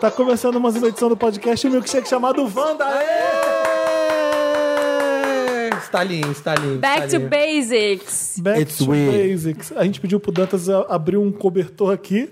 Tá começando mais uma edição do podcast, um milkshake chamado Wanda. Stalinho, Stalinho. Back to Stalinho. basics. Back It's to we. Basics. A gente pediu pro Dantas a- abrir um cobertor aqui.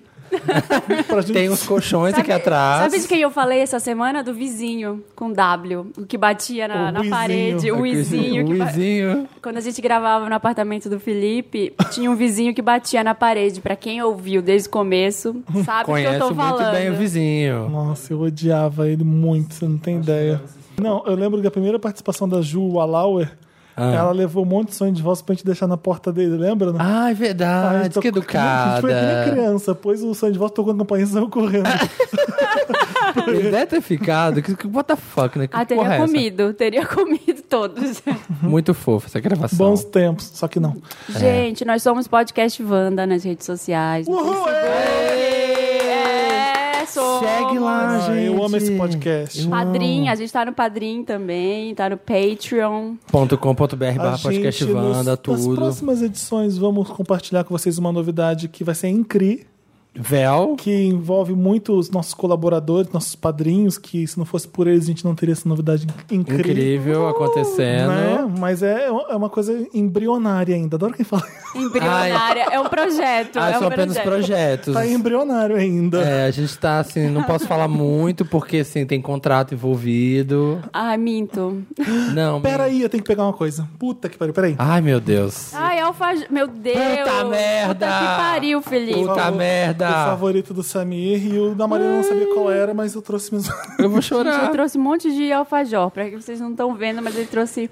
pra gente... Tem um uns colchões aqui atrás. Sabe de quem eu falei essa semana? Do vizinho com W, o que batia O na, na Wizinho. É parede, o vizinho. O Izinho. Quando a gente gravava no apartamento do Felipe, tinha um vizinho que batia na parede. Pra quem ouviu desde o começo, sabe do que eu Conheço tô muito falando. bem o vizinho. Nossa, eu odiava ele muito, você não tem ideia. Não, eu lembro que a primeira participação da Ju Walauer, Ah. ela levou um monte de sonho de voz pra gente deixar na porta dele, lembra? não? Ai, Ah, é verdade. tocou- Que A gente foi que nem educada. criança, pôs o sonho de voz, tocou a campainha e saiu correndo. Ah, Ele deve ter ficado. Que, que- what the fuck, né? Que porra Ah, teria é essa? comido, teria comido todos. Muito fofo essa gravação. Bons tempos, só que não. É. Gente, nós somos podcast Vanda nas redes sociais. no Uhul, É, somos. Segue lá, Ah, gente. eu amo esse podcast. Eu Padrim, a gente tá no Padrim também, tá no Patreon. .com.br A barra podcast gente, nos- Wanda, Nas tudo. próximas edições, vamos compartilhar com vocês uma novidade que vai ser incrível. Véu. que envolve muito os nossos colaboradores, nossos padrinhos, que se não fosse por eles a gente não teria essa novidade inc- incrível. Incrível acontecendo. Ah, Né? Mas é, é uma coisa embrionária ainda. Adoro quem fala. Embrionária. É um projeto. Ah, é um são apenas projetos. Tá embrionário ainda. É, a gente tá assim, não posso falar muito, porque assim, tem contrato envolvido. Ai, minto. Não. Pera aí, eu tenho que pegar uma coisa. Puta que pariu, peraí. Ai, meu Deus. Ai, alfajor. Meu Deus. Puta merda. Puta que pariu, Puta Felipe. merda. O favorito do Samir e o da Marina não sabia qual era, mas eu trouxe mesmo. Eu vou Gente, eu chorar. trouxe um monte de alfajor, pra que vocês não estão vendo, mas ele trouxe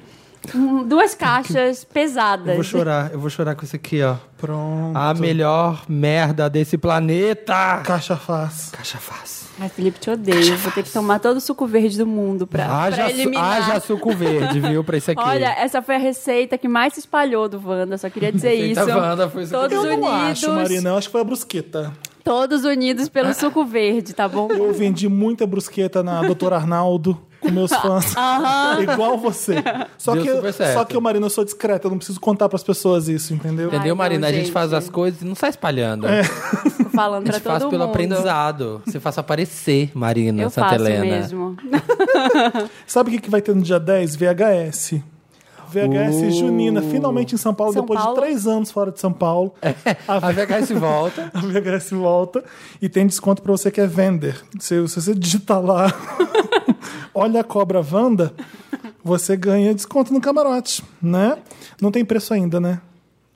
hum, duas caixas pesadas. Eu vou chorar, eu vou chorar com isso aqui, ó. Pronto. A melhor merda desse planeta. Caixa faz. Caixa fácil. Ai, Felipe, te odeio. Vou ter que tomar todo o suco verde do mundo pra, Haja, pra su eliminar. haja suco verde, viu, pra isso aqui. Olha, essa foi a receita que mais se espalhou do Wanda, só queria dizer Receita isso. Wanda foi isso que todos Eu unidos, não acho, Marina. Eu acho que foi a brusqueta. todos unidos pelo suco verde, tá bom? Eu vendi muita brusqueta na Doutor Arnaldo com meus fãs. Igual você. Só Deu que, eu, super certo. só que eu, Marina, eu sou discreta, eu não preciso contar pras pessoas isso, entendeu? Ai, Entendeu, não, Marina? a gente É. gente. faz as coisas e não sai espalhando. Fico A falando pra gente todo faz mundo. pelo aprendizado. Você faz aparecer, Marina Eu Santa faço Helena. mesmo. Sabe o que, que vai ter no dia 10? VHS. VHS Uh. Junina, finalmente em São Paulo, São depois Paulo? de três anos fora de São Paulo. A VHS volta. A VHS volta e tem desconto pra você que é vender. Se, se você digitar lá, olha a cobra Wanda, você ganha desconto no camarote, né? Não tem preço ainda, né?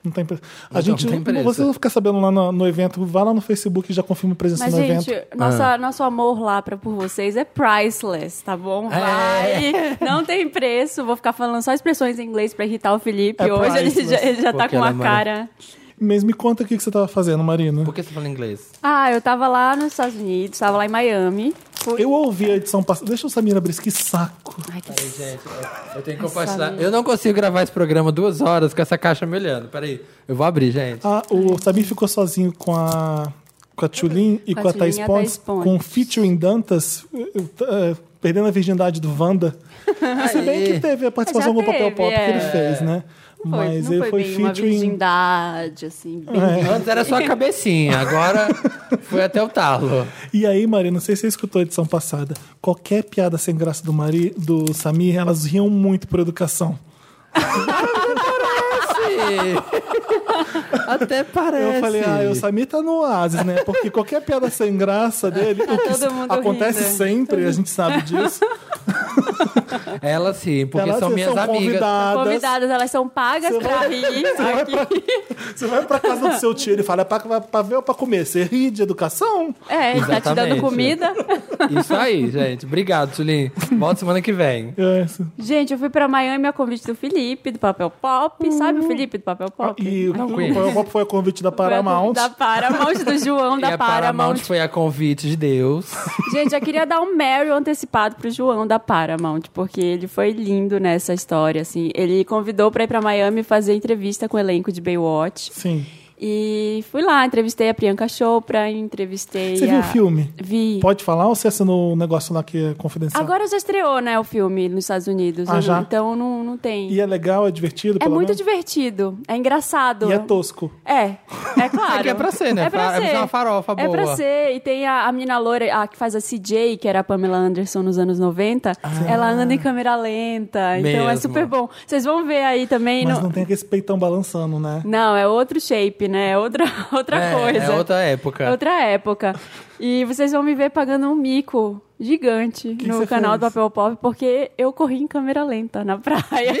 Não tem preço. A Não, gente, Então, não tem preço. Você não ficar sabendo lá no, no evento, vá lá no Facebook e já confirma presença Mas, no evento. gente, nossa, nosso amor lá pra, por vocês é priceless, tá bom? Vai! Não tem preço. Vou ficar falando só expressões em inglês pra irritar o Felipe. É Hoje ele priceless, já, ele já tá porque com uma ela é cara... Mas me conta o que que você tava fazendo, Marina. Por que você fala inglês? Ah, eu tava lá nos Estados Unidos, tava lá em Miami. Eu ouvi a edição passada. Deixa o Samir abrir isso, que saco. Ai, que Gente, eu tenho que compartilhar. Eu não consigo gravar esse programa duas horas com essa caixa me olhando. Peraí, eu vou abrir, gente. Ah, É. o Samir ficou sozinho com a com a Tulin e Com com, a a Thais Tchulin e a Pontes, Thais Pontes. com o featuring Dantas, eh, eh, perdendo a virgindade do Wanda. Se bem que teve a participação Já no papel teve, pop que ele é. fez, né? Foi, Mas não ele foi, foi bem uma featuring. virgindade, assim. Bem... Antes era só a cabecinha, agora foi até o talo. E aí, Marina, não sei se você escutou a edição passada. Qualquer piada sem graça do, Mari, do Samir, elas riam muito por educação. Até parece. É, Eu falei, ah, o Samir tá no oásis, né? Porque qualquer piada sem graça dele, o que Tá todo mundo acontece rindo. sempre, a gente sabe disso. Elas sim, porque elas são minhas amigas. Convidadas, elas são pagas pra rir aqui. Você vai pra casa do seu tio e fala, é pra, pra ver ou pra comer? Você ri de educação? É, ele tá te dando Exatamente. comida. Isso aí, gente. Obrigado, Tulin. Volta semana que vem. É isso. Gente, eu fui pra Miami a convite do Felipe, do Papel Pop. Sabe o Felipe do Papel Pop? E o- Não o conheço. Power Pop foi a convite da Foi a Paramount. convite Da Paramount, do João, e da a Paramount Paramount. foi a convite de Deus. Gente, eu queria dar um Meryl antecipado pro João da Paramount, porque ele foi lindo nessa história, assim. Ele convidou pra ir pra Miami fazer entrevista com o elenco de Baywatch. Sim. E fui lá, entrevistei a Priyanka Chopra, entrevistei. Você a... viu o filme? Vi. Pode falar ou você assinou o negócio lá que é confidencial? Agora já estreou, né, o filme nos Estados Unidos. Ah, né? já? Então não, não tem. E é legal, é divertido? é pelo muito menos? divertido, é engraçado. E é tosco. É, é claro. É que é pra ser, né? É Fa- pra é ser. pra ser uma farofa É pra boa. ser. E tem a, a menina loira, a que faz a CJ, que era a Pamela Anderson nos anos 90. Ela anda em câmera lenta. Então é Ah. Mesmo. super bom. Vocês vão ver aí também. Mas no- não tem aquele peitão balançando, né? Não, é outro shape, né? É outra, outra é, coisa. É outra época. É outra época. E vocês vão me ver pagando um mico gigante Que que no você canal fez? do Papel Pop, porque eu corri em câmera lenta na praia.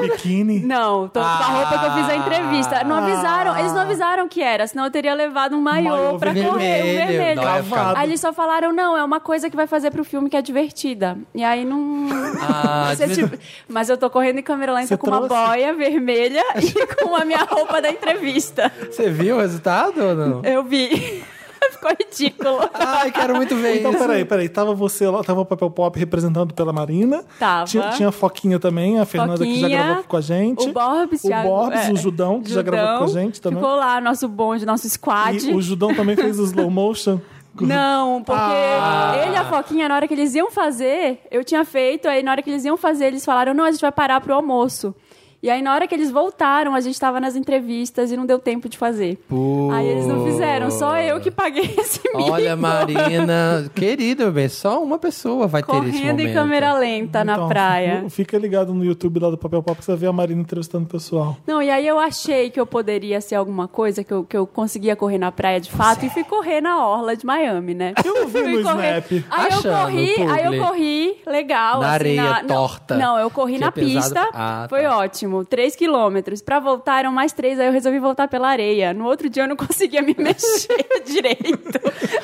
Biquíni. Não, tô com a roupa que eu fiz a entrevista. Não avisaram, eles não avisaram que era, senão eu teria levado um maiô Maiô pra vermelho. correr, um vermelho. Não, ia ficar- Aí eles só falaram, não, é uma coisa que vai fazer pro filme que é divertida. E aí não. Ah, Você, devia- tipo, Mas eu tô correndo em câmera lenta Você com uma trouxe? boia vermelha e com a minha roupa da entrevista. Você viu o resultado ou não? Eu vi. Ficou ridículo. Ai, quero muito ver Então, isso. peraí, peraí. Tava você lá, tava o Papel Pop representando pela Marina. Tava. Tinha, tinha a Foquinha também, a Fernanda que já Foquinha, gravou com a gente. O Borbs, O Thiago- Borbs, é, o Judão, que já gravou com a gente também. Ficou lá, nosso bonde, nosso squad. E o Judão também fez o slow motion. Não, porque Uhum. Ah. ele e a Foquinha, na hora que eles iam fazer, eu tinha feito, aí na hora que eles iam fazer, eles falaram, não, a gente vai parar pro almoço. E aí, na hora que eles voltaram, a gente tava nas entrevistas e não deu tempo de fazer. Pô. Aí eles não fizeram, só eu que paguei esse mico. Olha, Marina, querido, bem, só uma pessoa vai ter esse Correndo momento. em câmera lenta na Então, praia. Fica ligado no YouTube lá do Papel Pop que você vê a Marina entrevistando o pessoal. Não, e aí eu achei que eu poderia ser alguma coisa, que eu, que eu conseguia correr na praia de fato, e fui correr na orla de Miami, né? Eu vi Fui no correr. Snap. Aí eu Achando, corri, aí publi. eu corri, legal. Na assim, areia na- não, torta, Não, eu corri que na é pesado. pista, Ah, tá. foi ótimo, 3 quilômetros. Pra voltar eram mais três, aí eu resolvi voltar pela areia. No outro dia eu não conseguia me mexer direito.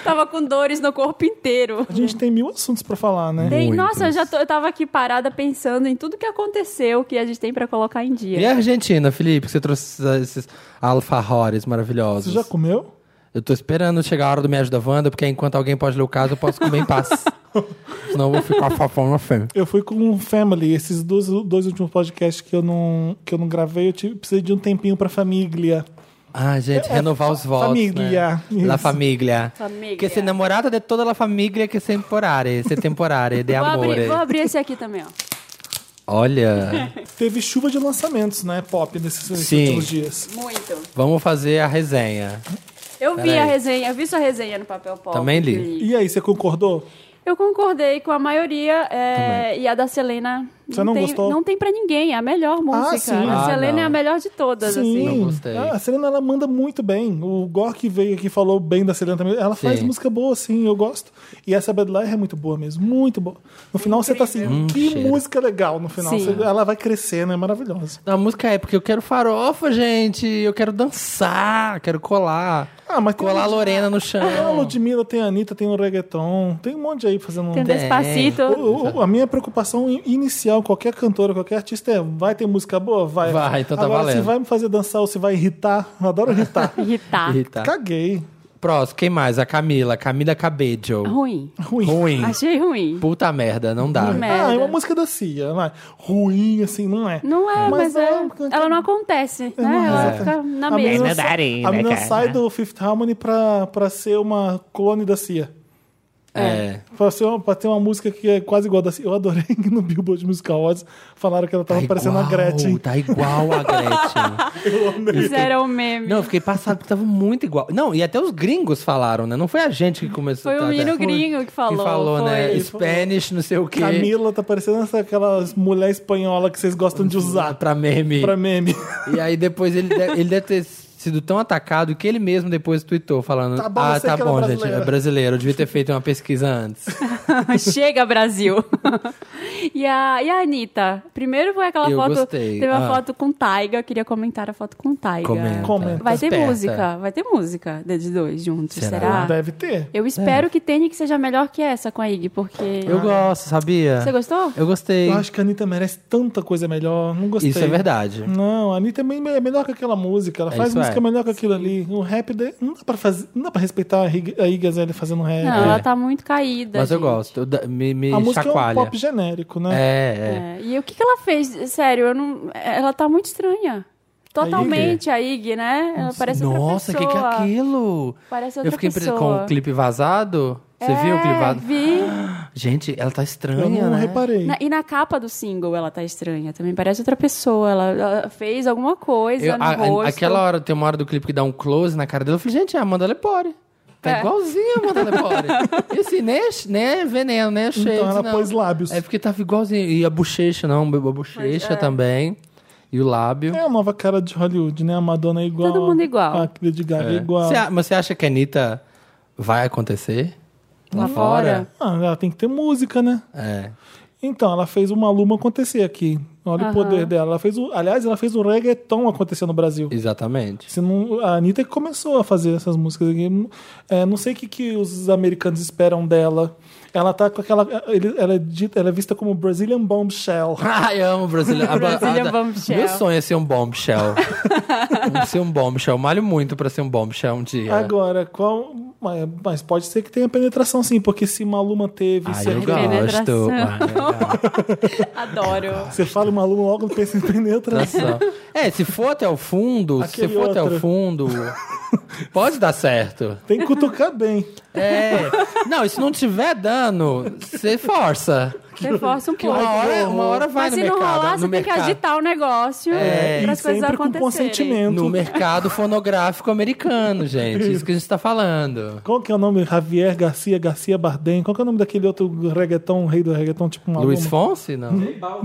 Tava com dores no corpo inteiro. A gente tem mil assuntos pra falar, né? Tem- Muitos. nossa, eu já tô- eu tava aqui parada pensando em tudo que aconteceu que a gente tem pra colocar em dia. E a Argentina, Felipe, que você trouxe esses alfajores Você maravilhosos. já comeu? Eu tô esperando chegar a hora do Me Ajuda Wanda, porque enquanto alguém pode ler o caso, eu posso comer em paz. Senão eu vou ficar fofão na fé. Eu fui com um family. Esses dois, dois últimos podcasts que eu não, que eu não gravei, eu tive, precisei de um tempinho pra família. Ah, gente, renovar os votos. família, Né? La isso. família. Família. Que se namorada de toda la família que se temporária, se temporária, de Vou abrir, amores. vou abrir esse aqui também, ó. Olha, Teve chuva de lançamentos, né? Pop nesses Sim. últimos dias. Muito. vamos fazer a resenha. Eu vi Peraí. a resenha, eu vi sua resenha no papel pop. Também li. E aí, você concordou? Eu concordei com a maioria é, e a da Selena. Você não tem, gostou? Não tem pra ninguém, é a melhor música. sim. A Ah, Selena não. é a melhor de todas, assim. Não gostei. Ah, A Selena ela manda muito bem. O Gork veio aqui e falou bem da Selena também. Ela faz Sim. música boa, sim, eu gosto. E essa Bad Liar é muito boa mesmo, muito boa. No final você tá assim, que cheiro. música legal no final. Sim. Você- ela vai crescendo, é maravilhosa. A música é porque eu quero farofa, gente. Eu quero dançar, quero colar. Ah, mas tem Colar a Lud- Lorena no Tem Ah, a chão. Ludmilla, tem a Anitta, tem o reggaeton, tem um monte aí fazendo... Tem Tem. Despacito. O- o- a minha preocupação in- inicial, qualquer cantora, qualquer artista, é vai ter música boa? Vai. Vai, então tá Agora, se valendo. vai me fazer dançar ou se vai irritar, eu adoro irritar. Irritar. Irritar. Caguei. Próximo, quem mais? A Camila. Camila Cabello. Ruim. Ruim. Ruim. Achei ruim. Puta merda, não dá. Merda. Ah, é uma música da Cia, vai. Ruim, assim, não é. Não é, mas, é, porque- ela não acontece, né? não Ela é. fica na a menina, né, mesa. sa- a menina sai do Fifth Harmony pra, pra ser uma clone da Cia. É. Pra, ser uma- pra ter uma música que é quase igual da Cia. Eu adorei que no Billboard Music Awards falaram que ela tava Tá parecendo a Gretchen. Tá igual a Gretchen. Fizeram o meme. não, eu fiquei passado porque tava muito igual. Não, e até os gringos falaram, né? Não foi a gente que começou. Foi o tá, menino tá. gringo que falou. Que falou, né? foi. Spanish, não sei o quê. Camila tá parecendo essa, aquela mulher espanhola que vocês gostam de usar Pra meme. pra meme. E aí depois ele deve, ele deve ter sido tão atacado que ele mesmo depois tweetou falando: Tá bom, Ah, eu sei tá que ela é bom, gente, brasileira." é brasileiro. Eu devia ter feito uma pesquisa antes. Chega, Brasil! e, a, e a Anitta? Primeiro foi aquela Eu foto. gostei. Teve a Ah. foto com Taiga. Eu queria comentar a foto com Taiga. Comenta. Comenta. Vai ter Esperta. música, vai ter música deles dois juntos. Será? Será? É. Deve ter. Eu espero que tenha e que seja melhor que essa com a Ig, porque. Eu gosto, sabia? Você gostou? Eu gostei. Eu acho que a Anitta merece tanta coisa melhor. Não gostei. Isso é verdade. Não, a Anitta é me- é melhor que aquela música. Ela É, faz isso música é. melhor que aquilo ali. O rap dele, não dá pra, fazer, não dá pra respeitar a Ig- a Iggy Azalea fazendo rap. Não, É. ela tá muito caída. Mas eu gente. gosto. Eu da- me me A música chacoalha. é um pop genérico, né? é, é. É, E o que, que ela fez? Sério, eu não. Ela tá muito estranha. Totalmente a Ig, né? Ela parece Nossa, o outra que, que é pessoa. aquilo? Parece Eu outra fiquei impre- pessoa. com o clipe vazado. Você viu o clipe É, vazado? vi. Gente, ela tá estranha, Eu não né? reparei. Na- e na capa do single ela tá estranha também. Parece outra pessoa. Ela, ela fez alguma coisa Eu- no a- a- rosto. aquela hora, tem uma hora do clipe que dá um close na cara dela. Eu falei, gente, é a Amanda Lepore. Tá É. igualzinha a Amanda Lepore. e assim, nem, é- nem é veneno, nem é shade, então ela não. pôs lábios. É porque tava igualzinho. E a bochecha, não. A bochecha é. também. E o lábio. É a nova cara de Hollywood, né? A Madonna é igual. Todo mundo igual. A Lady Gaga é, É. igual. Você a- mas você acha que a Anitta vai acontecer? Lá fora? Ah, ela tem que ter música, né? É. Então, ela fez o Maluma acontecer aqui. Olha o Aham. poder dela. Ela fez o, aliás, ela fez o reggaeton acontecer no Brasil. Exatamente. Se não, a Anitta que começou a fazer essas músicas aqui. É, não sei o que, que os americanos esperam dela. Ela tá com aquela. ele- Ela é, dita- ela é vista como Brazilian Bombshell. Ai, eu amo brasileiro. Brasília Bombshell. Meu sonho é ser um bombshell. ser um bombshell. Malho muito pra ser um bombshell um dia. Agora, qual. mas- Mas pode ser que tenha penetração, sim, porque se Maluma teve. Ai, se- Ah, eu gosto. Ah, Ai, eu gosto. Adoro. Você fala Maluma logo pensa em penetração. Atração. É, se for até o fundo, Aquele se for até outro. o fundo, pode dar certo. Tem que cutucar bem. É. Não, e se não tiver dano, você força. Reforça um Que pouco. uma hora, uma hora vai Mas no se não mercado. rolar, no você tem que mercado. agitar o negócio É, para e as coisas sempre com acontecerem. consentimento. No mercado fonográfico americano, gente. Isso que a gente tá falando. Qual que é o nome? Javier Garcia, Garcia Bardem. Qual que é o nome daquele outro reggaeton, rei do reggaeton, tipo Maluma? Luiz Fonse? Não.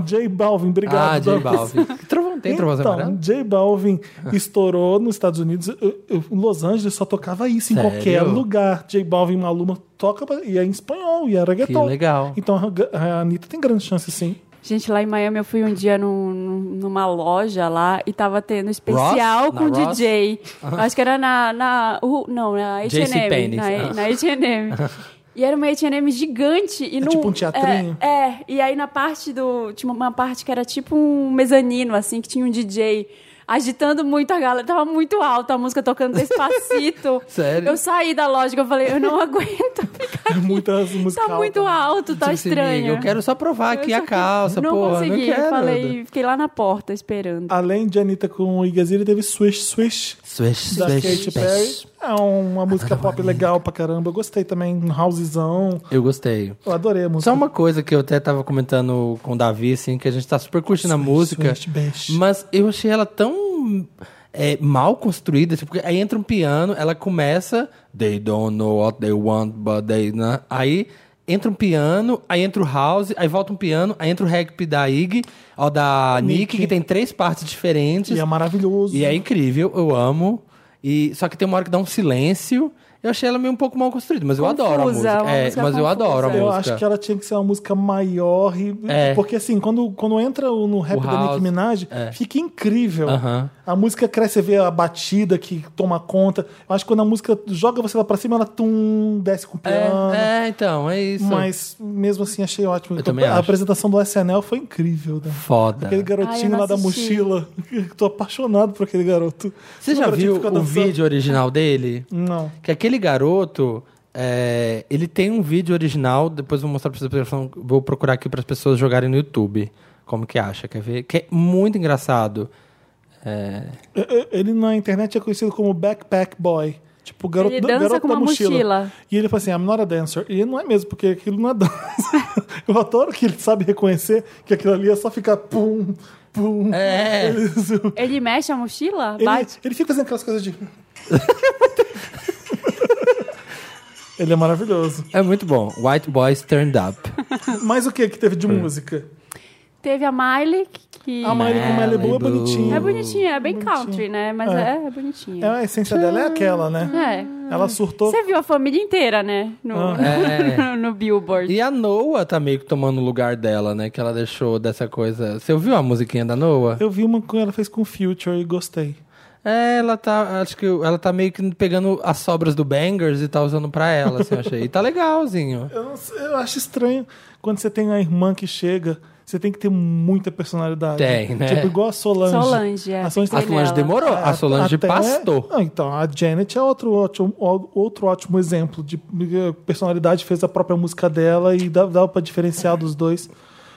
J Balvin, obrigado. ah, J Douglas. Balvin. Que trovão- Tem trovão Então, amarelo? J Balvin estourou nos Estados Unidos. Eu- eu- Los Angeles só tocava isso em Sério? qualquer lugar. J Balvin Maluma toca pra- e é em espanhol, e é reggaeton. Que legal. Então a, a Anitta tem grande chance, sim. Gente, lá em Miami eu fui um dia num- num- numa loja lá e tava tendo especial Ross? com Na DJ. Acho que era na. na Ru- não, na HM. JCPenney. Na, Ah. na HM. E era uma HM gigante. É E num- tipo um teatrinho? É, é, e aí na parte do. Tinha uma parte que era tipo um mezanino, assim, que tinha um DJ. Agitando muito a galera, tava muito alto a música tocando despacito. Sério? Eu saí da loja, que eu falei, eu não aguento ficar aqui. Muitas músicas. Tá muito altas. alto, tá Tipo assim, estranho. amigo, Eu quero só provar aqui a calça, não porra. consegui, não quero. eu falei, fiquei lá na porta esperando. Além de Anitta com o Igazira, teve Swish Swish. Swish, Da swish, Katy Perry. swish. É uma música pop legal pra caramba. Eu gostei também. Um housezão. Eu gostei. Eu adorei a música. Só uma coisa que eu até tava comentando com o Davi, assim, que a gente tá super curtindo a música. swish, bash. Mas eu achei ela tão é, mal construída, assim, porque aí entra um piano, ela começa. They don't know what they want, but they. na-" Aí entra um piano, aí entra o house, aí volta um piano, aí entra o rap da Ig, ó, da Nick, que tem três partes diferentes. E é maravilhoso. E é incrível, eu amo. E só que tem uma hora que dá um silêncio. Eu achei ela meio um pouco mal construída, mas eu adoro a Confusa, música. uma É, música mas eu adoro a confusa. Eu música. acho que ela tinha que ser uma música maior. e- É. Porque assim, quando, quando entra o- no rap O da Nicki house, É. Minaj, fica incrível. Aham. A música cresce, você vê a batida que toma conta. Eu acho que quando a música joga você lá pra cima, ela tum, desce com o piano. É, é, então, é isso. Mas mesmo assim achei ótimo. Eu também a acho. É. apresentação do SNL foi incrível, né? Foda. Aquele Ai, eu garotinho não lá da assisti. mochila. Tô apaixonado por aquele garoto. Você já garotinho viu que fica o dançando? vídeo original dele? Não. Que aquele garoto, é, ele tem um vídeo original, depois vou mostrar pra vocês, porque eu vou procurar aqui para as pessoas jogarem no YouTube. Como que acha, quer ver? Que é muito engraçado. É, E- e- Ele na internet é conhecido como Backpack Boy. Tipo, o garoto, Ele dança garoto com da uma mochila. E ele fala assim, I'm not a dancer. E não é mesmo, porque aquilo não é dança. Eu adoro que ele sabe reconhecer que aquilo ali é só ficar pum, pum. É. Ele, Ele mexe a mochila? ele, Bate? ele fica fazendo aquelas coisas de... ele é maravilhoso. é muito bom. White Boys Turned Up. Mas o que que teve de música? Teve a Miley, que A Miley com Malibu é Malibu. bonitinha. é bonitinha, é bem country, né? Mas É. é, é bonitinha. A essência dela é aquela, né? É. Ela surtou. Você viu a família inteira, né? No, Ah. É. no- no Billboard. E a Noah tá meio que tomando o lugar dela, né? Que ela deixou dessa coisa. Você ouviu a musiquinha da Noah? Eu vi uma que ela fez com o Future e gostei. É, ela tá. Acho que ela tá meio que pegando as sobras do Bangers e tá usando pra ela, assim, eu achei. E tá legalzinho. Eu, não sei, eu acho estranho quando você tem a irmã que chega, você tem que ter muita personalidade. Tem, né? Tipo, igual a Solange. Solange, é. A Solange tem- A Tem Solange nela. Tipo, demorou, a Solange É, até- pastou. Não, então, a Janet é outro ótimo, outro ótimo exemplo de personalidade, fez a própria música dela e dá- dava pra diferenciar dos dois.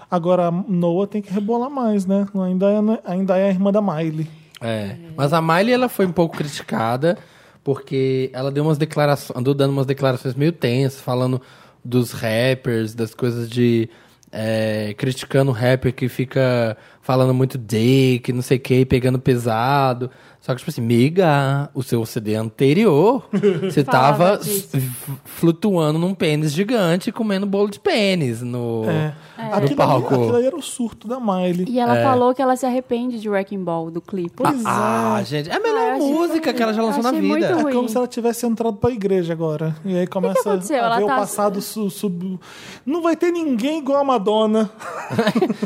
Agora, a Noah tem que rebolar mais, né? Ainda é, ainda é a irmã da Miley. É. Mas a Miley, ela foi um pouco criticada porque ela deu umas declarações, andou dando umas declarações meio tensas, falando dos rappers, das coisas de é, criticando o rapper que fica falando muito dick, não sei o que, pegando pesado. Só que, tipo assim, miga, o seu CD anterior, você Falava tava disso. s- flutuando num pênis gigante, comendo bolo de pênis no, É. no Aquilo, ali, palco. aquilo ali é era o surto da Miley. E ela é. falou que ela se arrepende de Wrecking Ball, do clipe. Pois Ah, é. gente, é a Ah, eu melhor achei música que ela já lançou na achei muito vida. É ruim. como se ela tivesse entrado pra igreja agora. E aí começa a ver aconteceu? Ela o tá- passado su- sub. Não vai ter ninguém igual a Madonna.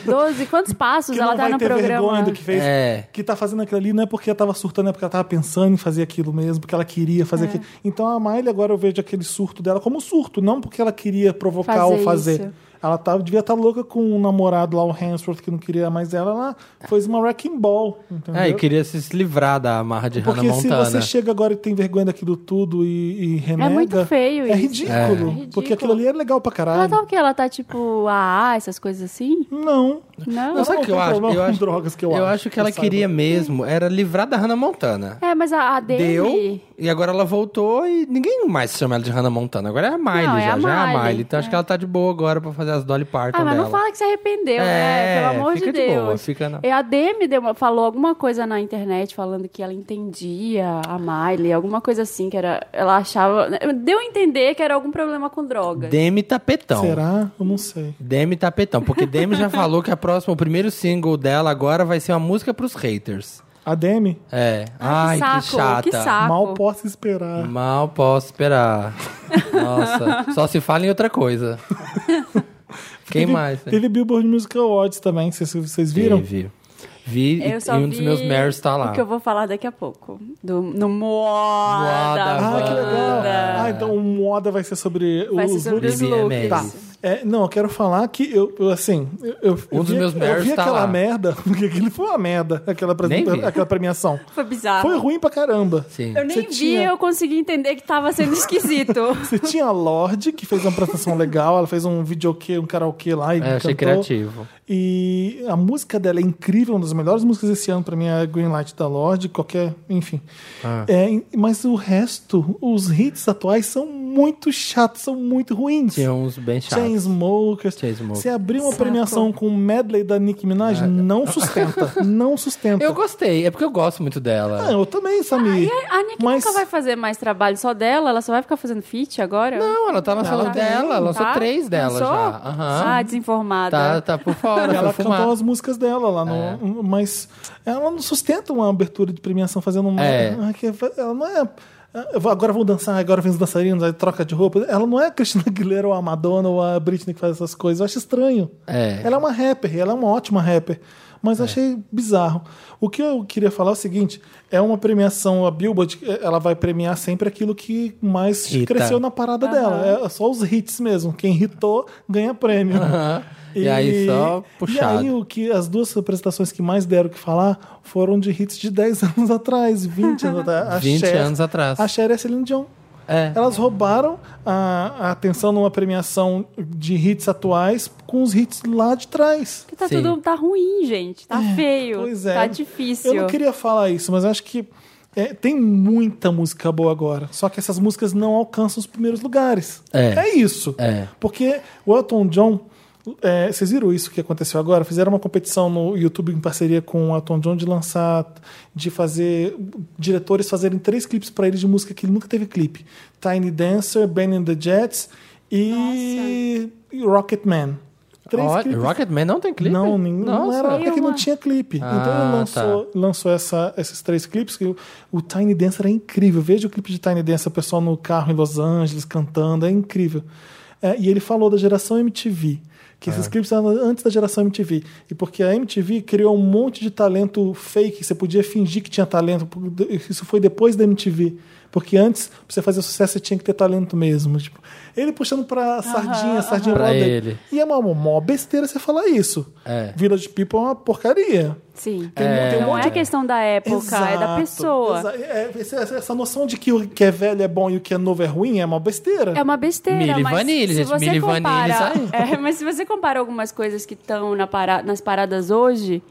12, quantos passos Que ela não tá vai no ter vergonha programa? do que fez. É. Que tá fazendo aquilo ali não é porque ela tava surtando, é porque ela tava pensando em fazer aquilo mesmo, porque ela queria É. fazer aquilo. Então a Miley agora eu vejo aquele surto dela como surto, não porque ela queria provocar Fazer ou fazer. isso. Ela tava, devia estar louca com um namorado lá, o Hansworth, que não queria mais ela. Ela fez uma wrecking ball. Entendeu? Tá. É, e queria se se livrar da amarra de Porque Hannah se Montana. você chega agora e tem vergonha daquilo tudo e, e renega... muito feio É isso. ridículo, É. É Porque ridículo. aquilo ali é legal pra caralho. Ela tá o quê? Ela tá tipo AA, essas coisas assim? Não. Não? Não, Ela sabe o não que eu tem acho? problema Eu com acho, drogas que eu eu acho, acho que que ela eu saiba. queria mesmo era livrar da Hannah Montana. É, mas a, a Deu, dele... e agora ela voltou e ninguém mais chama ela de Hannah Montana. Agora é a Miley Não, é já, a já é a Miley, Miley. Então acho que ela tá de boa agora pra fazer as Dolly Parton Ah, mas dela. não fala que se arrependeu, né? É, Pelo amor fica de de Deus. boa, fica na- E a Demi deu uma- falou alguma coisa na internet falando que ela entendia a Miley, alguma coisa assim, que era. Ela achava. né, Deu a entender que era algum problema com drogas. Demi Tapetão. Será? Eu não sei. Demi Tapetão, porque Demi já falou que a próxima, o primeiro single dela agora vai ser uma música pros haters. A Demi? É. Ai, Ai, que que saco, chata. que saco. Mal posso esperar. Mal posso esperar. Nossa, só se fala em outra coisa. Quem Teve- mais? né? Teve Billboard Music Awards também, que vocês, vocês viram? Teve. Vi e, Eu só e um dos vi meus Marys tá lá. O que eu vou falar daqui a pouco. Do, no Moda. Moda Ah, que Wanda. legal! Ah, então o moda vai ser sobre Vai os ser sobre looks. os Looks. looks. Tá. É, não, eu quero falar que eu, eu, assim, eu, eu, eu dos vi, meus eu Marys vi tá aquela lá. merda, porque aquilo foi uma merda, aquela, Nem vi. apresenta- aquela premiação. Foi bizarro. Foi ruim pra caramba. Sim. Eu nem Você vi, tinha- eu consegui entender que tava sendo esquisito. Você tinha a Lorde, que fez uma apresentação legal, ela fez um videokê, um karaokê lá e É, achei cantou. criativo. E a música dela é incrível, uma das melhores músicas desse ano pra mim é Greenlight da Lorde, qualquer, enfim. Ah. É, e- mas o resto, os hits atuais são muito chatos, são muito ruins. Tinha uns bem chatos. Chainsmokers. Chainsmokers. Se abrir uma Saco. premiação com medley da Nicki Minaj, É. não sustenta, não sustenta. Eu gostei, é porque eu gosto muito um- Ah, dela. eu também, Samir. A Anitta Mas- nunca vai fazer mais trabalho só dela? Ela só vai ficar fazendo feat agora? Não, ela tá lançando Tá. dela, lançou Tá? três dela Lançou? já. Aham. Ah, desinformada. Tá, tá por fora, Ela foi fumar. É. cantou as músicas dela lá, no, um, mas ela não sustenta uma abertura de premiação fazendo uma. É. Ah, que- Ela não é. ah, Agora vão dançar, agora vem os dançarinos, aí troca de roupa. Ela não é a Cristina Aguilera ou a Madonna ou a Britney que faz essas coisas. Eu acho estranho. É. Ela é uma rapper, ela é uma ótima rapper. Mas eu achei bizarro. O que eu queria falar é o seguinte: é uma premiação, a Billboard, eh, ela vai premiar sempre aquilo que mais Hita. cresceu na parada dela. É só os hits mesmo. Quem hitou ganha prêmio. Aham. E aí só puxado. E aí o que as duas apresentações que mais deram o que falar foram de hits de 10 anos atrás, 20 anos atrás. A 20 Cher- anos atrás. A Cher e a Celine Dion. É. Elas roubaram a, a atenção numa premiação de hits atuais com os hits lá de trás. Porque tá Sim. tudo tá ruim, gente. Tá feio. Pois é. Tá difícil. Eu não queria falar isso, mas eu acho que é, tem muita música boa agora. Só que essas músicas não alcançam os primeiros lugares. É. isso. É. Porque o Elton John. é, vocês viram isso que aconteceu agora? Fizeram uma competição no YouTube em parceria com o Elton John de lançar, de fazer diretores fazerem três clipes pra ele de música que ele nunca teve clipe: Tiny Dancer, Ben and the Jets e, e Rocket Man. Três Olha, clipes Rocketman não tem clipe? não, nem- não Nossa. era até que não Nenhuma. tinha clipe. então Ah, ele lançou, lançou essa- esses três clipes. Que o, o Tiny Dancer é incrível. Veja o clipe de Tiny Dancer, o pessoal no carro em Los Angeles cantando, é incrível. É, e ele falou da geração MTV. Que É. esses clipes eram antes da geração MTV. E porque a MTV criou um monte de talento fake, você podia fingir que tinha talento. Isso foi depois da MTV. Porque antes, pra você fazer sucesso, você tinha que ter talento mesmo. Tipo, ele puxando pra sardinha, sardinha Pra lá dele. ele. E é uma mó besteira você falar isso. É. Village People é uma porcaria. Sim. É. tem um Não monte é questão da época, é da Exato, pessoa. exa- é, esse- essa, essa noção de que o que é velho é bom e o que é novo é ruim é uma besteira. É uma besteira, Milli mas Vanilli, se gente, você Milli compara, Vanilli, isso É, mas se você compara algumas coisas que estão na para- nas paradas hoje,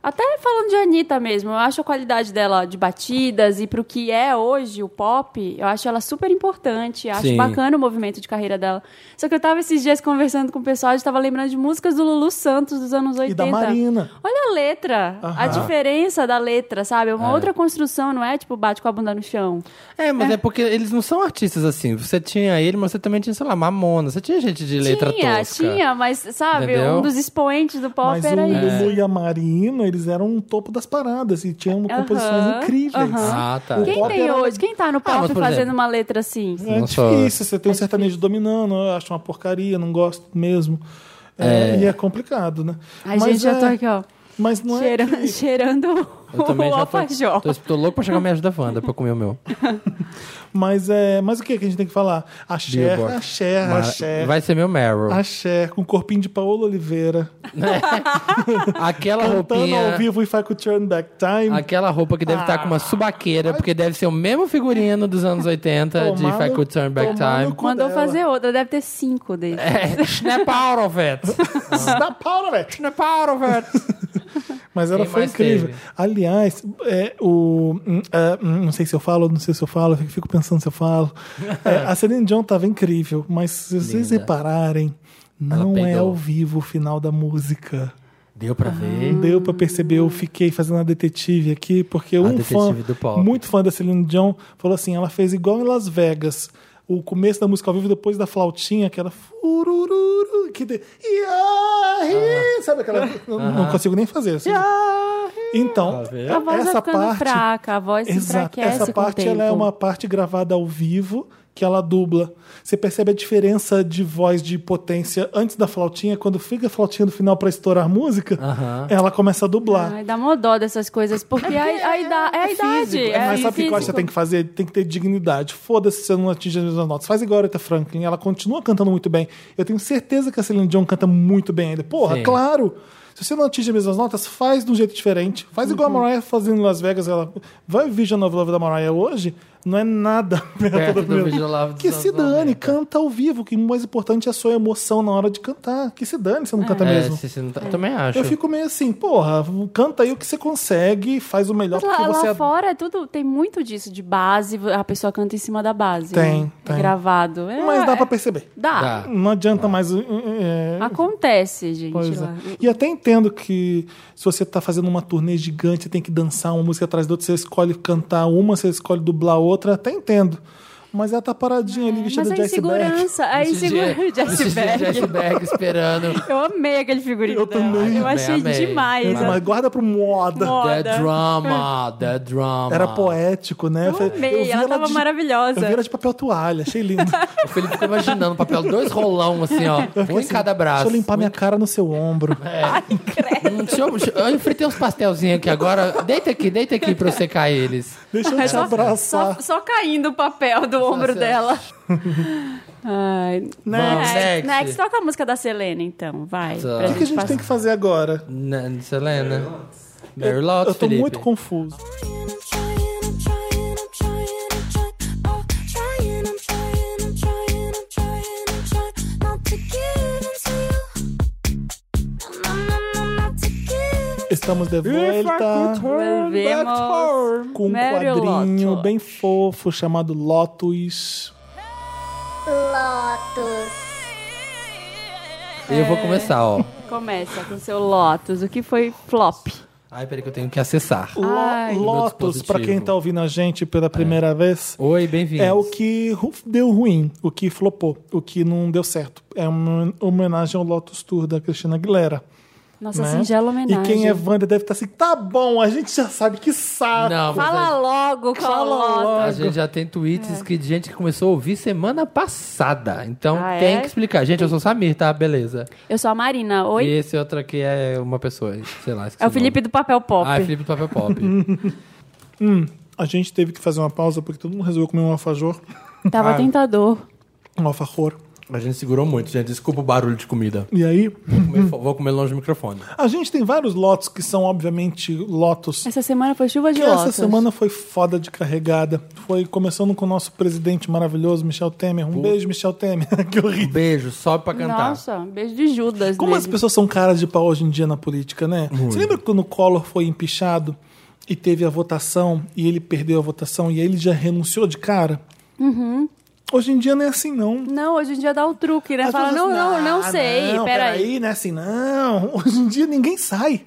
Até falando de Anitta mesmo, eu acho a qualidade dela de batidas e pro que é hoje o pop, eu acho ela super importante, acho Sim. bacana o movimento de carreira dela. Só que eu tava esses dias conversando com o pessoal, a gente tava lembrando de músicas do Lulu Santos dos anos 80. E da Marina. Olha a letra, a Aham. diferença da letra, sabe? É uma outra construção, não é tipo bate com a bunda no chão. É, mas é. porque eles não são artistas assim. Você tinha ele, mas você também tinha, sei lá, Mamona. Você tinha gente de letra tinha, tosca. tinha, mas sabe, Entendeu? um dos expoentes do pop Mas o era isso. Lulu e a Marina, eles eram o topo das paradas e tinham composições Aham, incríveis. aham. Ah, tá. É. O Quem pop tem era- hoje? Quem tá no pop Ah, mas, por fazendo exemplo- uma letra assim? É Não só- difícil, você tem um sertanejo dominando, eu acho uma porcaria, não gosto mesmo. É, E é complicado, né? Ai, gente, já é- tô aqui, ó. Mas não cheira- é. que- Cheirando Eu também o já tô, alfajor. tô, tô louco pra chegar me ajuda Wanda pra comer o meu. Mas é. Mas o que, que a gente tem que falar? A Cher, Billboard. a Cher, a Mas Cher. Vai ser meu Meryl. A Cher, com o corpinho de Paola Oliveira, Aquela cantando Tá roupinha. ao vivo e faz com o Turn Back Time. Aquela roupa que deve estar com uma subaqueira, porque deve ser o mesmo figurino dos anos 80 de If I Tomando- Could Turn Back tomando Time. cu Mandou dela. fazer outra, deve ter cinco dele. É, snap out of it! Da Paola, velho. Snap out of it! Mas ela Quem foi mais incrível. teve? Aliás, é, o, hum, é, hum, não sei se eu falo, não sei se eu falo, eu fico pensando se eu falo. É, a Celine Dion estava incrível, mas se vocês Linda. repararem, não é peidou. ao vivo o final da música. Deu pra ver? Não deu pra perceber, eu fiquei fazendo a detetive aqui, porque um fã, detetive do pop. muito fã da Celine Dion, falou assim: ela fez igual em Las Vegas. O começo da música ao vivo, depois da flautinha, aquela. furururu, Que de... Ah. Iahi, Sabe aquela. Não, não consigo nem fazer. assim. Então, Tá vendo? A voz essa vai ficando parte. fraca, a voz se Exato. enfraquece Essa com o parte ela é tempo. uma parte gravada ao vivo que ela dubla. Você percebe a diferença de voz de potência antes da flautinha, quando fica a flautinha no final pra estourar a música, ela começa a dublar. Ai, dá mó dó dessas coisas, porque a, a ida- é a idade. É, Mas sabe o que eu acho que você tem que fazer? Tem que ter dignidade. Foda-se se você não atinge as mesmas notas. Faz igual a Aretha Franklin. Ela continua cantando muito bem. Eu tenho certeza que a Celine Dion canta muito bem ainda. Porra, Sim. claro! Se você não atinge as mesmas notas, faz de um jeito diferente. Faz igual Uhum. a Mariah fazendo em Las Vegas. Ela vai o Vision of Love da Mariah hoje, não é nada perto Perto do do primeiro. Vision Love dos Que anos se dane, 90. canta ao vivo. Que o mais importante é a sua emoção na hora de cantar. Que se dane, você não canta É, mesmo. se- se não tá- também acho. Eu fico meio assim, porra, canta aí o que você consegue, faz o melhor Lá, porque lá você é fora é tudo, tem muito disso de base, a pessoa canta em cima da base. Tem, né? tem. É gravado. É, Mas dá é- pra perceber. dá. Dá. Não adianta mais. é, é, Ah, Acontece, gente. coisa. lá. E até entendo que se você tá fazendo uma turnê gigante, você tem que dançar uma música atrás da outra, você escolhe cantar uma, você escolhe dublar outra, até entendo. Mas ela tá paradinha ali vestida É, Mas de a iceberg. insegurança, a Esse insegurança dia- de esse dia de iceberg. iceberg esperando. Eu amei aquele figurino. Eu dela. também. Eu achei Amei, amei. demais. Mas guarda pro moda. Moda. The drama, the drama. Era poético, né? Eu amei, vi ela tava de- maravilhosa. Eu vi ela de papel toalha, achei lindo. O Felipe ficou imaginando papel, dois rolão assim, ó. Eu Um fiquei em assim, cada braço. É. Deixa eu limpar minha cara no seu ombro. Hum, deixa eu, deixa eu- eu enfrentei uns pastelzinhos aqui agora. Deita aqui, deita aqui pra eu secar eles. Deixa eu te abraçar. É Só, só caindo o papel Tá do ombro certo. dela. Ai, Vamos, next. next, toca a música da Selena, então, vai. Tá. pra O que que a gente passar. tem que fazer agora? N- Selena. Mary Eu, Lotus, eu tô Felipe. muito confuso. I'm trying, I'm trying, I'm trying, I'm trying, oh, trying, I'm trying, I'm trying, I'm trying, I'm trying, not to give in to you. No, no, no, not to give. Estamos de volta Volvemos. com um Mary quadrinho Lotus. bem fofo chamado Lotus. Eu vou começar, ó. Começa com seu Lotus. O que foi flop? Ai, peraí que eu tenho que acessar. Lo- Ai. Lotus, Meu pra quem dispositivo. É. tá ouvindo a gente pela primeira vez, Oi, bem-vindo. é o que ru- deu ruim, o que flopou, o que não deu certo. É uma homenagem ao Lotus Tour da Cristina Aguilera. Nossa, né? singela homenagem. E quem é Wanda deve estar assim, tá bom, a gente já sabe que saco. Não, mas Fala logo qual Fala Lotus. logo. A gente já tem É. tweets que de gente que começou a ouvir semana passada. Então Ah, tem é? que explicar. Gente, eu sou o Samir, tá? Beleza. Eu sou a Marina, oi? E esse outro aqui é uma pessoa, sei lá. esqueci É o Felipe nome. do Papel Pop. Ah, é Felipe do Papel Pop. A gente teve que fazer uma pausa porque todo mundo resolveu comer um alfajor. Tava tentador. Um alfajor. A gente segurou muito, gente. Desculpa o barulho de comida. E aí, Comer fo- Vou comer longe do microfone. a gente tem vários lotos que são, obviamente, lotos. Essa semana foi chuva de Que essa É lotos. semana foi foda de carregada. Foi começando com o nosso presidente maravilhoso, Michel Temer. Um beijo, Michel Temer. que horrível. Um Beijo, sobe pra cantar. Nossa, beijo de Judas. Como dele. as pessoas são caras de pau hoje em dia na política, né? Você lembra quando o Collor foi empichado e teve a votação e ele perdeu a votação e aí ele já renunciou de cara? Hoje em dia não é assim, não. Não, hoje em dia dá o truque, né? As Fala, pessoas, não, não, não "Ah, sei, não, peraí. Não é assim, não. Hoje em dia ninguém sai.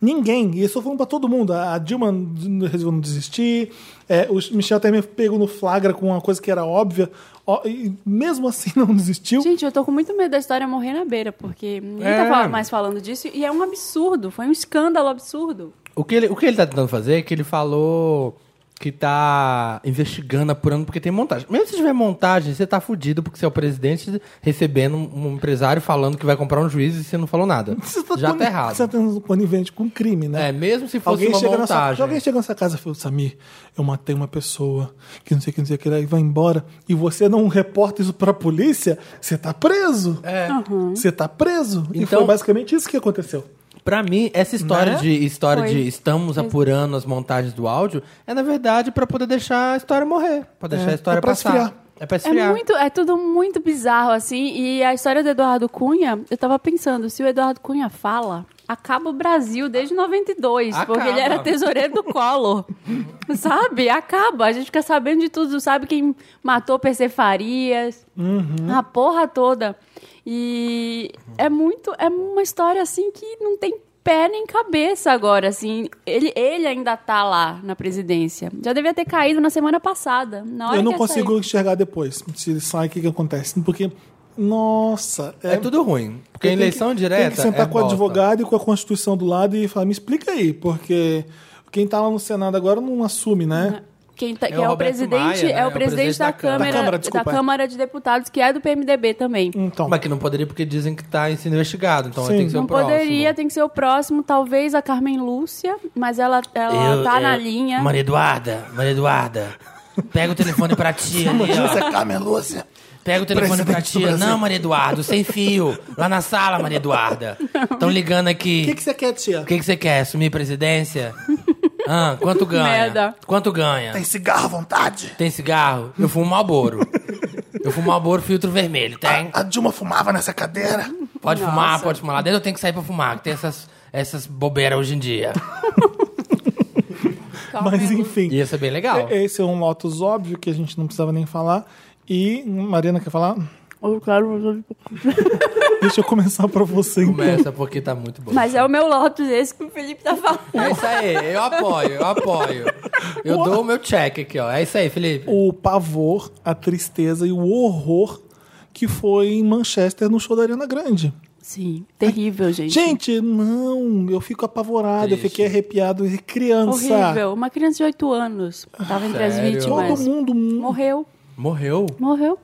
Ninguém. E isso eu tô falando pra todo mundo. A Dilma n- resolveu não desistir. É, o Michel Temer pegou no flagra com uma coisa que era óbvia. Ó, e mesmo assim não desistiu. Gente, eu tô com muito medo da história morrer na beira, porque ninguém É. tá fal- mais falando disso. E é um absurdo, foi um escândalo absurdo. O que, ele, o que ele tá tentando fazer é que ele falou que tá investigando, apurando, porque tem montagem. Mesmo se tiver montagem, você tá fudido, porque você é o presidente recebendo um um empresário falando que vai comprar um juiz e você não falou nada. Você tá Já coni- tá errado. Você tá tendo conivente com crime, né? É, mesmo se fosse Alguém uma chega, na sua, montagem. alguém chega na sua casa e fala, Samir, eu matei uma pessoa, que não sei o que, não sei o que, lá", e vai embora, e você não reporta isso pra polícia, você tá preso. É. Você tá preso. e Então- foi basicamente isso que aconteceu. Pra mim, essa história Né? de história Foi. de estamos apurando as montagens do áudio é na verdade pra poder deixar a história morrer, pra deixar É, a história é pra passar. esfriar. É pra É esfriar. muito, é tudo muito bizarro, assim. E a história do Eduardo Cunha, eu tava pensando, se o Eduardo Cunha fala, acaba o Brasil desde 92, porque Acaba. ele era tesoureiro do Collor. sabe? Acaba. A gente fica sabendo de tudo, sabe quem matou Persefarias, Uhum. a porra toda. E é muito, é uma história assim que não tem pé nem cabeça agora, assim. Ele, ele ainda tá lá na presidência. Já devia ter caído na semana passada. Na hora eu não que essa- consigo enxergar depois. Se ele sai, o que, que acontece? Porque, nossa. É tudo ruim. Porque a tem eleição que- direta. Tem que sentar é com o bosta. advogado e com a Constituição do lado e falar, me explica aí, porque quem tá lá no Senado agora não assume, né? Quem tá- que é, o Roberto presidente, Maia, né? é o presidente da, Câmara, da Câmara, Câmara, desculpa. de Deputados, que é do PMDB também. Então, Mas que não poderia porque dizem que tá sendo investigado, então Sim. tem que ser Não o próximo. poderia, tem que ser o próximo, talvez a Carmen Lúcia, mas ela, ela tá na linha. Maria Eduarda, Maria Eduarda, pega o telefone pra tia ali, ó. é Camelúcia. Pega o telefone pra Presidente do tia. Brasil. Não, Maria Eduarda, sem fio. Lá na sala, Maria Eduarda. Estão ligando aqui. O que, que você quer, tia? O que que você quer? Assumir presidência? Ah, quanto ganha? Merda. Quanto ganha? Tem cigarro à vontade? Tem cigarro? Eu fumo Malboro. Eu fumo Malboro filtro vermelho, tem? A Dilma fumava nessa cadeira? Pode Nossa. fumar, pode fumar. Lá dentro eu tenho que sair pra fumar, que tem essas, essas bobeiras hoje em dia. Carmen Mas Lúcia. enfim. Ia ser bem legal. É- Esse é um Lotus óbvio que a gente não precisava nem falar. E, Mariana, quer falar? Eu quero- Deixa eu começar pra você. então. Começa porque tá muito bom. Mas é o meu Lotus esse que o Felipe tá falando. É isso aí, eu apoio, eu apoio. Eu dou o meu check aqui, ó. É isso aí, Felipe. o pavor, a tristeza e o horror que foi em Manchester no show da Ariana Grande. Sim, terrível, gente. Gente, não, eu fico apavorado, eu Triste. fiquei arrepiado e criança. Horrível. Uma criança de 8 anos tava entre as Sério? Todo vítimas. mundo Morreu. Morreu? Morreu.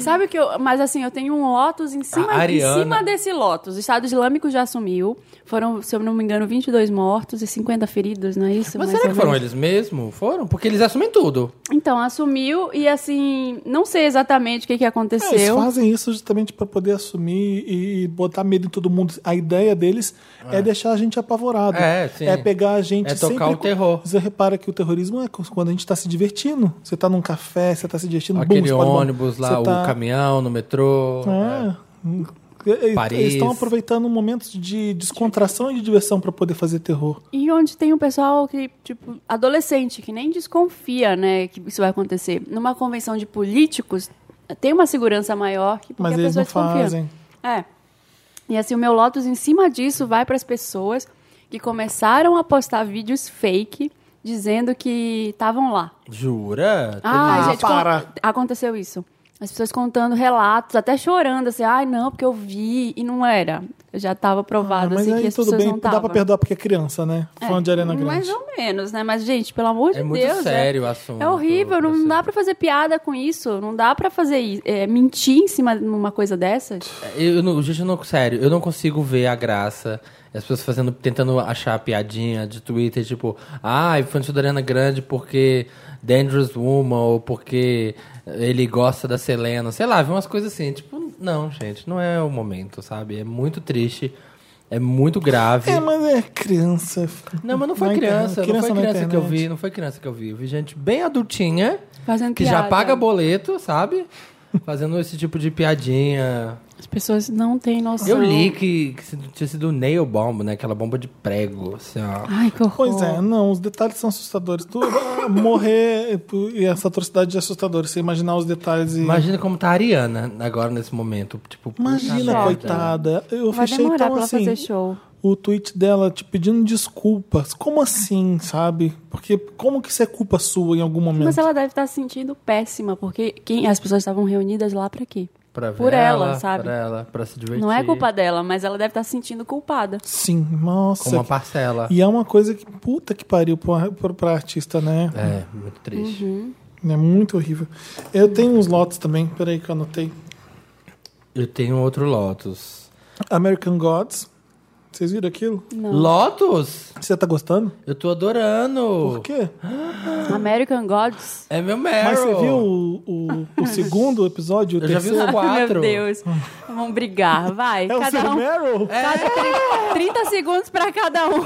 Sabe o que eu. Mas assim, eu tenho um Lotus em A cima, em Ariana. cima desse Lotus. O Estado Islâmico já assumiu. Foram, se eu não me engano, 22 mortos e 50 feridos, não é isso? Mas Mais será ou que foram menos. eles mesmo? Foram? Porque eles assumem tudo. Então, assumiu e assim, não sei exatamente o que, que É, eles aconteceu. fazem isso justamente para poder assumir e botar medo em todo mundo. A ideia deles é, deixar a gente apavorado. É, sim. É pegar a gente É tocar sempre o terror. Você repara que o terrorismo é quando a gente está se divertindo. Você tá num café, você tá se divertindo, bum, Aquele explode, bom. ônibus lá, Você o tá- caminhão no metrô. É. Eles- Paris. Eles estão aproveitando momentos de descontração e de diversão para poder fazer terror. E onde tem o pessoal que, tipo, adolescente, que nem desconfia, né, que isso vai acontecer. Numa convenção de políticos, tem uma segurança maior que porque Mas a eles pessoa não desconfia. fazem. É. E assim, o meu Lotus em cima disso vai para as pessoas que começaram a postar vídeos fake dizendo que estavam lá. Jura? Ah, Ah, gente, para. con- aconteceu isso. As pessoas contando relatos, até chorando, assim, ai não, porque eu vi e não era. Já tava provado, Ah, mas assim, que aí as tudo pessoas bem, não dá estavam. pra perdoar porque é criança, né? Fã de Ariana Grande. Mais ou menos, né? Mas, gente, pelo amor de É muito Deus. é- sério o assunto. É horrível, não, assim. dá pra fazer piada com isso, não dá pra fazer i- é, mentir em cima de uma coisa dessa. Eu não, gente, eu não, sério, eu não consigo ver a graça. As pessoas fazendo, tentando achar a piadinha de Twitter, tipo, ah, infantil da Ariana Grande porque Dangerous Woman, ou porque ele gosta da Selena, sei lá, vi umas coisas assim. Tipo, não, gente, não é o momento, sabe? É muito triste, é muito grave. É, mas é criança. Não, mas não foi Na criança, internet, não foi na criança que eu internet. vi, não foi criança que eu vi. Eu vi gente bem adultinha, Fazendo que piada. já paga boleto, sabe? Fazendo esse tipo de piadinha. As pessoas não têm noção. Uhum. Eu li que, que se- tinha sido nail bomb, né? Aquela bomba de prego, assim, ó. Ai, que horror. Pois Oh. é, não, os detalhes são assustadores. Tu ah, morrer e- e essa atrocidade é assustadora. Você imaginar os detalhes e. Imagina como tá a Ariana agora nesse momento. Tipo, puta Imagina, merda. coitada. Eu Vai fechei demorar pra então ela assim. fazer show. o tweet dela te pedindo desculpas. Como assim, sabe? Porque como que isso é culpa sua em algum momento? Mas ela deve estar se sentindo péssima, porque quem, as pessoas estavam reunidas lá pra quê? Pra ver Por ela, sabe? Pra ela, pra se divertir. Não é culpa dela, mas ela deve estar se sentindo culpada. Sim, nossa. Como uma que- parcela. E é uma coisa que puta que pariu pra, pra, pra artista, né? É, muito triste. É muito horrível. Eu tenho uns lotes também, peraí que eu anotei. Eu tenho outro Lotus. American Gods. Vocês viram aquilo? Lotus? Você tá gostando? Eu tô adorando. Por quê? American Gods. É meu Mas Meryl. você viu um o, o, o segundo episódio? O Eu já vi terceiro? os quatro. Meu Deus. Vamos brigar, vai. É o cada seu um. Meryl? Cada 30, 30 segundos pra cada um.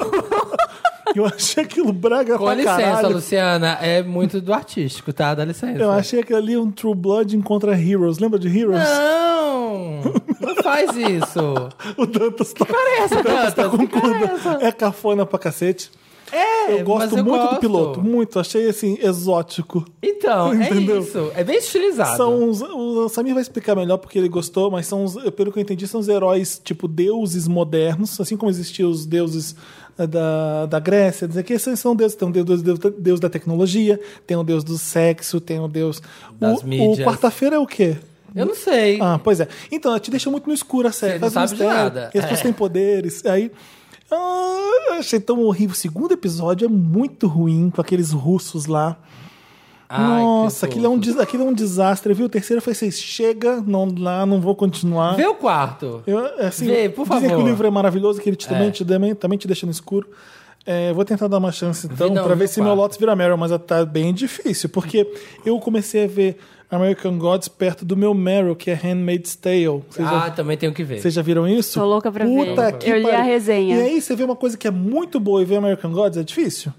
Eu achei aquilo braga Com pra licença, caralho. Luciana. É muito do artístico, tá? Dá licença. Eu achei aquilo ali um True Blood contra Heroes. Lembra de Heroes? Não! Não faz isso. O Dantas tá, Parece, o Dantas tá é Dantas, concorda. parece. É cafona pra cacete. É, eu mas gosto eu muito gosto. do piloto, muito. Achei assim, exótico. Então, é Entendeu? isso. É bem estilizado. São uns, o Samir vai explicar melhor porque ele gostou, mas são, uns- pelo que eu entendi, são os heróis tipo deuses modernos, assim como existiam os deuses eh, da, da Grécia, dizer que esses são deuses, tem um deus, deus, deus da tecnologia, tem um deus do sexo, tem um deus Das o, mídias. O quarta-feira é o quê? Eu não sei. Ah, pois é. Então, ela te deixa muito no escuro a série. Você Faz não um sabe de mistério, nada. E as pessoas É. têm poderes. Aí. ah, achei tão horrível. O segundo episódio é muito ruim com aqueles russos lá. Ai, Nossa, que aquilo é, um, fofo. des- aquilo é um desastre, viu? O terceiro foi assim: chega, não lá, não vou continuar. Vê o quarto. Eu, assim, Vê, por dizem favor. que o livro é maravilhoso, que ele te- também, te, também, também te deixa no escuro. É, vou tentar dar uma chance então, Vi não, pra vi ver no se meu quarto. Lotus vira Meryl, mas tá bem difícil, porque eu comecei a ver American Gods perto do meu Meryl, que é Handmaid's Tale. Vocês já Ah, também tenho que ver. um- vocês já viram isso? Tô louca pra ver. Puta que Eu li a pariu. resenha. E aí você vê uma coisa que é muito boa e vê American Gods, é difícil?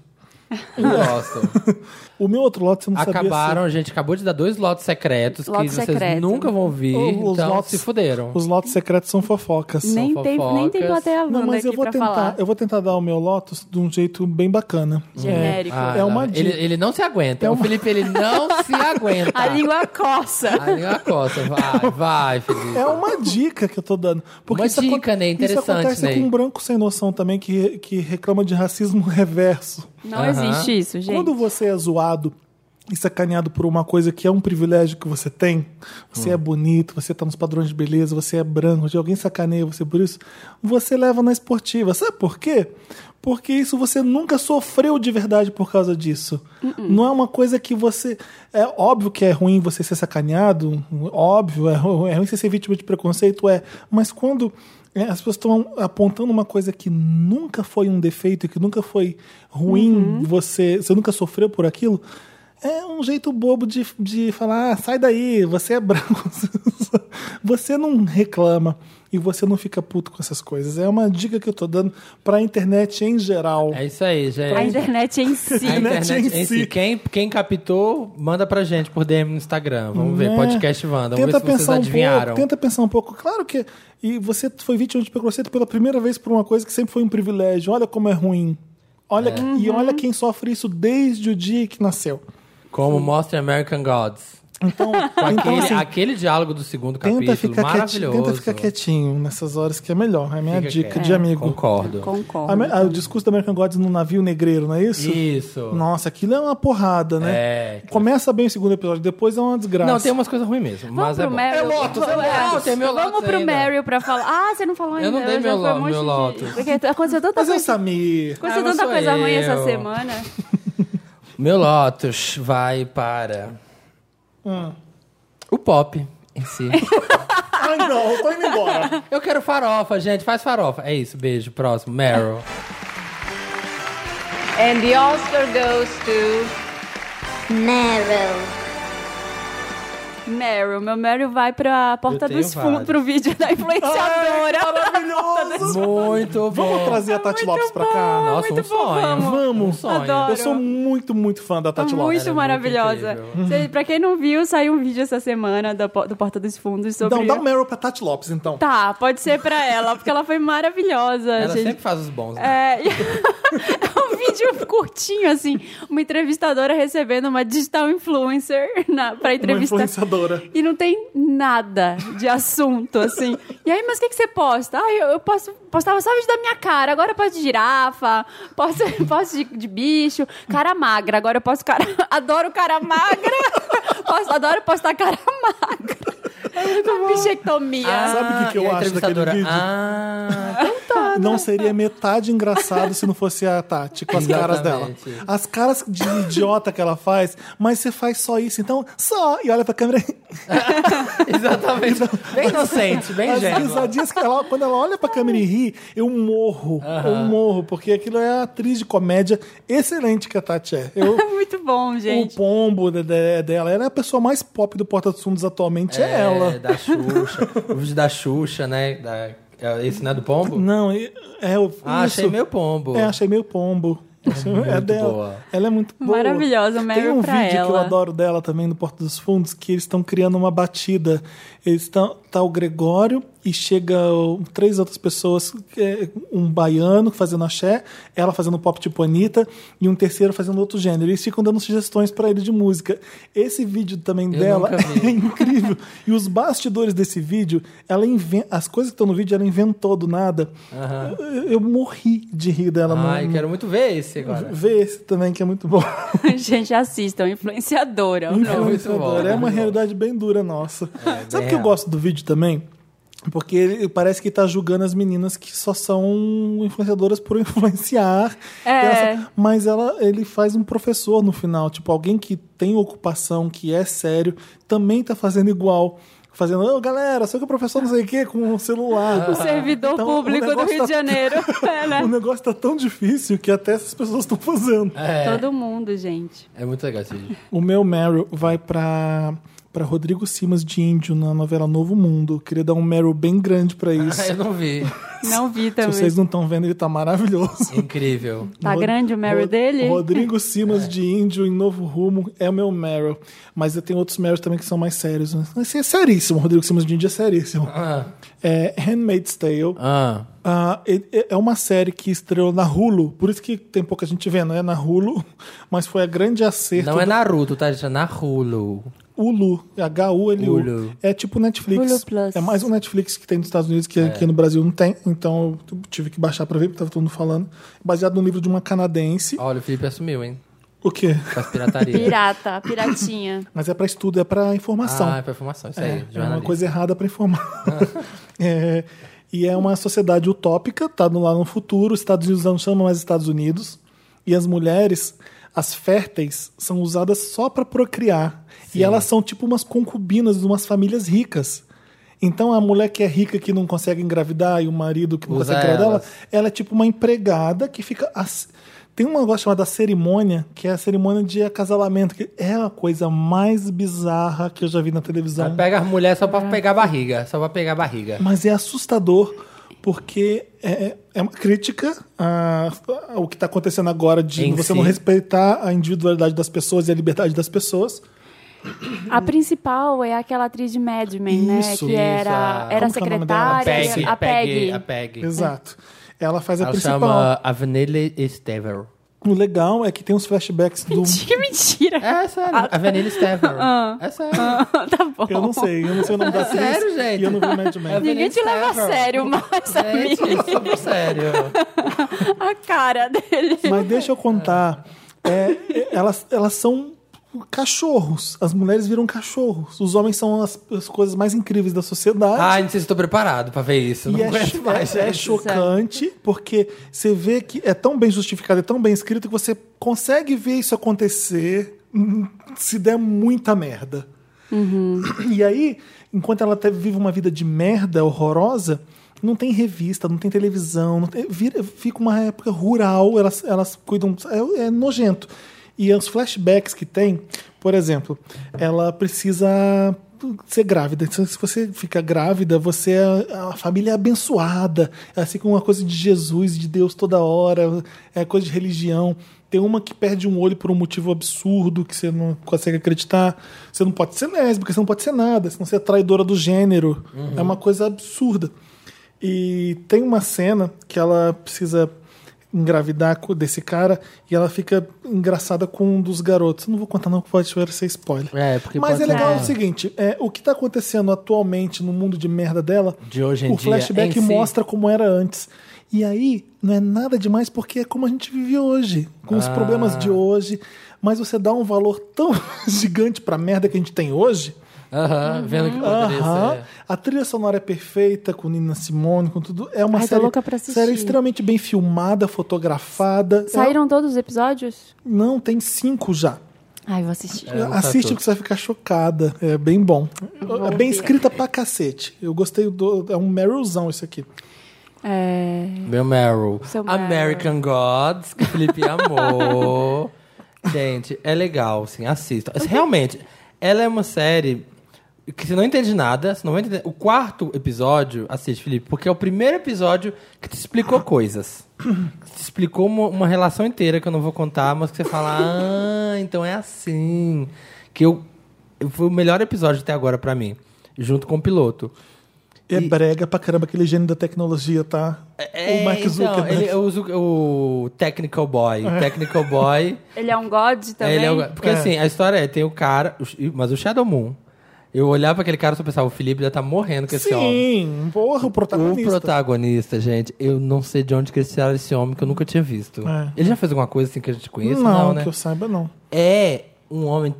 Eu gosto. O meu outro lote você não Acabaram, a gente acabou de dar dois lotes secretos Lote que vocês secreto. nunca vão ouvir. sabia se... então se fuderam. Os lotes secretos são fofocas. Nem tem, nem tem fofocas. plateia Wanda Não, mas eu aqui vou pra tentar, falar. eu vou tentar dar o meu Lotus de um jeito bem bacana. Genérico. Ah, É uma não. dica. É ele, ele não se aguenta. O Felipe, ele não se aguenta. A língua coça. A língua coça. Vai, vai, Felipe. É uma dica que eu tô dando. Porque Uma isso dica, acon- né? Isso Interessante, acontece né? com um branco sem noção também que, que reclama de racismo reverso. Não Aham. existe isso, gente. Quando você é zoado e sacaneado por uma coisa que é um privilégio que você tem, você é bonito, você tá nos padrões de beleza, você é branco, de alguém sacaneia você por isso, você leva na esportiva. Sabe por quê? Porque isso você nunca sofreu de verdade por causa disso. Uh-uh. Não é uma coisa que você. É óbvio que é ruim você ser sacaneado, óbvio, é, ru- é ruim você ser vítima de preconceito, é. Mas quando é, as pessoas estão apontando uma coisa que nunca foi um defeito, que nunca foi ruim, você, você nunca sofreu por aquilo. É um jeito bobo de, de falar, ah, sai daí, você é branco. você não reclama e você não fica puto com essas coisas. É uma dica que eu tô dando pra internet em geral. É isso aí, gente. A internet em si. A internet internet em em si. si. Quem, quem captou, manda pra gente por DM no Instagram. Vamos ver. Né? Podcast Wanda. Vamos tenta ver se vocês pensar um adivinharam. pouco, tenta pensar um pouco. Claro que e você foi vítima de preconceito pela primeira vez por uma coisa que sempre foi um privilégio. Olha como é ruim. É. Olha e olha quem sofre isso desde o dia que nasceu. Como mostra em American Gods. Então, Com então aquele, assim, aquele diálogo do segundo tenta, capítulo, ficar quietinho, maravilhoso. tenta ficar quietinho nessas horas que é melhor. É a minha Fica dica quieto. de amigo. Concordo. A Concordo. me- ah, o discurso da American Gods no navio negreiro, não é isso? Isso. Nossa, aquilo é uma porrada, né? É. Começa bem o segundo episódio, depois é uma desgraça. Não, tem umas coisas ruins mesmo, Vamos mas é pro bom. Meryl. Vamos- Lotus, tem meu Vamos Lotus pro ainda. Meryl pra falar. Ah, você não falou ainda. Eu não dei já meu foi um lo- monte meu de- Lotus. Porque aconteceu tanta Mas é o coisa, Samir. aconteceu Ah, mas tanta sou coisa ruim eu. essa semana. Meu Lotus vai para Hum. o pop em si. Ai, não, eu tô indo embora. Eu quero farofa, gente. Faz farofa. É isso, beijo. Próximo, Meryl. And the Oscar goes to. Narrow. Meryl. Meu Meryl vai pra porta Eu tenho dos fundos, vários. pro vídeo da influenciadora. Maravilhoso! Muito bom. Vamos trazer a Tati Lopes pra cá. Nossa, um muito bom, sonho. vamos. Um Vamos. sonho. Adoro. Eu sou muito, muito fã da Ah, Tati Lopes. Ela é Muito maravilhosa. muito Cê, pra quem não viu, saiu um vídeo essa semana da po- do Porta dos Fundos sobre. Então, dá um Meryl pra Tati Lopes, então. Tá, pode ser pra ela, porque ela foi maravilhosa, Ela gente. sempre faz os bons. né? É, e- é um vídeo curtinho, assim. Uma entrevistadora recebendo uma digital influencer na, pra Uma entrevistar. influenciadora. E não tem nada de assunto, assim. E aí, mas o que, que você posta? Ah, eu, eu posto, postava só vídeo da minha cara. Agora eu posto de girafa, posto, posto de, de bicho, cara magra. Agora eu posto cara... Adoro cara magra. Posto- adoro postar cara magra. É Uma bichectomia. sabe o que que eu Ah, e a acho daquele entrevistadora, vídeo? Ah, tá. Não seria metade engraçado se não fosse a Tati, com as caras dela. Exatamente. As caras de idiota que ela faz, mas você faz só isso, então só. E olha pra câmera. exatamente. Bem inocente, bem As ingênuo. risadinhas que ela, quando ela olha pra câmera e ri, eu morro. Eu morro, porque aquilo é a atriz de comédia excelente que a Tati é. Eu, Muito bom, o gente. pombo de- de- dela, ela é a pessoa mais pop do Porta dos Fundos atualmente, é, ela. Da Xuxa. O vídeo da Xuxa, né? Da, é esse não é do pombo? Não, e- é o. Ah, isso. achei meu pombo. É, achei meio pombo. É, dela. boa. Ela é muito boa. Maravilhosa, o Tem Meryl um pra vídeo que eu ela. adoro dela também, do Porto dos Fundos, que eles estão criando uma batida. Eles estão. Tá o Gregório e chegam três outras pessoas, é, um baiano fazendo axé, ela fazendo pop tipo Anitta, e um terceiro fazendo outro gênero. Eles ficam dando sugestões pra ele de música. Esse vídeo também dela nunca vi. é incrível. E os bastidores desse vídeo, ela inven... as coisas que estão no vídeo, ela inventou do nada. Eu, eu morri de rir dela, Ai, mano. quero muito ver esse agora. Vê esse também, que é muito bom. Gente, assistam. Influenciadora. o nome. muito bom, Influenciadora. É muito uma bom. É, realidade bem dura nossa. Sabe o que eu real. gosto do vídeo também? Porque ele parece que tá julgando as meninas que só são influenciadoras por influenciar. É. E elas- mas ela, ele faz um professor no final, tipo, alguém que tem ocupação, que é sério, também tá fazendo igual. Fazendo, ô galera, sou que o professor não sei o quê, com o celular. O servidor Então, o público do negócio Rio de tá- Janeiro. É, né? O negócio tá tão difícil que até essas pessoas estão fazendo. É, Todo mundo, gente. é muito legal esse vídeo. O meu Meryl vai pra, pra Rodrigo Simas de Índio na novela Novo Mundo. Eu Queria dar um Meryl bem grande Ah, pra isso. Eu não vi. Não vi Se também. vocês não estão vendo, ele tá maravilhoso. Incrível. Tá Rod- grande o Meryl Rod- dele? É. Rodrigo Simas de Índio em Novo Rumo é o meu Meryl. Mas eu tenho outros Meryls também que são mais sérios. né? Esse é seríssimo. Rodrigo Simas de Índio é seríssimo. Ah, É Handmaid's Tale. ah. Ah, e- e- é uma série que estreou na Hulu, por isso que tem pouca gente vendo, é na Hulu, mas foi a grande acerto Não é Naruto, tá? gente? É na Hulu. Hulu, H-U-L-U. Hulu. É tipo Netflix. Hulu Plus. É mais um Netflix que tem nos Estados Unidos É. que aqui no Brasil não tem. Então eu tive que baixar pra ver, porque tava todo mundo falando. Baseado num livro de uma canadense. Olha, o Felipe assumiu, hein? O quê? Faz pirataria. Pirata, piratinha. Mas é pra estudo, é pra informação. Ah, é pra informação, isso aí. Ah. É, é uma jornalismo. coisa errada para informar. É, e é uma sociedade utópica, tá no- lá no futuro, os Estados Unidos não chamam mais Estados Unidos, e as mulheres, as férteis, são usadas só para procriar. E elas são tipo umas concubinas de umas famílias ricas. Então a mulher que é rica que não consegue engravidar e o marido que não Usa consegue engravidar, ela, elas. ela é tipo uma empregada que fica. ass- Tem um negócio chamado cerimônia, que é a cerimônia de acasalamento, que é a coisa mais bizarra que eu já vi na televisão. Ela pega as mulheres só pra pegar a barriga. Só pra pegar a barriga. Mas é assustador porque é, é uma crítica a- ao que está acontecendo agora de Em você si. não respeitar a individualidade das pessoas e a liberdade das pessoas. A principal é aquela atriz de Mad Men, né? Isso, que isso, era, a- era como que é o nome dela? secretária. A Peg. A Peg. A Peg. Exato. Ela faz a Ela principal. chama Avenelle Estever. O legal é que tem uns flashbacks do. Que mentira. É sério. A Vanilla Steffer. É sério. tá bom. Eu não sei, eu não sei o nome da atriz. sério, gente? E eu não vi Mad É a Men. Ninguém Vanilla te leva a Steffer. sério, mas É, Gente, tipo- amigo, eu sou sério. a cara dele. Mas deixa eu contar. É, é, elas, elas são cachorros. As mulheres viram cachorros. Os homens são as, as coisas mais incríveis da sociedade. Ai, não sei se estou preparado pra ver isso. Não E é, aguento cho- mais, né? é- é gente. chocante, porque você vê que é tão bem justificado, é tão bem escrito, que você consegue ver isso acontecer hum, se der muita merda. E aí, enquanto ela te- vive uma vida de merda horrorosa, não tem revista, não tem televisão, não tem- vira- fica uma época rural, elas, elas cuidam. É, é nojento. E os flashbacks que tem, por exemplo, ela precisa ser grávida. Então, Se você fica grávida, você é a família é abençoada. É assim com uma coisa de Jesus, de Deus toda hora, é coisa de religião. Tem uma que perde um olho por um motivo absurdo que você não consegue acreditar. Você não pode ser lésbica, você não pode ser nada, senão você é traidora do gênero. É uma coisa absurda. E tem uma cena que ela precisa engravidar co- desse cara e ela fica engraçada com um dos garotos. Não vou contar, não, que pode ser spoiler. É, porque Mas pode é legal ser. o seguinte: é, o que está acontecendo atualmente no mundo de merda dela, De hoje em o dia, flashback em si. mostra como era antes. E aí, não é nada demais porque é como a gente vive hoje, com os Ah. problemas de hoje. Mas você dá um valor tão gigante pra merda que a gente tem hoje. Aham, vendo que poderia Aham. ser. A trilha sonora é perfeita, com Nina Simone, com tudo. É uma Ai, tô série, louca pra assistir. série extremamente bem filmada, fotografada. É- um- Saíram todos os episódios? não, tem cinco já. Ai, vou assistir. É, não tá Assiste tudo. porque você vai ficar chocada. É bem bom. é bem escrita pra cacete. Eu gostei do. É um Merylzão isso aqui. É... Meu Meryl. Seu Meryl. American Gods, que o Felipe amou. Gente, é legal, assim, assistam. Realmente, ela é uma série que você não entende nada, você não vai entender. O quarto episódio, assiste, Felipe, porque é o primeiro episódio que te explicou coisas. Que te explicou uma, uma relação inteira que eu não vou contar, mas que você fala, ah, então é assim. Que eu. Foi o melhor episódio até agora pra mim, junto com o piloto. É E- brega pra caramba, aquele gênio da tecnologia, tá? É, o Mark então, Zuckerberg. ele é o, Zuc- o Technical Boy. O Technical Boy. Ele é um god também? ele é o- porque É. assim, a história é: tem o cara, o Sh- mas o Shadow Moon. Eu olhava pra aquele cara e só pensava: o Felipe já tá morrendo com esse homem. Sim, porra, o O protagonista. protagonista, gente, eu não sei de onde que eles tiraram esse homem que eu nunca tinha visto. É. Ele já fez alguma coisa assim que a gente conhece? não, Não, né? que eu saiba, não. É um homem.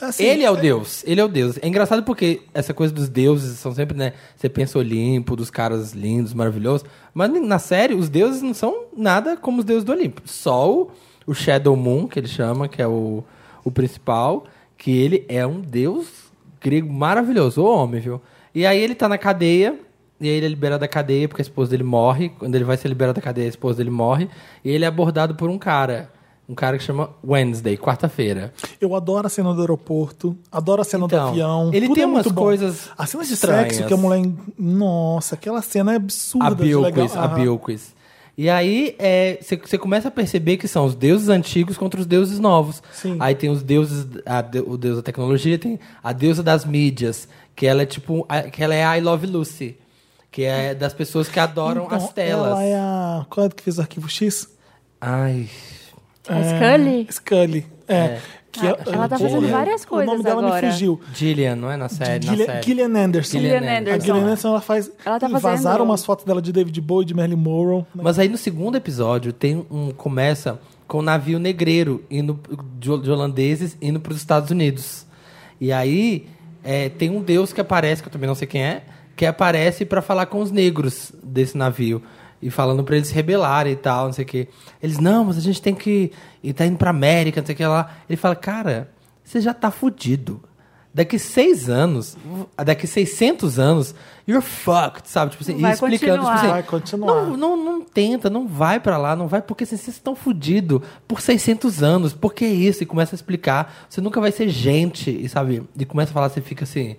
Assim, ele é o deus, ele é o deus. É engraçado porque essa coisa dos deuses são sempre, né? Você pensa Olimpo, dos caras lindos, maravilhosos. Mas na série, os deuses não são nada como os deuses do Olimpo. Sol, o Shadow Moon, que ele chama, que é o, o principal, que ele é um deus grego maravilhoso, o homem, viu? E aí ele tá na cadeia, e aí ele é liberado da cadeia porque a esposa dele morre. Quando ele vai ser liberado da cadeia, a esposa dele morre. E ele é abordado por um cara. Um cara que chama Wednesday, quarta-feira. Eu adoro a cena do aeroporto, adoro a cena Então, do avião. ele tudo tem é umas muito bom. coisas A cena de estranhas. sexo que a mulher. en- Nossa, aquela cena é absurda. de legal. Abilquis, Aham. Abilquis. E aí você começa a perceber que são os deuses antigos contra os deuses novos. Sim. Aí tem os deuses, a de- o deus da tecnologia, tem a deusa das mídias, que ela é tipo, a- que ela é a I Love Lucy, que é das pessoas que adoram Então, as telas. Ela é a. Qual é que fez o arquivo X? Ai, A É. Scully? Scully. É. Que é- ela tá fazendo Porra, várias coisas O nome dela agora. me fugiu. Gillian, não é na série, na Gillian, série. Gillian Anderson. Gillian Gillian A Anderson. Gillian Anderson, ela faz. Ela tá Vazaram fazendo- umas fotos dela de David Bowie, de Marilyn Monroe. Mas aí no segundo episódio tem um começa com um navio negreiro indo de, de holandeses indo para os Estados Unidos. E aí é, tem um deus que aparece que eu também não sei quem é, que aparece para falar com os negros desse navio e falando para eles se rebelarem e tal, não sei o quê. Eles não, mas a gente tem que ir tá indo para América, não sei o que lá. Ele fala, cara, você já tá fudido. Daqui seis anos, daqui 600 anos, you're fucked, sabe? Tipo assim, e Vai explicando, tipo continuar. assim, Vai continuar. não- não, não tenta, não vai pra lá, não vai, porque assim, vocês estão fudidos por 600 anos, por que isso? E começa a explicar, você nunca vai ser gente, e sabe? E começa a falar, você fica assim,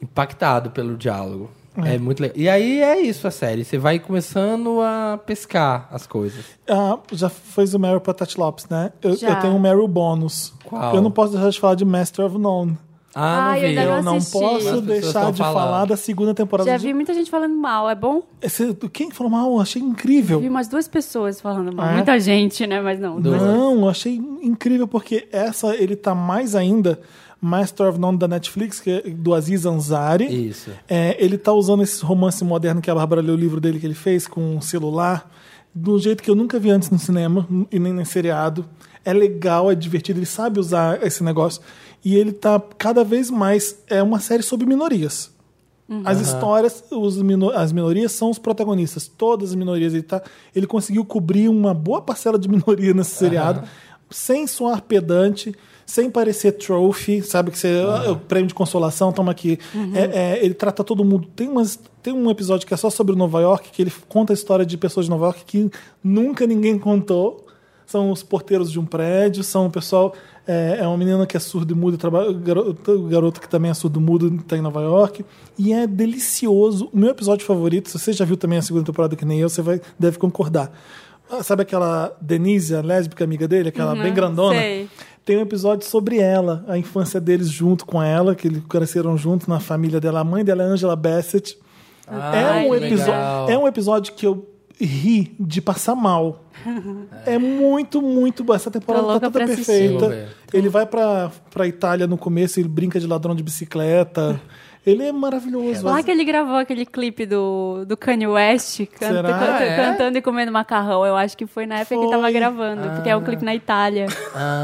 impactado pelo diálogo. É, muito legal. E aí é isso a série, você vai começando a pescar as coisas. Ah, já fez o Meryl pra Tati Lopes, né? Eu, Já. eu tenho um Meryl bônus. Qual? Eu não posso deixar de falar de Master of None. Ah, não Ai, eu vi. ainda não Eu não assisti. As posso pessoas tão deixar de falando. falar da segunda temporada. Já de- vi muita gente falando mal, é bom? Esse- Quem falou mal? Eu achei incrível. Vi umas duas pessoas falando mal. Ah, é? Muita gente, né? Mas não. Duas. Não, eu achei incrível, porque essa ele tá mais ainda. Master of None da Netflix, que é do Aziz Ansari. Isso. É, ele tá usando esse romance moderno que a Bárbara leu o livro dele que ele fez com um celular, de um jeito que eu nunca vi antes no cinema e nem em seriado. É legal, é divertido, ele sabe usar esse negócio. E ele tá cada vez mais. É uma série sobre minorias. As histórias, os mino- as minorias são os protagonistas, todas as minorias. Ele, tá, ele conseguiu cobrir uma boa parcela de minoria nesse seriado, sem soar pedante, sem parecer trophy, sabe? Que você, ah, o prêmio de consolação, toma aqui. É- é, ele trata todo mundo. Tem, umas, tem um episódio que é só sobre Nova York, que ele conta a história de pessoas de Nova York que nunca ninguém contou. São os porteiros de um prédio, são o pessoal. É, é uma menina que é surdo e mudo, trabalha, o garoto, o garoto que também é surdo e mudo, está em Nova York. E é delicioso. O meu episódio favorito, se você já viu também a segunda temporada que nem eu, você vai, deve concordar. Ah, Sabe aquela Denise, a lésbica amiga dele, aquela Uhum, bem grandona? sei. Tem um episódio sobre ela, a infância deles junto com ela, que eles cresceram junto na família dela. A mãe dela é Angela Bassett. Ah, é, um que episo- legal. é um episódio que eu ri de passar mal. É muito, muito boa. Essa temporada Tô tá louca toda pra assistir. Vou perfeita. ver. Ele vai pra, pra Itália no começo, ele brinca de ladrão de bicicleta. Ele é maravilhoso. Lá que ele gravou aquele clipe do, do Kanye West canta- Será? canta- É? cantando e comendo macarrão. Eu acho que foi na época que ele tava Foi. Ah. gravando, porque é o clipe na Itália.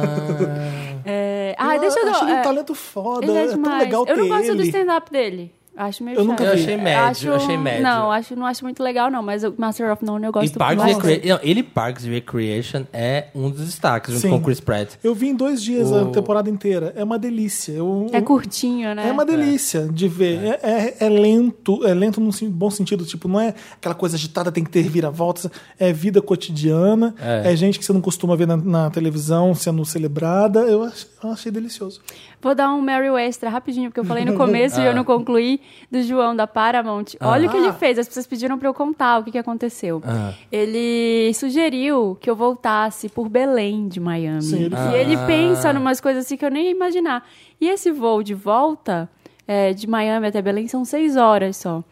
Ah, É... Ah, deixa eu acho ele um é, talento foda. Ele é tão demais. legal eu ter não gosto do ele. stand-up dele. Acho meio Eu nunca chato. vi. Eu achei médio, acho... achei médio. Não, acho, não acho muito legal, não. Mas o Master of None eu e gosto Parks bastante. Recreation. Não, ele Parks and Recreation é um dos destaques junto Sim. com o Chris Pratt. Eu vi em dois dias O- a temporada inteira. É uma delícia. Eu- É curtinho, né? É uma delícia de ver. É, é- é lento, é lento num sen- bom sentido. Tipo, não é aquela coisa agitada, tem que ter viravoltas. É vida cotidiana. É. É, gente que você não costuma ver na, na televisão sendo celebrada. Eu, ach- eu achei delicioso. Vou dar um Mary Extra rapidinho, porque eu falei no começo e Ah. eu não concluí, do João da Paramount. Olha o que ele fez, as pessoas pediram pra eu contar o que, que aconteceu. Ah. Ele sugeriu que eu voltasse por Belém de Miami. Sim, ele e fez. ele Ah. pensa numas coisas assim que eu nem ia imaginar. E esse voo de volta, é, de Miami até Belém, são seis horas só.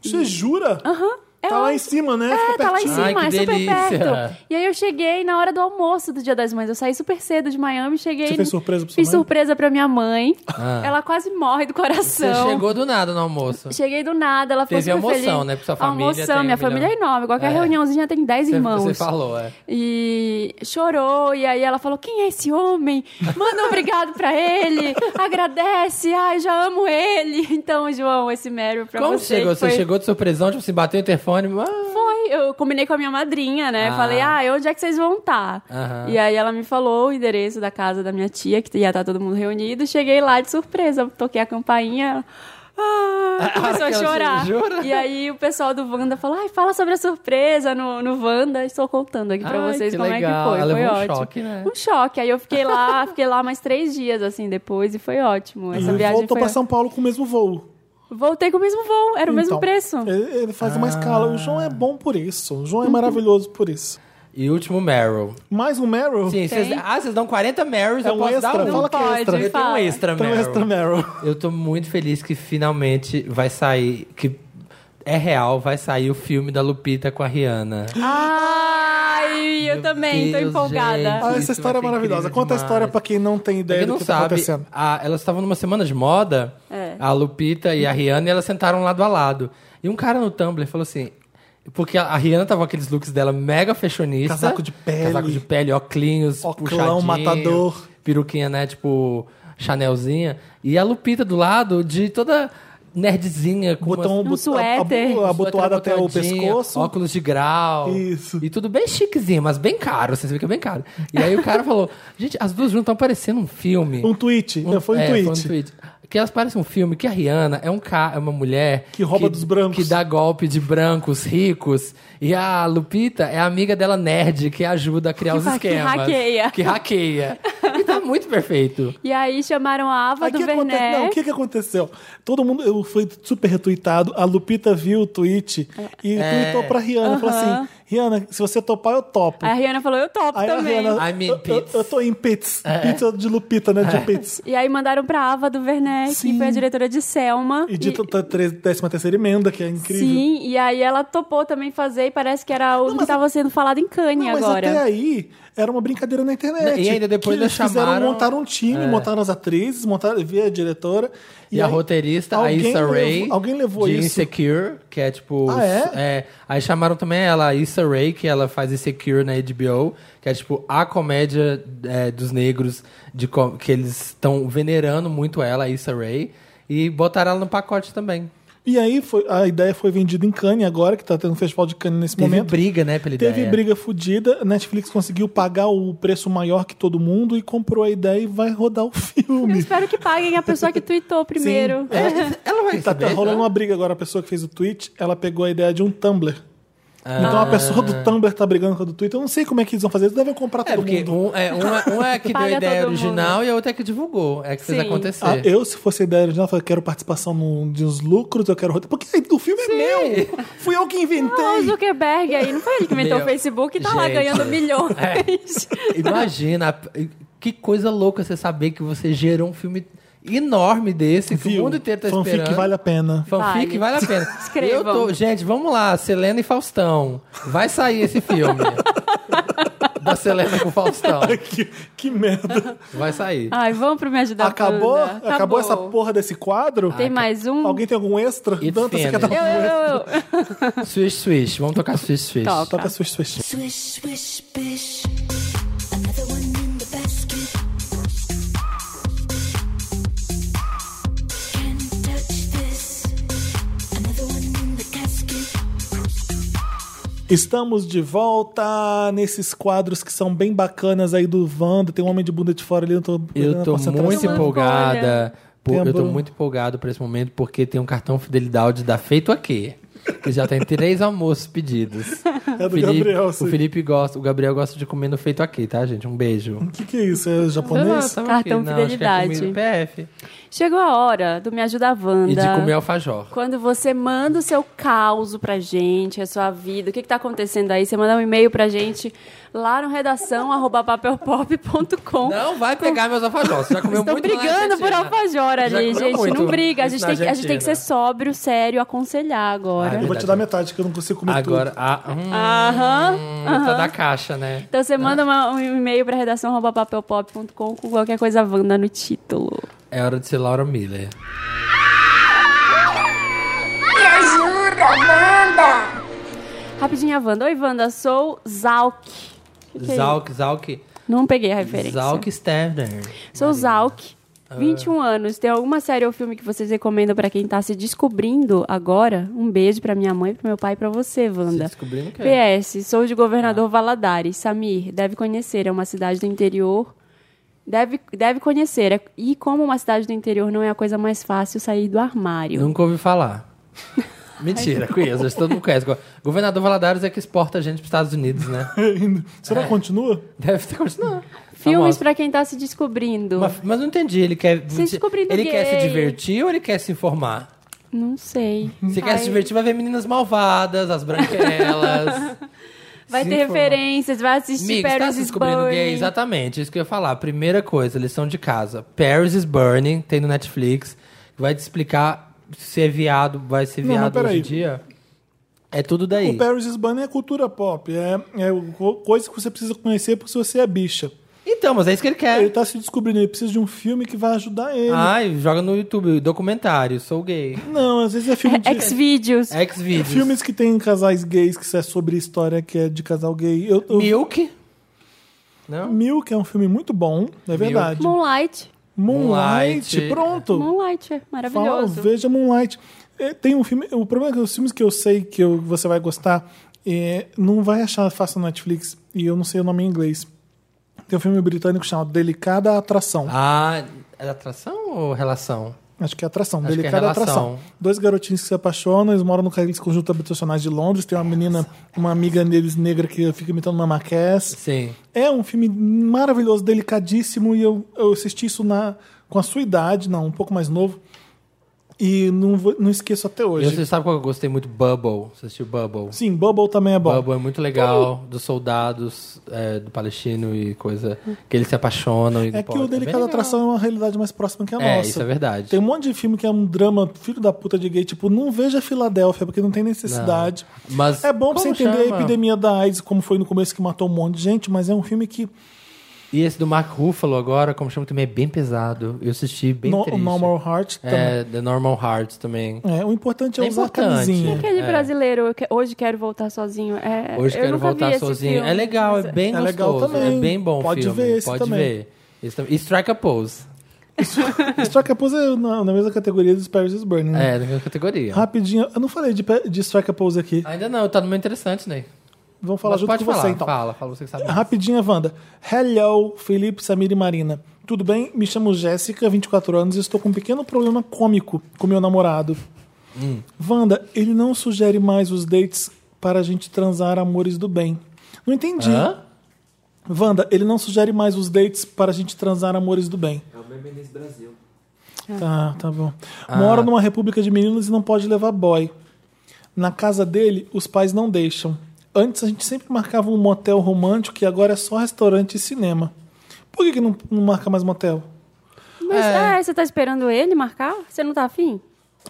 Você jura? Aham. É tá lá em cima, né? é, tá lá em cima, Ai, que é super delícia. perto. E aí eu cheguei na hora do almoço do Dia das Mães. Eu saí super cedo de Miami, cheguei. Você fez surpresa pra sua Fiz mãe? surpresa pra minha mãe. Ah. Ela quase morre do Você coração. chegou do nada no almoço. Cheguei do nada, ela ficou Teve super almoção, feliz. né? Porque sua família Almoção, tem um minha família é milhão. enorme. Qualquer É. reuniãozinha tem 10 Você- irmãos. Você falou, é. E chorou, e aí ela falou: Quem é esse homem? Manda um obrigado pra ele, agradece, ai, já amo ele. Então, João, esse Meryl pra Como você. chegou? que foi- Você chegou de surpresão, tipo, se bateu o interfone. Ah, Foi, eu combinei com a minha madrinha, né? Ah. Falei, ah, onde é que vocês vão estar? Aham. E aí ela me falou o endereço da casa da minha tia, que ia estar todo mundo reunido. Cheguei lá de surpresa, toquei a campainha. Ah, começou a Aquela chorar. jura? E aí o pessoal do Wanda falou: ai, fala sobre a surpresa no, no Wanda. Estou contando aqui pra Ai, vocês que como legal. é que foi. Ela foi levou um ótimo. choque, né? Um choque. Aí eu fiquei lá, fiquei lá mais três dias, assim, depois, e foi ótimo. Essa E viagem voltou foi. pra São Paulo com o mesmo voo. Voltei com o mesmo voo, era o mesmo Então, preço. Ah. Ele ele faz uma escala. O João é bom por isso. O João é maravilhoso por isso. E último Meryl. Mais um Meryl? Sim, vocês, ah, vocês dão 40 Meryls, É eu um posso dar extra? um. Fala que é Não extra. pode, Eu tenho um fala. extra Então, Meryl. extra Meryl. Eu tô muito feliz que finalmente vai sair, que é real, vai sair o filme da Lupita com a Rihanna. Ai, eu Meu também, tô Deus, empolgada. gente. Ah, Isso essa história é vai ser maravilhosa. incrível Conta a demais. história pra quem não tem Pra ideia quem do não que tá sabe, acontecendo. a- elas estavam numa semana de moda, É. a Lupita e a Rihanna, e elas sentaram lado a lado. E um cara no Tumblr falou assim. Porque a a Rihanna tava com aqueles looks dela mega fashionista. Casaco de pele. Casaco de pele, óculos, Oclão puxadinho. matador. Peruquinha, né? Tipo, Chanelzinha. E a Lupita do lado, de toda nerdzinha. Com Botou um, umas- bot- suéter. A, a, a suéter abotoada até o botadinha, pescoço. Óculos de grau. Isso. E tudo bem chiquezinho, mas bem caro. Vocês veem que é bem caro. E aí o cara falou, gente, as duas juntas estão parecendo um filme. Um tweet. Um- é, foi um é, tweet. Que elas parecem um filme que a Rihanna é um cara, é uma mulher Que rouba dos brancos. que dá golpe de brancos ricos e a Lupita é a amiga dela nerd que ajuda a criar Que os fa- que esquemas. hackeia. Que hackeia. e tá muito perfeito. E aí chamaram a Ava Aí do que aconte- não, o Werneck. que, que aconteceu? Todo mundo É. eu, foi super retweetado. A Lupita viu o tweet e tweetou pra Rihanna. Falou assim: Rihanna, se você topar, eu topo. Aí a Rihanna falou, É, eu topo Aí a também. Rihanna, I mean, eu, eu, Pitts. eu tô em Pits. Pits é de Lupita, né? De Pits. E aí mandaram pra Ava do Werneck, Sim. que foi a diretora de Selma. E de 13 terceira emenda, que é incrível. Sim, e aí ela topou também fazer e parece que era o que tava sendo falado em Cannes Não, mas agora. até aí era uma brincadeira na internet. E ainda depois que eles ainda fizeram, chamaram- É. montaram um time, montaram as atrizes, montaram, via a diretora. E, a aí roteirista, alguém a Issa levou- Rae. Alguém levou de isso. Insecure, que é tipo. Ah, é? Aí chamaram também ela, a Issa Rae, que ela faz Insecure na HBO, que é tipo a comédia é, dos negros, de co- que eles estão venerando muito ela, a Issa Rae. E botaram ela no pacote também. E aí foi, a ideia foi vendida em Cannes agora, que tá tendo um festival de Cannes nesse Teve momento. briga, né, pela Teve ideia. briga fodida, a Netflix conseguiu pagar o preço maior que todo mundo e comprou a ideia e vai rodar o Eu filme. espero que paguem a pessoa que tweetou primeiro. É, ela vai Tá, tá saber, rolando né? uma briga agora. A pessoa que fez o tweet, ela pegou a ideia de um Tumblr. Então a Ah. pessoa do Tumblr tá brigando com a do Twitter. Eu não sei como é que eles vão fazer. Eles devem comprar É, todo porque mundo. um é, uma, uma é que deu a Paga ideia todo mundo. original e a outra é que divulgou. É que fez Sim. acontecer. Ah, eu, se fosse a ideia original, eu falei, eu quero participação no, de uns lucros, eu quero roteiro. Porque o filme é meu! Fui eu que Ah, o inventei! Zuckerberg aí, não foi ele que inventou Meu, o Facebook e tá lá gente. é. ganhando milhões. Imagina, que coisa louca você saber que você gerou um filme enorme desse, que Viu? o mundo inteiro tá Fanfic esperando. vale a pena. Fanfic vale, Vale. a pena. Escrevam. Eu tô, gente, vamos lá, Selena e Faustão. Vai sair esse filme. da Selena com Faustão. que, que merda. Vai sair. Ai, vamos pro Me Ajudar Acabou? Wanda. Acabou? essa porra desse quadro? Tem mais um? Alguém tem algum extra? It's Dantas, você quer dar finished. Eu, um extra? eu, eu. Swish, swish. Vamos tocar swish, swish. Top. Toca sua swish. Swish, swish, bish. Another one in the basket. Can't touch this. Another one in the casket. Estamos de volta nesses quadros que são bem bacanas aí do Wanda. Tem um homem de bunda de fora ali. Eu tô, Eu na tô concentração. muito Uma empolgada. por- eu tô Lembro. muito empolgado pra esse momento porque tem um cartão fidelidade da Feito Aqui. Que já tem três almoços pedidos. É do Felipe- Gabriel, sim. O Felipe gosta, o Gabriel gosta de comer no Feito Aqui, tá, gente? Um beijo. O que, que é isso? É japonês? Sei lá, tava Cartão acho que é fidelidade. comida PF. Chegou a hora do Me Ajuda Wanda. E de comer alfajor. Quando você manda o seu caos pra gente, a sua vida, o que, que tá acontecendo aí, você manda um e-mail pra gente lá no redação arroba papelpop.com. Não vai pegar meus alfajor. Você já comeu Estão muito né, lá na brigando por Argentina. alfajor Já ali, comeu gente. muito Não briga. A gente, na tem que, a gente tem que Argentina. ser sóbrio, sério, aconselhar agora. Eu vou te dar metade, que eu não consigo comer Agora, tudo. ah, hum, Ah, Aham. tá da caixa, né? Então você manda uma- um e-mail pra redação arroba papelpop.com com qualquer coisa Wanda no título. É hora de ser Laura Miller. Me ajuda, Wanda! Rapidinha, Wanda. Oi, Wanda. Sou Zalk. Que que é Zalk, Zalk. Não peguei a referência. Zalk Sterner. Sou Zalk. Ah. 21 anos. Tem alguma série ou filme que vocês recomendam pra quem tá se descobrindo agora? Um beijo pra minha mãe, pro meu pai e pra você, Wanda. Se descobrindo o quê? Ah. PS, sou de Governador Valadares. Samir, deve conhecer, é uma cidade do interior. Deve, deve conhecer. É- E como uma cidade do interior não é a coisa mais fácil sair do armário. Nunca ouvi falar. Mentira, conheço. acho que Todo mundo conhece. Governador Valadares é que exporta a gente pros Estados Unidos, né? Será que continua? Deve ter continuado. Filmes Famoso. pra quem tá se descobrindo. Mas, mas não entendi, ele quer. Se descobrindo ele quer se gay. divertir ou ele quer se informar? Não sei. Se quer Ai, se divertir, vai ver meninas malvadas, as branquelas. Vai se ter informar. referências, vai assistir Migs, tá Paris se is descobrindo gay? Burning. Exatamente, isso que eu ia falar. Primeira coisa, lição de casa. Paris is Burning, tem no Netflix. Vai te explicar se é viado, vai ser Não, mas viado hoje peraí. em dia. É tudo daí. O Paris is Burning é cultura pop. É, é co- coisa que você precisa conhecer porque você é bicha. Então, mas é isso que ele quer. Ele tá se descobrindo, ele precisa de um filme que vai ajudar ele. Ai, joga no YouTube, documentário, sou gay. Não, às vezes é filme de... X-Videos. É, X-Videos. Filmes que tem casais gays, que é sobre história que é de casal gay. Eu, eu, Milk. Não? Milk é um filme muito bom, é verdade. Moonlight. Moonlight, Moonlight. pronto. Moonlight é Fala, maravilhoso. um veja Moonlight. É, tem um filme. O problema é que os filmes que eu sei que eu- você vai gostar é, não vai achar fácil na Netflix. E eu não sei o nome em inglês. Tem um filme britânico chamado Delicada Atração. Ah, é atração ou relação? Acho que é atração. Acho que é Delicada relação. atração. Dois garotinhos que se apaixonam, eles moram no aqueles conjunto habitacionais de Londres. Tem uma menina, uma amiga deles negra que fica imitando uma maquete. Sim. É um filme maravilhoso, delicadíssimo, e eu, eu assisti isso na, com a sua idade, não, um pouco mais novo. E não, vou- não esqueço até E hoje. você sabe qual que eu gostei muito? Bubble. Você assistiu Bubble? Sim, Bubble também é bom. Bubble é muito legal, dos soldados, é, do palestino e coisa. Que eles se apaixonam e É que o Delicada Atração é uma realidade mais próxima que a É, nossa. isso é verdade. Tem um monte de filme que é um drama filho da puta de gay, tipo, não veja Filadélfia, porque não tem necessidade. Mas É bom pra você como entender chama? a epidemia da AIDS, como foi no começo que matou um monte de gente, mas é um filme que E esse do Mark Ruffalo agora, como chama também, é bem pesado. Eu assisti bem no, triste. Normal Heart também. É, The Normal Hearts também. É, o importante é, É usar importante. a camisinha. Aquele É. brasileiro, eu que- hoje quero voltar sozinho. É, Hoje eu quero nunca vi voltar esse sozinho. filme, É legal, mas é bem É legal gostoso. também. É bem bom o Pode filme. ver esse Pode também. ver. Esse tam- E Strike a Pose. Strike a Pose é na, na mesma categoria dos Paris is Burning. né? É, na mesma categoria. Rapidinho, eu não falei de, pe- de Strike a Pose aqui. Ainda não, tá no meu interessante, Ney. Vamos falar Mas junto pode com você falar, então. Fala, fala, você que sabe. Rapidinha, Wanda. Hello, Felipe, Samir e Marina. Tudo bem? Me chamo Jéssica, 24 anos, e estou com um pequeno problema cômico com meu namorado. Hum. Wanda, ele não sugere mais os dates para a gente transar amores do bem. Não entendi. Hã? Wanda, ele não sugere mais os dates para a gente transar amores do bem. É o Brasil. Tá, tá bom. Mora numa república de meninos e não pode levar boy. Na casa dele, os pais não deixam. Antes a gente sempre marcava um motel romântico e agora é só restaurante e cinema. Por que, que não, não marca mais motel? Mas é. você tá esperando ele marcar? Você não tá afim?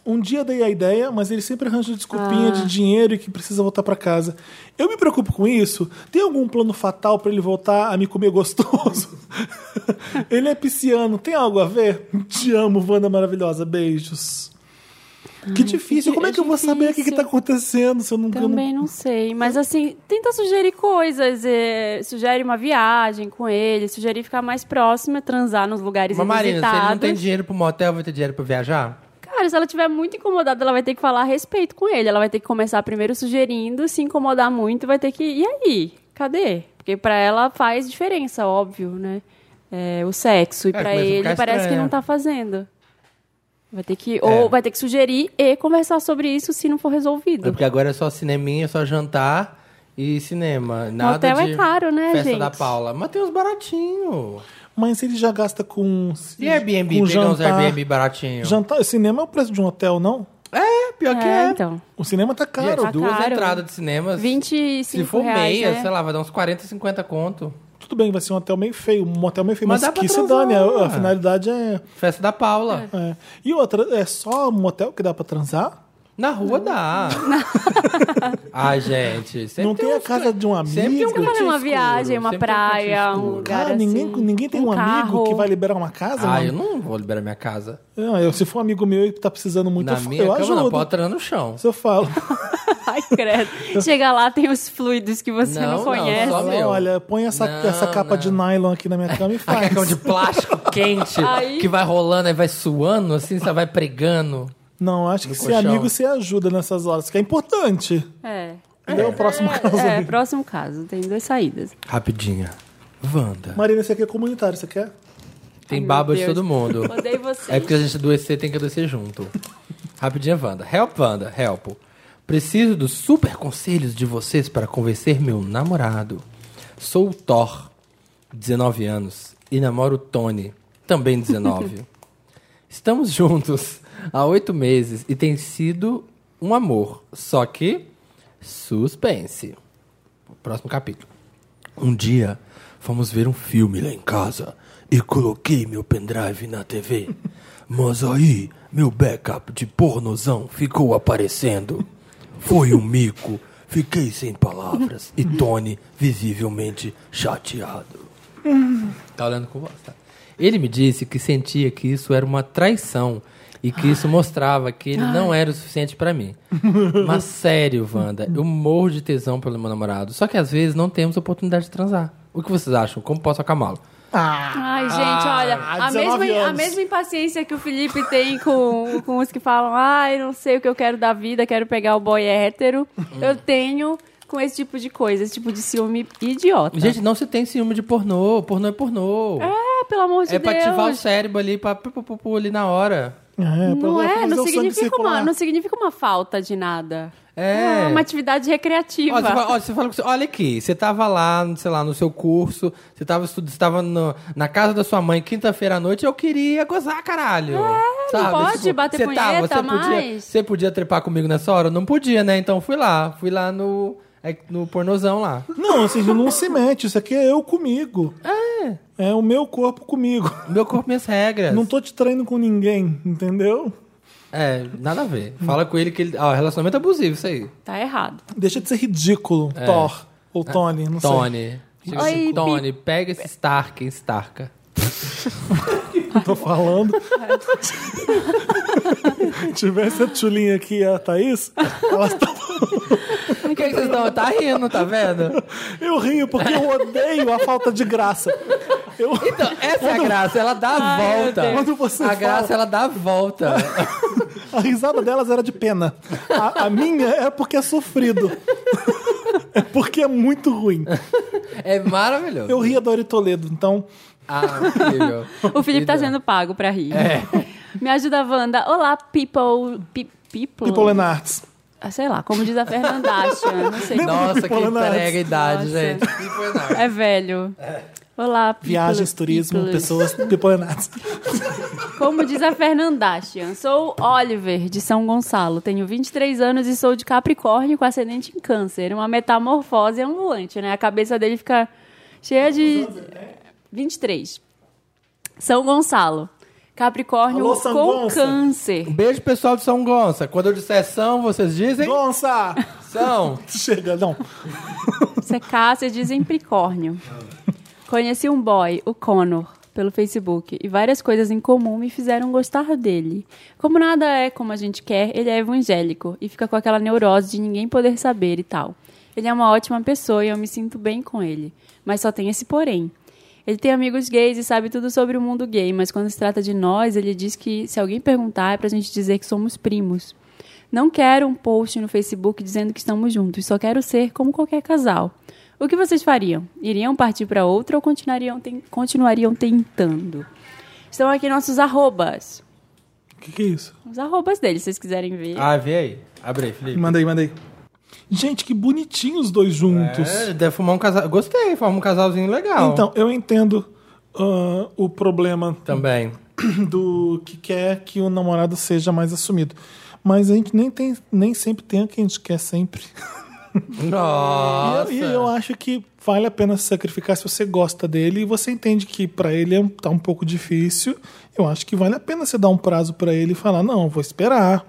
Um dia dei a ideia, mas ele sempre arranja desculpinha de dinheiro e que precisa voltar pra casa. Eu me preocupo com isso. Tem algum plano fatal pra ele voltar a me comer gostoso? ele é pisciano. Tem algo a ver? Te amo, Wanda maravilhosa. Beijos. Que difícil. que- Como é que eu vou difícil. saber o que, que tá acontecendo se eu não... eu Então, não- Também não sei. Mas assim, tenta sugerir coisas. eh, sugere uma viagem com ele, sugerir ficar mais próxima, transar nos lugares Mas Marina, se ele não inusitados. tem dinheiro pro motel, vai ter dinheiro pra viajar? Cara, se ela estiver muito incomodada, ela vai ter que falar a respeito com ele. Ela vai ter que começar primeiro sugerindo, se incomodar muito, vai ter que. E aí? Cadê? Porque pra ela faz diferença, óbvio, né? É, o sexo. E É, pra começa a ele ficar parece estranho. que não tá fazendo. Vai ter que. Ou vai ter que sugerir e conversar sobre isso se não for É resolvido. porque agora é só cineminha, só jantar e cinema. Nada Motel é de caro, né, festa gente? da Paula. Mas tem uns baratinhos. Mas ele já gasta com... E Airbnb? com Pegar uns jantar. Airbnb baratinhos. Jantar... Cinema é o preço de um hotel, não? É, pior que É, é. então. O cinema tá Gente, caro. Tá duas caro. entradas de cinema. 25 Se for reais, meia, né? sei lá, vai dar uns 40, 50 conto. Tudo bem, vai ser um hotel meio feio, um motel meio feio, Mas mas, dá pra que se transar. dane. A, a finalidade é Festa da Paula. É. E outra, é só motel que dá pra transar? Na rua dá. Ai, gente. sempre não tem a uns- casa de um amigo? sempre tem um Nunca vai numa Escuro, viagem, uma sempre tem um canto praia, escuro. um lugar Cara, ninguém, assim. ninguém tem um, amigo carro. que vai liberar uma casa? Ah, não? eu não vou liberar minha casa. Não, eu- se for um amigo meu e tá precisando muito, Na eu, fa- minha eu cama não, ajudo. pode tirar no chão. Se eu falo, Ai, credo. Chega lá, tem os fluidos que você Não, não, não, conhece. só- meu. olha, põe essa, Não, essa capa não. de nylon aqui na minha cama e A faz. cacão de plástico quente Aí- que vai rolando e vai suando, assim, você vai pregando. Não, acho que ser colchão. amigo se ajuda nessas horas, que é importante. É. É. o próximo caso. É, próximo caso. Tem duas saídas. Rapidinha. Wanda. Marina, esse aqui é comunitário, você quer? Tem Ai, baba meu de Deus. todo mundo. Odeio vocês. É porque a gente adoecer, tem que adoecer junto. Rapidinha, Wanda. Help, Wanda. Help. Preciso dos super conselhos de vocês para convencer meu namorado. Sou o Thor, 19 anos, e namoro o Tony, também 19. Estamos juntos há oito meses e tem sido um amor. Só que, suspense. Próximo capítulo. Um dia, fomos ver um filme lá em casa e coloquei meu pendrive na TV. Mas aí, meu backup de pornozão ficou aparecendo. Foi um mico. Fiquei sem palavras e Tony visivelmente chateado. Tá olhando com voz, tá? Ele me disse que sentia que isso era uma traição e que isso mostrava que ele não era o suficiente pra mim. Mas sério, Wanda, eu morro de tesão pelo meu namorado. Só que às vezes não temos oportunidade de transar. O que vocês acham? Como posso acalmá-lo? Ai, gente, olha, a 19 mesma, a anos. mesma impaciência que o Felipe tem com, com os que falam, ai, não sei o que eu quero da vida, quero pegar o boy hétero, eu tenho com esse tipo de coisa, esse tipo de ciúme idiota. Gente, não se tem ciúme de pornô. Pornô é pornô. é, pelo amor de É Deus. pra ativar o cérebro ali, pra pu, pu, pu, pu, ali na hora. É, Não é, fazer não o sangue significa, uma, circular. não significa uma falta de nada. É. É uma atividade recreativa. Ó, tipo, você fala- ó, você fala com você- olha aqui, você tava lá, sei lá, no seu curso, você tava estudando, você tava no- na casa da sua mãe quinta-feira à noite, eu queria gozar, caralho. É, pode bater punheta podia, mais. você podia trepar comigo nessa hora? Não podia, né? Então fui lá, fui lá no, é, no pornozão lá. Não, assim, não se mete. Isso aqui é eu comigo. É. É o meu corpo comigo. Meu corpo, minhas regras. Não tô te traindo com ninguém, entendeu? É, nada a ver. Fala com ele que ele. Ó, relacionamento abusivo, isso aí. Tá errado. Deixa de ser ridículo, Thor. Ou Tony, não sei. Tony. Chega Oi, assim, Pi- Tony, pega esse Stark, Starka. Tô falando. Tivesse a Tchulinha aqui e a Thaís, elas tavam- Por que que vocês estão? Tá rindo, tá vendo? eu rio porque eu odeio a falta de graça. Eu... Então, essa é a graça, ela dá a volta. Deus. Quando você a fala- graça, ela dá a volta. A risada delas era de pena. A, a minha é porque é sofrido. É porque é muito ruim. É maravilhoso. Eu ria da Ori Toledo, então. Ah, incrível. O Felipe tá Então, sendo pago pra rir. Me ajuda, Wanda. Olá, people. pe- people? People and Arts. Ah, Sei lá, como diz a Fernandasha. Não sei. Nossa, que Pipola na entrega a idade, Nossa. gente. Pipola na arte. É velho. Olá, people, Viagens, turismo, people. pessoas, People and Arts. Como diz a Fernandashian, sou Oliver, de São Gonçalo. Tenho 23 anos e sou de Capricórnio com ascendente em câncer. Uma metamorfose ambulante, né? A cabeça dele fica cheia de... né? 23. São Gonçalo. Capricórnio Alô, com São Gonça. câncer. Um beijo, pessoal de São Gonça. Quando eu disser são, vocês dizem Gonça! são. Chega, não. Isso é câncer de Capricórnio. Conheci um boy, o Connor, pelo Facebook, e várias coisas em comum me fizeram gostar dele. Como nada é como a gente quer, ele é evangélico e fica com aquela neurose de ninguém poder saber e tal. Ele é uma ótima pessoa e eu me sinto bem com ele, mas só tem esse porém. Ele tem amigos gays e sabe tudo sobre o mundo gay, mas quando se trata de nós, ele diz que se alguém perguntar é pra gente dizer que somos primos. Não quero um post no Facebook dizendo que estamos juntos, só quero ser como qualquer casal. O que vocês fariam? Iriam partir para outra ou continuariam, ten- continuariam tentando? Estão aqui nossos arrobas. O que, que é isso? Os arrobas deles, se vocês quiserem ver. Ah, vê aí. Abre aí, Felipe. Mandei, mandei. Gente, que bonitinho os dois juntos. É, deve formar um casal. Gostei, forma um casalzinho legal. Então, eu entendo ah, o problema Também. do que quer que o namorado seja mais assumido. Mas a gente nem, tem, nem sempre tem o que a gente quer sempre. Nossa. E eu, e eu acho que vale a pena se sacrificar se você gosta dele e você entende que pra ele é um- tá um pouco difícil. Eu acho que vale a pena você dar um prazo pra ele e falar: não, vou esperar.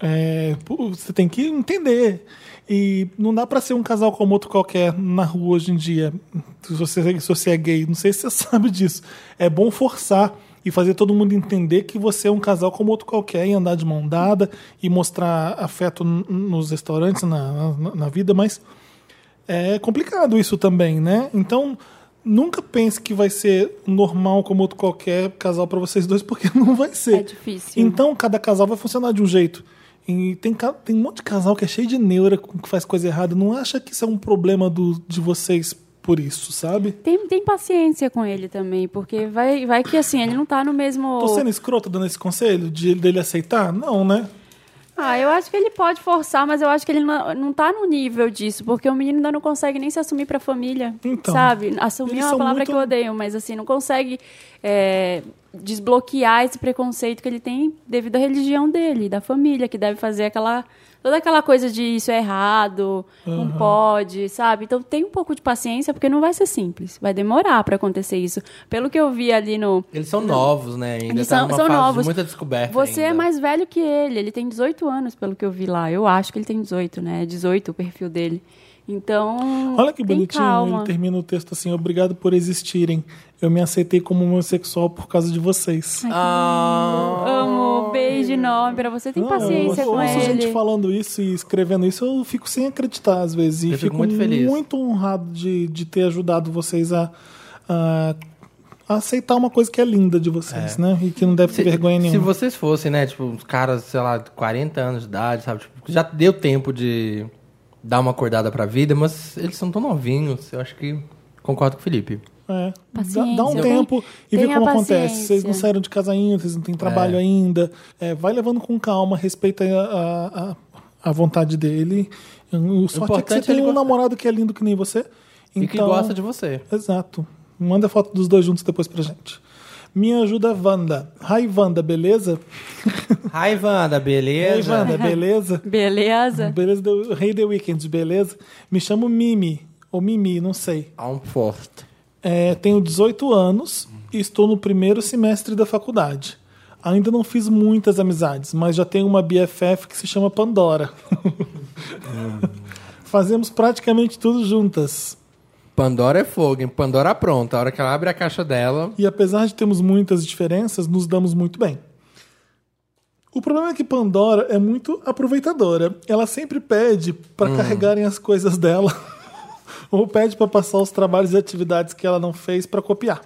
É, pô, você tem que entender. E não dá pra ser um casal como outro qualquer na rua hoje em dia. Se você, se você é gay, não sei se você sabe disso. É bom forçar e fazer todo mundo entender que você é um casal como outro qualquer e andar de mão dada e mostrar afeto n- nos restaurantes, na- na, na vida, mas é complicado isso também, né? Então, nunca pense que vai ser normal como outro qualquer casal pra vocês dois, porque não vai ser. É difícil. Então, cada casal vai funcionar de um jeito. E tem, ca- tem um monte de casal que é cheio de neura, que faz coisa errada. Não acha que isso é um problema do, de vocês por isso, sabe? Tem, tem paciência com ele também, porque vai, vai que assim, ele não tá no mesmo. Tô sendo escroto dando esse conselho de dele aceitar? Não, né? Ah, eu acho que ele pode forçar, mas eu acho que ele não, não tá no nível disso, porque o menino ainda não consegue nem se assumir pra família, Então, sabe? Assumir eles é uma são palavra muito- que eu odeio, mas assim, não consegue é, desbloquear esse preconceito que ele tem devido à religião dele, da família, que deve fazer aquela... Toda aquela coisa de isso é errado, não pode, sabe? Então tem um pouco de paciência, porque não vai ser simples. Vai demorar pra acontecer isso. Pelo que eu vi ali no, Eles são novos, né? Ainda eles tá são, numa são fase de novos. muita descoberta. Você é ainda. mais velho que ele. Ele tem 18 anos, pelo que eu vi lá. Eu acho que ele tem 18, né? É 18 o perfil dele. Então. Olha que tem bonitinho, Calma. ele termina o texto assim: Obrigado por existirem. Eu me aceitei como homossexual por causa de vocês. Ah, Amo, beijo enorme pra você. Tem Não, paciência Ah, eu com ouço ele. gente falando isso e escrevendo isso, eu fico sem acreditar às vezes. E Eu fico fico muito feliz. muito honrado de, de ter ajudado vocês a, a- a aceitar uma coisa que é linda de vocês, né? E que não deve ter vergonha Se nenhuma. vocês fossem, né, tipo, uns caras, sei lá, de 40 anos de idade, sabe? Tipo, já deu tempo de dar uma acordada pra vida, mas eles são tão novinhos, eu acho que concordo com o Felipe. É. Dá, Paciência. dá um Tem- tempo e vê tenha como acontece. paciência. Vocês não saíram de casa ainda, vocês não têm trabalho É. ainda. É, vai levando com calma, respeita a, a, a vontade dele. O sorte é que importante você tem é ele um gostar. namorado que é lindo que nem você. E Então, que gosta de você. Exato. Manda foto dos dois juntos depois pra gente. Me ajuda, Wanda. Hi, Wanda, beleza? Ai, Wanda, Ei, beleza? Wanda, beleza? Beleza? Beleza, do- Rei The Weekend, beleza? Me chamo Mimi, ou Mimi, não sei. I'm um forte. É, tenho 18 anos e estou no primeiro semestre da faculdade. Ainda não fiz muitas amizades, mas já tenho uma BFF que se chama Pandora. Fazemos praticamente tudo juntas. Pandora é fogo, hein? Pandora pronta. A hora que ela abre a caixa dela. E apesar de termos muitas diferenças, nos damos muito bem. O problema é que Pandora é muito aproveitadora. Ela sempre pede para carregarem as coisas dela ou pede para passar os trabalhos e atividades que ela não fez para copiar.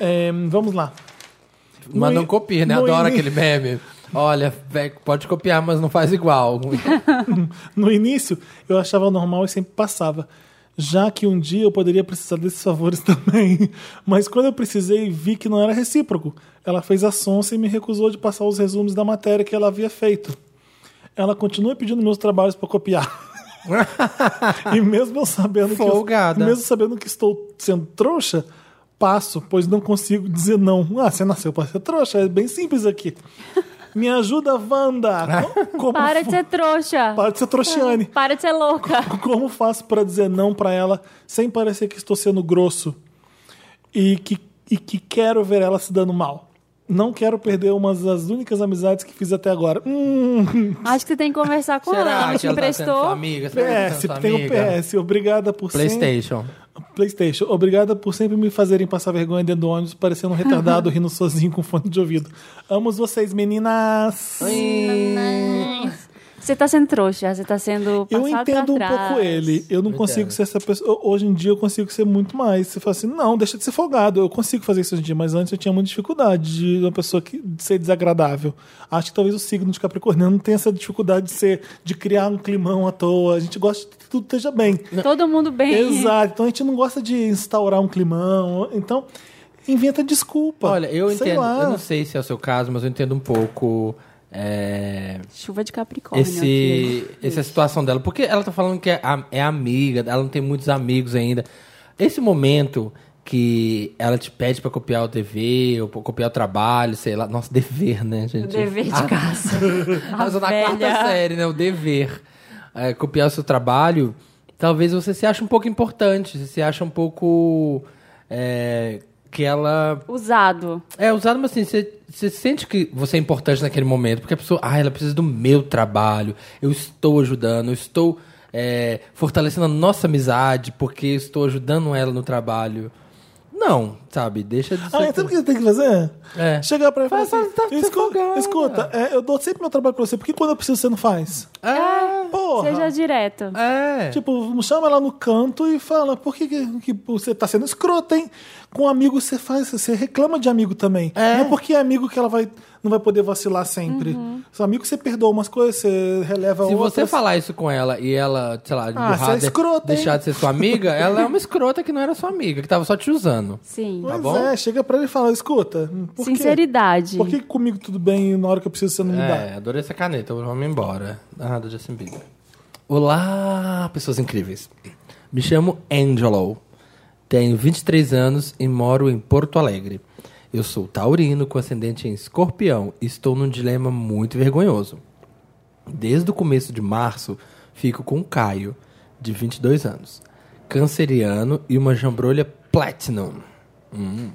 É, vamos lá. Mas No não i- copia, né? no Adoro ini- aquele meme. Olha, velho, pode copiar, mas não faz igual. No início, eu achava normal e sempre passava. Já que um dia eu poderia precisar desses favores também. Mas quando eu precisei, vi que não era recíproco. Ela fez a sonsa e me recusou de passar os resumos da matéria que ela havia feito. Ela continua pedindo meus trabalhos para copiar. e mesmo eu sabendo que eu- Folgada. e mesmo sabendo que estou sendo trouxa, passo, pois não consigo dizer não. Ah, você nasceu para ser trouxa, é bem simples aqui. Me ajuda, Wanda. Co- como Para de ser trouxa. para de ser trouxiane. Para de ser louca. É. Como faço pra dizer não pra ela sem parecer que estou sendo grosso e que, e que quero ver ela se dando mal? Não quero perder uma das únicas amizades que fiz até agora. Hum, Acho que você tem que conversar com ela. Ela Será não que te ela tá sendo sua emprestou. amiga? Será que ela tá PS, sendo sua É, tem um o amiga? PS. Obrigada por sempre. PlayStation. PlayStation, obrigada por sempre me fazerem passar vergonha dentro do ônibus, parecendo um retardado rindo sozinho com fone de ouvido. Amo vocês, meninas! Hum, Você tá sendo trouxa, você tá sendo Eu passado pra entendo um trás. pouco ele. Eu não consigo entendo. ser essa pessoa. Hoje em dia eu consigo ser muito mais. Você fala assim, não, deixa de ser folgado. Eu consigo fazer isso hoje em dia, mas antes eu tinha muita dificuldade de uma pessoa que, de ser desagradável. Acho que talvez o signo de Capricorniano não tenha essa dificuldade de ser, de criar um climão à toa. A gente gosta de que tudo esteja bem. Todo mundo bem. Exato. Então a gente não gosta de instaurar um climão. Então, inventa desculpa. Olha, eu Sei entendo. lá. Eu não sei se é o seu caso, mas eu entendo um pouco. é, Chuva de Capricórnio. esse, aqui. né? essa situação dela. Porque ela tá falando que é, a- é amiga, ela não tem muitos amigos ainda. Esse momento que ela te pede pra copiar o dever, ou pra copiar o trabalho, sei lá. Nossa, dever, né, gente? O dever de casa. Ah, eu sou na quarta série, né? O dever. É, copiar o seu trabalho. Talvez você se ache um pouco importante. Você se ache um pouco... é, que ela Usado. é, usado, mas assim, você você sente que você é importante naquele momento, porque a pessoa, ah, ela precisa do meu trabalho, eu estou ajudando, eu estou é, fortalecendo a nossa amizade, porque eu estou ajudando ela no trabalho. Não, sabe, deixa de ser. Ah, sabe o que você tem que fazer? É. Chegar pra ele e falar Fala, assim, tá- tá escuta, folgada." escuta é, eu dou sempre meu trabalho pra você, por que quando eu preciso você não faz? É, Porra! Seja direto. Ah. é. Tipo, chama ela no canto e fala, por que, que- que você tá sendo escrota, hein? Com amigo você faz, você reclama de amigo também. Não é porque é amigo que ela vai, não vai poder vacilar sempre. Seu amigo você perdoa umas coisas, você releva Uhum. Se Tipo, outras. você falar isso com ela e ela, sei lá, emburrar, você é de- escrota, deixar hein? de ser sua amiga, ela é uma escrota que não era sua amiga, que tava só te usando. Sim. Pois tá bom? é, chega pra ele e fala, escuta, por quê? Sinceridade. Por que comigo tudo bem e na hora que eu preciso você não me dá? É, adorei essa caneta, vamos embora. Ah, do Justin Bieber. Olá, pessoas incríveis. Me chamo Angelo. Tenho 23 anos e moro em Porto Alegre. Eu sou taurino com ascendente em escorpião e estou num dilema muito vergonhoso. Desde o começo de março, fico com o Caio, de 22 anos, canceriano e uma jambrolha platinum. Hum,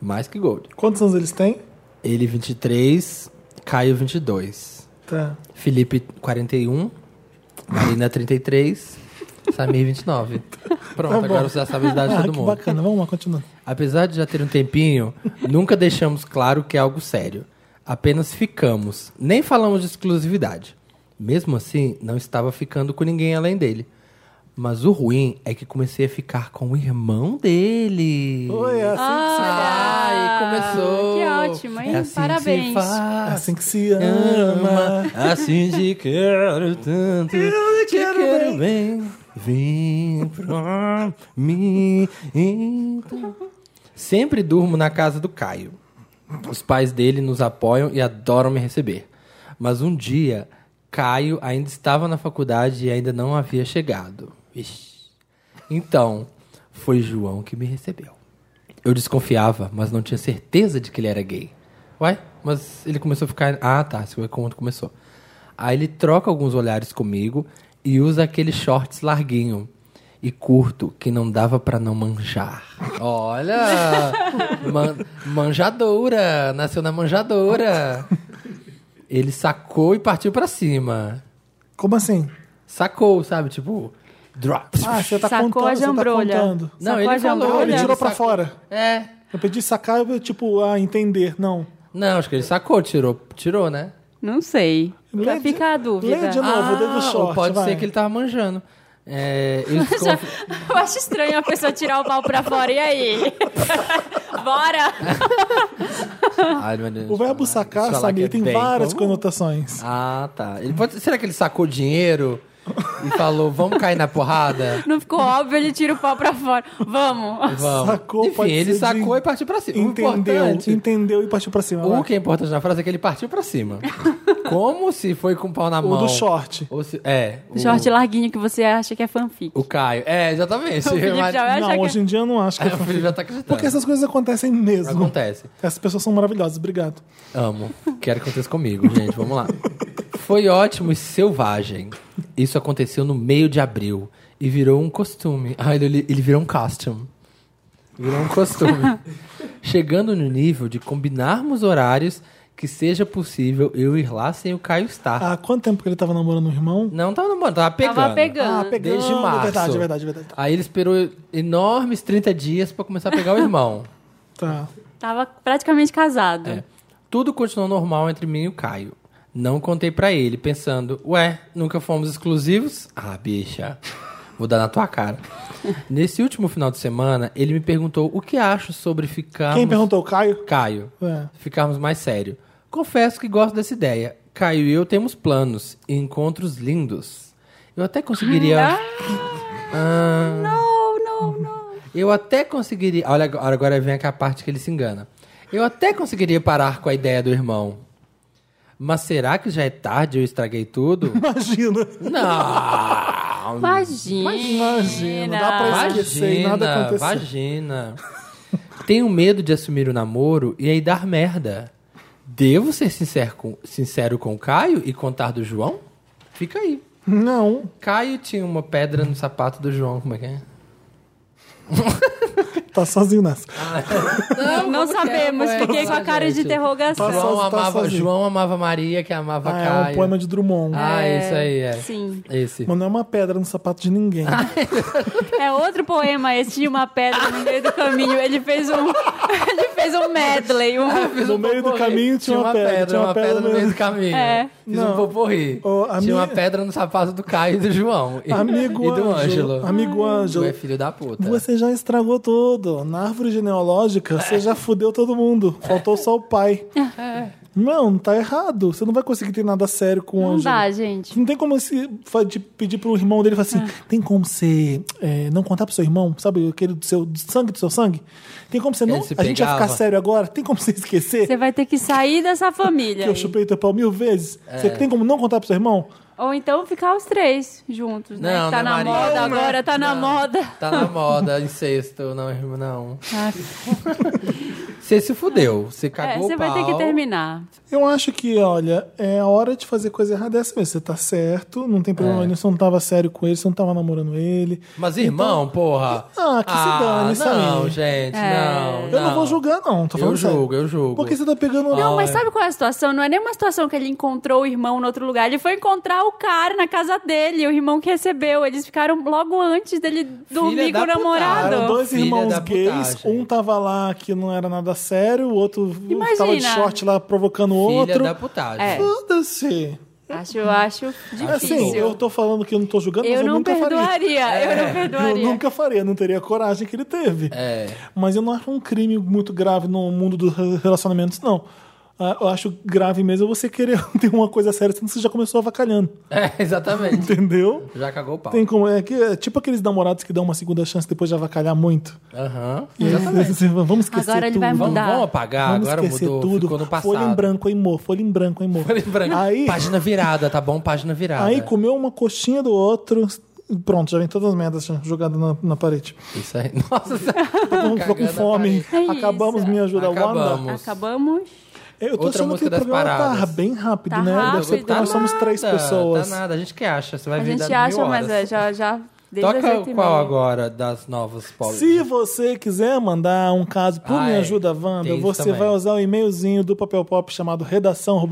mais que gold. Quantos anos eles têm? Ele 23, Caio 22. Tá. Felipe 41, Marina 33, Samir 29. Pronto, Tá bom. agora você já sabe a idade de Ah, todo que mundo. bacana, vamos lá, continuando. Apesar de já ter um tempinho, nunca deixamos claro que é algo sério. Apenas ficamos, nem falamos de exclusividade. Mesmo assim, não estava ficando com ninguém além dele. Mas o ruim é que comecei a ficar com o irmão dele. Oi, é assim que se Ah. Ai, começou. que ótimo, hein? É assim que se Parabéns. faz. Assim que se ama. ama, assim te quero tanto. Eu te quero bem. Vem pra mim. então. Sempre durmo na casa do Caio. Os pais dele nos apoiam e adoram me receber. Mas um dia, Caio ainda estava na faculdade e ainda não havia chegado. Ixi. Então, foi João que me recebeu. Eu desconfiava, mas não tinha certeza de que ele era gay. Uai, mas ele começou a ficar. Ah, tá, esse foi quando começou. Aí ele troca alguns olhares comigo e usa aquele shorts larguinho e curto que não dava pra não manjar. Olha! Man- manjadora! Nasceu na manjadora! Ele sacou e partiu pra cima. Como assim? Sacou, sabe? Tipo, drops. Ah, você tá Sacou contando, a você tá jambrolha. contando. Não, Sacou a ele falou, Ah, jambrolha? ele tirou pra sacou. fora. É. Eu pedi sacar, eu, tipo, a entender. Não. Não, acho que ele sacou, tirou, tirou, né? Não sei. Já Lê de- fica a lê de dúvida. novo. o dedo ou short, Ah, pode vai. ser que ele tava manjando. É, eu desconfio- Eu acho estranho a pessoa tirar o pau pra fora. E aí? Bora! Ai, meu Deus, O verbo deixa eu falar. sacar, Deixa eu falar que sabe, é tem bem várias comum. conotações. Ah, tá. Ele pode... Será que ele sacou dinheiro e falou, vamos cair na porrada? Não ficou óbvio, ele tira o pau pra fora. Vamos! Vamos. Sacou, Enfim, pode ele ser sacou de- e partiu pra cima. o Entendeu, importante, entendeu e partiu pra cima. o vai. que é importante na frase é que ele partiu pra cima. Como se foi com o pau na O mão. do short. Ou se... É. O... Short larguinho que você acha que é fanfic. O Caio. É, exatamente. O Felipe Mas- já vai- Eu achava Não, que- hoje em dia eu não acho que É, é o Felipe já tá acreditando. Porque essas coisas acontecem mesmo. Acontece. Essas pessoas são maravilhosas, obrigado. Amo. Quero que aconteça comigo, gente. Vamos lá. Foi ótimo e selvagem. Isso aconteceu no meio de abril e virou um costume. Ah, ele, ele virou um costume. Virou um costume. Chegando no nível de combinarmos horários que seja possível eu ir lá sem o Caio estar. Há quanto tempo que ele tava namorando o irmão? Não tava namorando, tava pegando. Tava pegando. Ah, pegando. Desde março. Verdade, verdade, verdade. Aí ele esperou enormes 30 dias pra começar a pegar o irmão. Tá. Tava praticamente casado. É. Tudo continuou normal entre mim e o Caio. Não contei pra ele, pensando, ué, nunca fomos exclusivos? Ah, bicha, vou dar na tua cara. Nesse último final de semana, ele me perguntou o que acho sobre ficarmos... Quem perguntou? O Caio? Caio. É. Ficarmos mais sério. Confesso que gosto dessa ideia. Caio e eu temos planos e encontros lindos. Eu até conseguiria... Ah. Não, não, não. Eu até conseguiria. Olha, ag- agora vem aqui a parte que ele se engana. Eu até conseguiria parar com a ideia do irmão. Mas será que já é tarde e eu estraguei tudo? Imagina. Não! Imagina. Imagina, dá pra Imagina. esquecer e nada Vagina, acontecer. vagina. Tenho medo de assumir o namoro e aí dar merda. Devo ser sincero com, sincero com o Caio e contar do João? Fica aí. Não. Caio tinha uma pedra no sapato do João, como é que é? Tá sozinho nessa. Não, como que é? sabemos. Como é que Fiquei é, com a cara de gente? interrogação. Passou- João, tá amava, sozinho. João amava Maria, que amava Ah, Caio. é um poema de Drummond. Ah, É, esse aí, é. sim. Esse. Mas não é uma pedra no sapato de ninguém. É outro poema esse de uma pedra no meio do caminho. Ele fez um, ele fez um medley. Um... Fiz No meio do poporri. caminho tinha uma pedra, tinha uma pedra, no meio do caminho. É. Fiz um Não. poporri. Ô, a tinha minha- uma pedra no sapato do Caio e do João. E, Amigo e Ângelo. do Ângelo. Amigo Tu é Ângelo. filho da puta. Você já estragou tudo. Na árvore genealógica, você já fudeu todo mundo. Faltou só o pai. Não, tá errado. Você não vai conseguir ter nada sério com o Não Ângelo. dá, gente. Não tem como se fa- de pedir pro irmão dele falar assim: Ah. tem como você é, não contar pro seu irmão, sabe, aquele do seu do sangue, do seu sangue? Tem como você não. ele se A gente vai pegava. ficar sério agora? Tem como você esquecer Você vai ter que sair dessa família. que eu aí. chupei teu pau mil vezes? É. Você tem como não contar pro seu irmão? Ou então ficar os três juntos, né? Não, Que né, tá na Maria? moda Não, agora, tá na moda. Tá na moda, incesto. Não, irmão, não. Você se fudeu. Você É, cagou você o vai ter que pau. terminar. Eu acho que, olha, é a hora de fazer coisa errada é essa mesmo. Você tá certo, não tem problema É. nenhum. Você não tava sério com ele, você não tava namorando ele. Mas, irmão, porra. Ah, que se dane, isso Não, aí. gente, É. não. Eu não vou julgar, não. Tô Eu falando sério. julgo, eu julgo. Porque você tá pegando. Não, mas sabe qual é a situação? Não é nenhuma situação que ele encontrou o irmão em outro lugar. Ele foi encontrar o cara na casa dele, o irmão que recebeu. Eles ficaram logo antes dele dormir da com o putada. Eram namorado. Ah, dois Filha irmãos da gays, putagem. um tava lá que não era nada sério, o outro Imagina. tava de short lá provocando o Filha outro. da putagem. É. Foda-se. Acho, acho É Assim, difícil. eu tô falando que eu não tô julgando, eu, mas eu não nunca faria. perdoaria, eu não Eu perdoaria. nunca faria, não teria a coragem que ele teve. É. Mas eu não acho um crime muito grave no mundo dos re- relacionamentos, não. ah, eu acho grave mesmo é você querer ter uma coisa séria, sendo que você já começou avacalhando. É, exatamente. Entendeu? Já cagou o pau. Tem como, é, que, é tipo aqueles namorados que dão uma segunda chance depois de avacalhar muito. Aham. E aí, assim, vamos esquecer Agora ele tudo. vai Vamos, Mudar. vamos apagar, Vamos agora esquecer mudou, tudo. ficou no passado. Folha em branco, hein, amor? Folha em branco, hein, amor? Folha em branco. Aí- Tá Página virada, tá bom? Página virada. Aí comeu uma coxinha do outro. Pronto, já vem todas as merdas já jogadas na, na parede. Isso aí. Nossa, Tô, tô com fome. parede. É Acabamos, isso. me ajuda, Wanda. Acabamos. Acabamos. Eu tô Outra achando que música o das programa tá paradas. bem rápido, Tá né? Deve ser rápido. porque nós somos três Nada, pessoas. Tá nada, a gente que acha. Você vai A vir gente dando acha, mil mas é, horas. já, já desde as oito Toca e qual meia. agora das novas pop? Se você quiser mandar um caso pro Ah, Me é. Ajuda Tem Wanda, isso você também. vai usar o e-mailzinho do Papel Pop chamado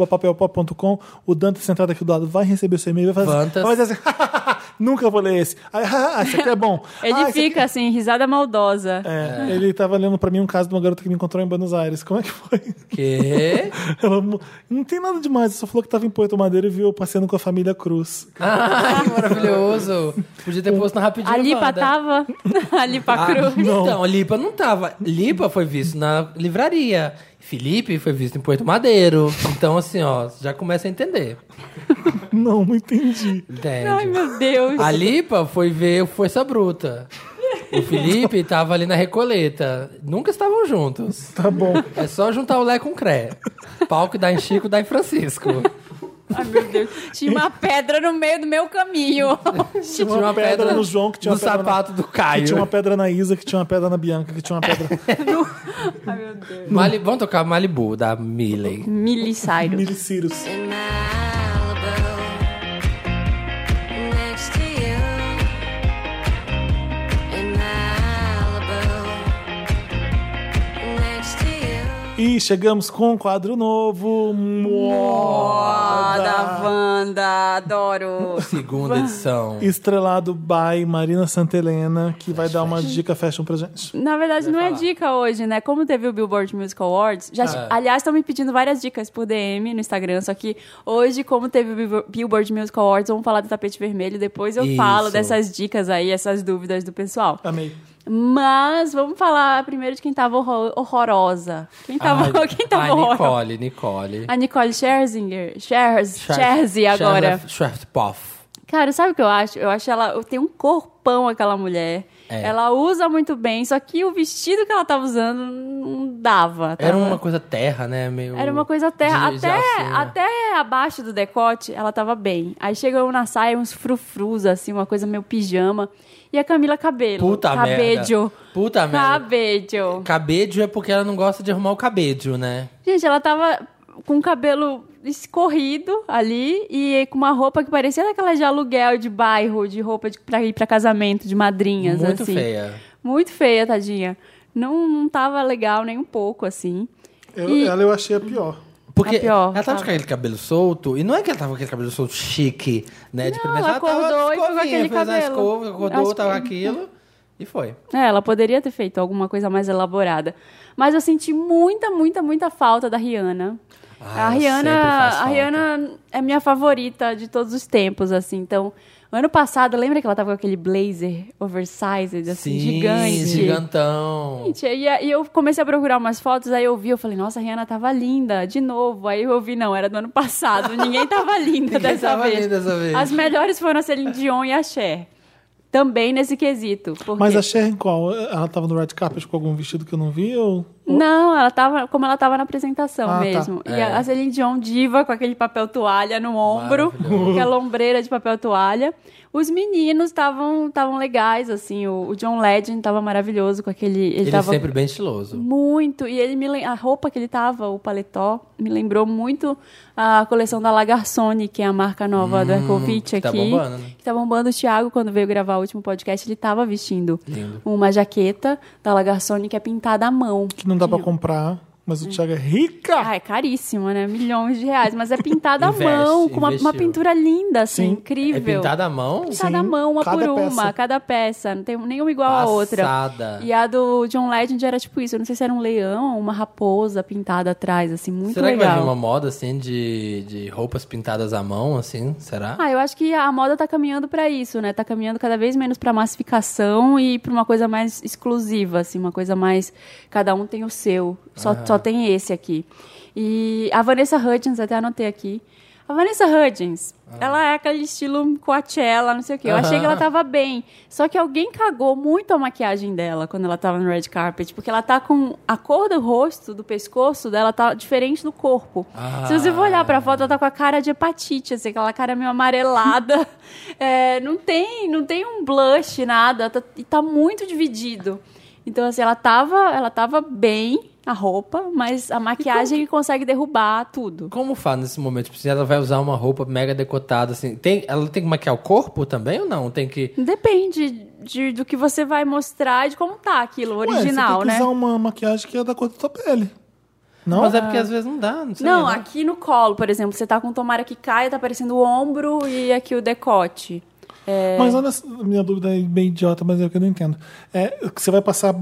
redação@papelpop.com. O Dante sentado aqui do lado vai receber o seu e-mail e vai fazer, Vantas. vai fazer assim, nunca vou ler esse. Ah, ah, ah, esse aqui é bom. Ele Ah, esse aqui- fica assim, risada maldosa. É, ele tava lendo pra mim um caso de uma garota que me encontrou em Buenos Aires. Como é que foi? Que? Ela mo- não tem nada demais, só falou que tava em Porto Madeira e viu eu passeando com a família Cruz. Ai, maravilhoso. Podia ter posto na rapidinho. A Lipa Wanda. tava. A Lipa Ah, Cruz. Então, Lipa não tava. Lipa foi visto na livraria. Felipe foi visto em Porto Madeiro. Então, assim, ó, já começa a entender. Não, não entendi. Entende? Ai, meu Deus. A Lipa foi ver o Força Bruta. O Felipe tava ali na Recoleta. Nunca estavam juntos. Tá bom. É só juntar o Lé com o Cré. Pau que dá em Chico, dá em Francisco. Ai, meu Deus. Tinha uma pedra no meio do meu caminho. Tinha uma pedra no João, que tinha no uma pedra na- sapato do Que Caio. tinha uma pedra na Isa, que tinha uma pedra na Bianca, que tinha uma pedra. Ai, meu Deus. Mali- Vamos tocar Malibu, da Miley. Miley Cyrus. Mili Cyrus. In Malibu, next to you. In Malibu, next to you. E chegamos com um quadro novo. Moda, Wanda, adoro. Segunda edição. Estrelado by Marina Santelena, que vai dar uma dica fashion pra gente. Na verdade, não é dica hoje, né? Como teve o Billboard Music Awards, Ah. já, aliás, estão me pedindo várias dicas por DM no Instagram, só que hoje, como teve o Bill- Billboard Music Awards, vamos falar do tapete vermelho, depois eu Isso. falo dessas dicas aí, essas dúvidas do pessoal. Amei. Mas vamos falar primeiro de quem tava horro- horrorosa. Quem tava, Ai, quem tava ai, horrorosa? Ah, Nicole, Nicole. A Nicole Scherzinger. Scherz, Shaf- Scherzi agora. Shaf- Shaftpoff. Cara, sabe o que eu acho? Eu acho ela. Tem um corpão aquela mulher. É. Ela usa muito bem, só que o vestido que ela tava usando não dava. Era tava- uma coisa terra, né? Meio Era uma coisa terra. de- assim, né? de até, alcinha. até abaixo do decote, ela tava bem. Aí chegou na saia uns frufrus, assim, uma coisa meio pijama. E a Camila Cabelo. Puta Cabedio. merda. Puta merda. Cabedio. Cabedio é porque ela não gosta de arrumar o cabedio, né? Gente, ela tava com o cabelo escorrido ali e com uma roupa que parecia daquela de aluguel de bairro, de roupa de, pra ir pra casamento, de madrinhas, Muito assim. feia. Muito feia, tadinha. Não, não tava legal nem um pouco, assim. Eu- E- Ela eu achei a pior. Porque A pior, ela tava sabe? com aquele cabelo solto, e não é que ela tava com aquele cabelo solto chique, né? de primeira, ela acordou e pegou escovinha, aquele fez uma cabelo. escova, acordou, Acho tava que- aquilo, e foi. É, ela poderia ter feito alguma coisa mais elaborada. Mas eu senti muita, muita, muita falta da Rihanna. Ah, a ela Rihanna, sempre faz a falta. Rihanna é minha favorita de todos os tempos, assim. Então, ano passado, lembra que ela tava com aquele blazer oversized, assim, gigante. gigantão. Gente, E, e eu comecei a procurar umas fotos, aí eu vi, eu falei, nossa, a Rihanna tava linda, de novo. Aí eu vi, não, era do ano passado, ninguém tava linda Ninguém dessa tava vez. linda dessa vez. As melhores foram a Celine Dion e a Cher. Também nesse quesito. porque- Mas a Cher em qual? Ela tava no red carpet com algum vestido que eu não vi? Ou... Não, ela tava como ela tava na apresentação Ah, tá. mesmo. E É. a Celine Dion diva com aquele papel toalha no ombro, Maravilhoso. aquela ombreira de papel toalha. Os meninos estavam estavam legais assim, o, o John Legend tava maravilhoso com aquele ele, Ele é tava sempre bem estiloso. muito e ele me lem- a roupa que ele tava, o paletó, me lembrou muito a coleção da Lagarçone, que é a marca nova do Ercovitch que aqui. tá bombando, né? Que tá bombando o Thiago quando veio gravar o último podcast, ele tava vestindo Lindo. uma jaqueta da Lagarçone que é pintada à mão. Que não dá pra comprar, mas o Thiago é rica. Ah, é caríssima, né? Milhões de reais. Mas é pintada à Investe, mão, com uma, uma investiu. pintura linda, assim, Sim. É incrível. pintada à mão? Pintada à Sim, mão, uma cada por uma, peça. cada peça. Não tem nenhuma igual à outra. Passada. E é a do John Legend era tipo isso. Eu não sei se era um leão ou uma raposa pintada atrás, assim, muito Será que vai legal. vir uma moda, assim, de, de roupas pintadas à mão, assim? Será? Ah, eu acho que a moda tá caminhando pra isso, né? Tá caminhando cada vez menos pra massificação e pra uma coisa mais exclusiva, assim, uma coisa mais cada um tem o seu. Só, só só tem esse aqui. E a Vanessa Hudgens, até anotei aqui. A Vanessa Hudgens, ela é aquele estilo Coachella, não sei o quê. Eu Aham. achei que ela tava bem. Só que alguém cagou muito a maquiagem dela quando ela tava no red carpet. Porque ela tá com a cor do rosto, do pescoço dela, tá diferente do corpo. Se você for olhar pra foto, ela tá com a cara de hepatite, assim, aquela cara meio amarelada. É, não, tem, não tem um blush, nada. Tá- e tá muito dividido. Então, assim, ela tava, ela tava bem, a roupa, mas a maquiagem consegue derrubar tudo. Como faz nesse momento? Tipo, se ela vai usar uma roupa mega decotada, assim. Tem, ela tem que maquiar o corpo também ou não? Tem que. Depende de, do que você vai mostrar e de como tá aquilo, Ué, você tem original, que né? usar um uma maquiagem que é da cor da tua pele. Não? Mas é porque às vezes não dá, não sei. Não, né? aqui no colo, por exemplo, você tá com tomara que caia, tá aparecendo o ombro e aqui o decote. Mas olha, só, minha dúvida é bem idiota, mas é o que eu não entendo. É que você vai passar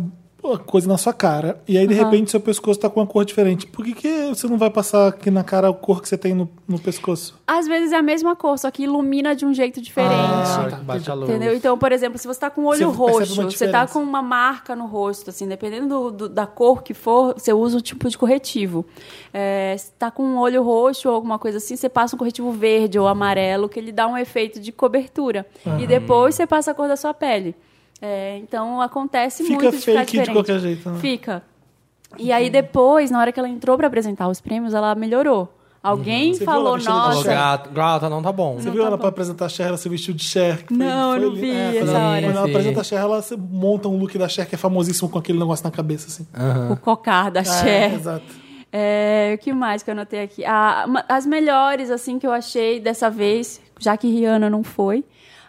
a coisa na sua cara e aí de repente seu pescoço tá com uma cor diferente. Por que, que você não vai passar aqui na cara a cor que você tem no, no pescoço? Às vezes é a mesma cor, só que ilumina de um jeito diferente. Ah, hora que bate a luz. Entendeu? Então, por exemplo, se você tá com o olho Você percebe roxo, uma você tá diferença. com uma marca no rosto, assim, dependendo do- do- da cor que for, você usa um tipo de corretivo. É, se tá com um olho roxo ou alguma coisa assim, você passa um corretivo verde ou amarelo, que ele dá um efeito de cobertura. E depois você passa a cor da sua pele. É, então, acontece Fica muito de ficar fake de diferente. qualquer jeito, né? Fica. E aí, depois, na hora que ela entrou pra apresentar os prêmios, ela melhorou. Alguém Uhum. Você viu ela falou, vestida com Falou, Nossa. nossa, gata, gata, não tá bom. Você viu ela pra apresentar a Cher, ela se vestiu de Cher? que Não, eu não lindo. vi foi essa lindo. hora. Quando ela Sim. apresenta a Cher, ela se- monta um look da Cher que é famosíssimo com aquele negócio na cabeça, assim. o cocar É, da Ah. Cher. exato. É, o que mais que eu anotei aqui? Ah, uma- as melhores, assim, que eu achei dessa vez, já que Rihanna não foi.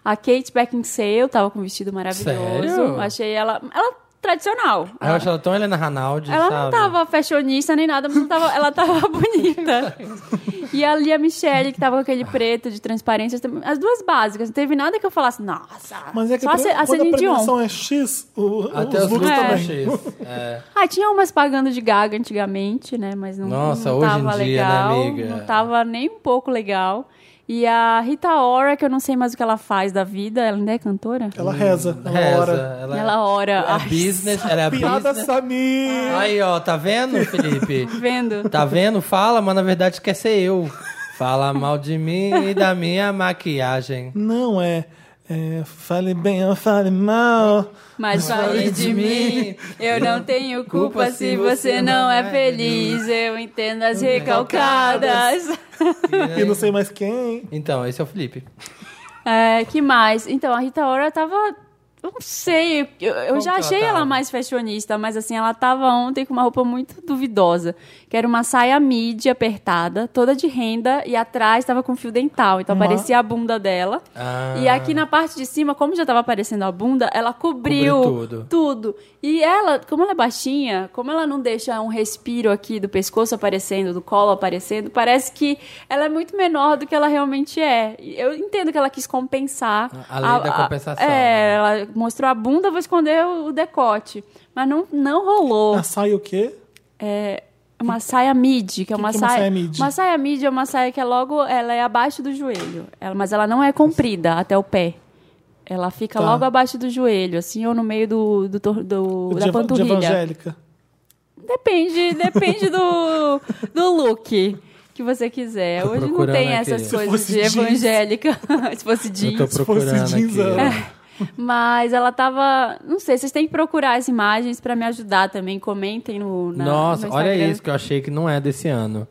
A Kate Beckinsale tava com um vestido maravilhoso. Sério? Achei ela... Ela tradicional. Ah, Aí Eu acho ela tá tão Helena Ranaldi, Ela sabe? não tava fashionista nem nada, mas não tava- ela tava bonita. E a Lia Michelle, que tava com aquele preto de transparência, também- as duas básicas. Não teve nada que eu falasse, nossa. Mas é que só a, pre- a, a quando a Celine Dion. premiação é X, o, Até os looks looks também. também. X. É. Ah, tinha umas pagando de gaga antigamente, né? Mas não, Nossa, não hoje tava em dia, né, legal. amiga? Não tava nem um pouco legal. E a Rita Ora, que eu não sei mais o que ela faz da vida, ela ainda é cantora? Ela reza, ela É, Reza, ora. Ela, Ela ora. É Ai, business, ela é Piada business. Samir! Aí, ó, tá vendo, Felipe? Vendo? Tá vendo? Fala, mas na verdade quer ser eu. Fala mal de mim e da minha maquiagem. Não é, é fale bem ou fale mal. Mas fale de mim, eu não tenho culpa se você não é feliz. Eu entendo as recalcadas. E não sei mais quem. Então, esse é o Felipe. É, que mais? Então, a Rita Ora tava. eu Não sei, eu, eu Como que já ela achei tava? ela, mais fashionista, mas assim, ela tava ontem com uma roupa muito duvidosa. Que era uma saia midi apertada, toda de renda, e atrás tava com fio dental. Então Uma- aparecia a bunda dela. Ah. E aqui na parte de cima, como já tava aparecendo a bunda, ela cobriu Cobriu tudo. tudo. E ela, como ela é baixinha, como ela não deixa um respiro aqui do pescoço aparecendo, do colo aparecendo, parece que ela é muito menor do que ela realmente é. E Eu entendo que ela quis compensar. A lei da compensação, É, né? ela mostrou a bunda, vou esconder o decote. Mas não, não rolou. A saia o quê? É uma saia midi, que é uma que é uma saia. saia midi? Uma saia midi é uma saia que é logo. Ela é abaixo do joelho. Ela- mas ela não é comprida até o pé. Ela fica Tá. logo abaixo do joelho, assim, ou no meio do, do, tor- do- de, eva- da de panturrilha. evangélica. depende, depende do, do look que você quiser. Tô Hoje não procurando tem essas aqui. Se coisas fosse de jeans. evangélica. Se fosse Eu jeans. tô Se fosse procurando jeans, É. aqui. Mas ela tava. Não sei, vocês têm que procurar as imagens pra me ajudar também. Comentem no. Na, Nossa, no olha Instagram. isso que eu achei que não é desse ano.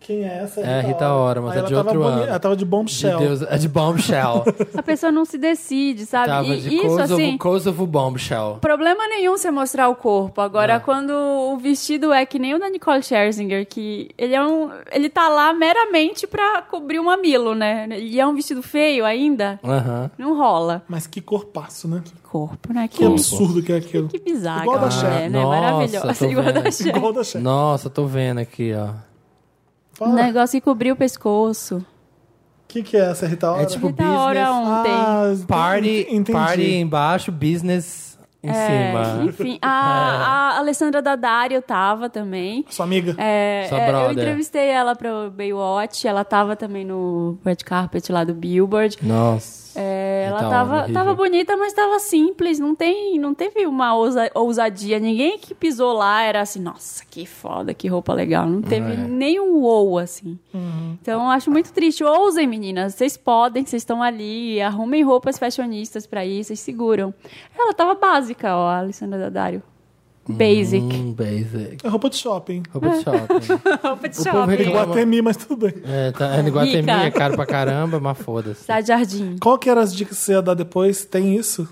Quem é essa? É, Rita Ora, mas Aí é ela de tava outro boni- ano. Ela tava de De bombshell. Deus, é de Bombshell. A pessoa não se decide, sabe? Tava e de isso, Kosovo, assim, Kosovo Bombshell. problema nenhum você mostrar o corpo. Agora, É. quando o vestido é que nem o da Nicole Scherzinger, que ele é um. Ele tá lá meramente pra cobrir um mamilo, né? E é um vestido feio ainda, Aham. não rola. Mas que corpaço, né? Que corpo, né? Que, Que absurdo que é aquilo. que bizarro. Igual a da aquela Cher. mulher, né? Nossa, tô Maravilhosa. Igual a da vendo. Cher. Igual da Cher. Nossa, tô vendo aqui, ó. Um Fala. negócio que cobriu o pescoço. O que, que é essa Rita Ora? Ah, É tipo Rita Ora business. ontem. Party, entendi. party embaixo, business em É, cima. enfim, É. a, a Alessandra Daddario tava também. Sua amiga. É, Sua é, eu brother. entrevistei ela pro Baywatch, ela tava também no Red Carpet lá do Billboard. Nossa. É, ela Então, tava, horrível. tava bonita, mas tava simples. Não, tem, não teve uma ousa- ousadia. Ninguém que pisou lá era assim, nossa, que foda, que roupa legal. Não É. teve nenhum wow, assim. Então, eu acho muito triste. Ousem, meninas. Vocês podem, vocês estão ali. Arrumem roupas fashionistas pra ir, vocês seguram. Ela tava básica, ó, a Alessandra Dadário. Basic. Hum, basic. É roupa de shopping. Roupa de shopping. Roupa de O É povo reclama. shopping. Toma. Iguatemi, mas tudo bem. é, tá, é Iguatemi, Rica. é caro pra caramba, mas foda-se. Cidade Jardim. Qual que era as dicas que você ia dar depois? Tem isso?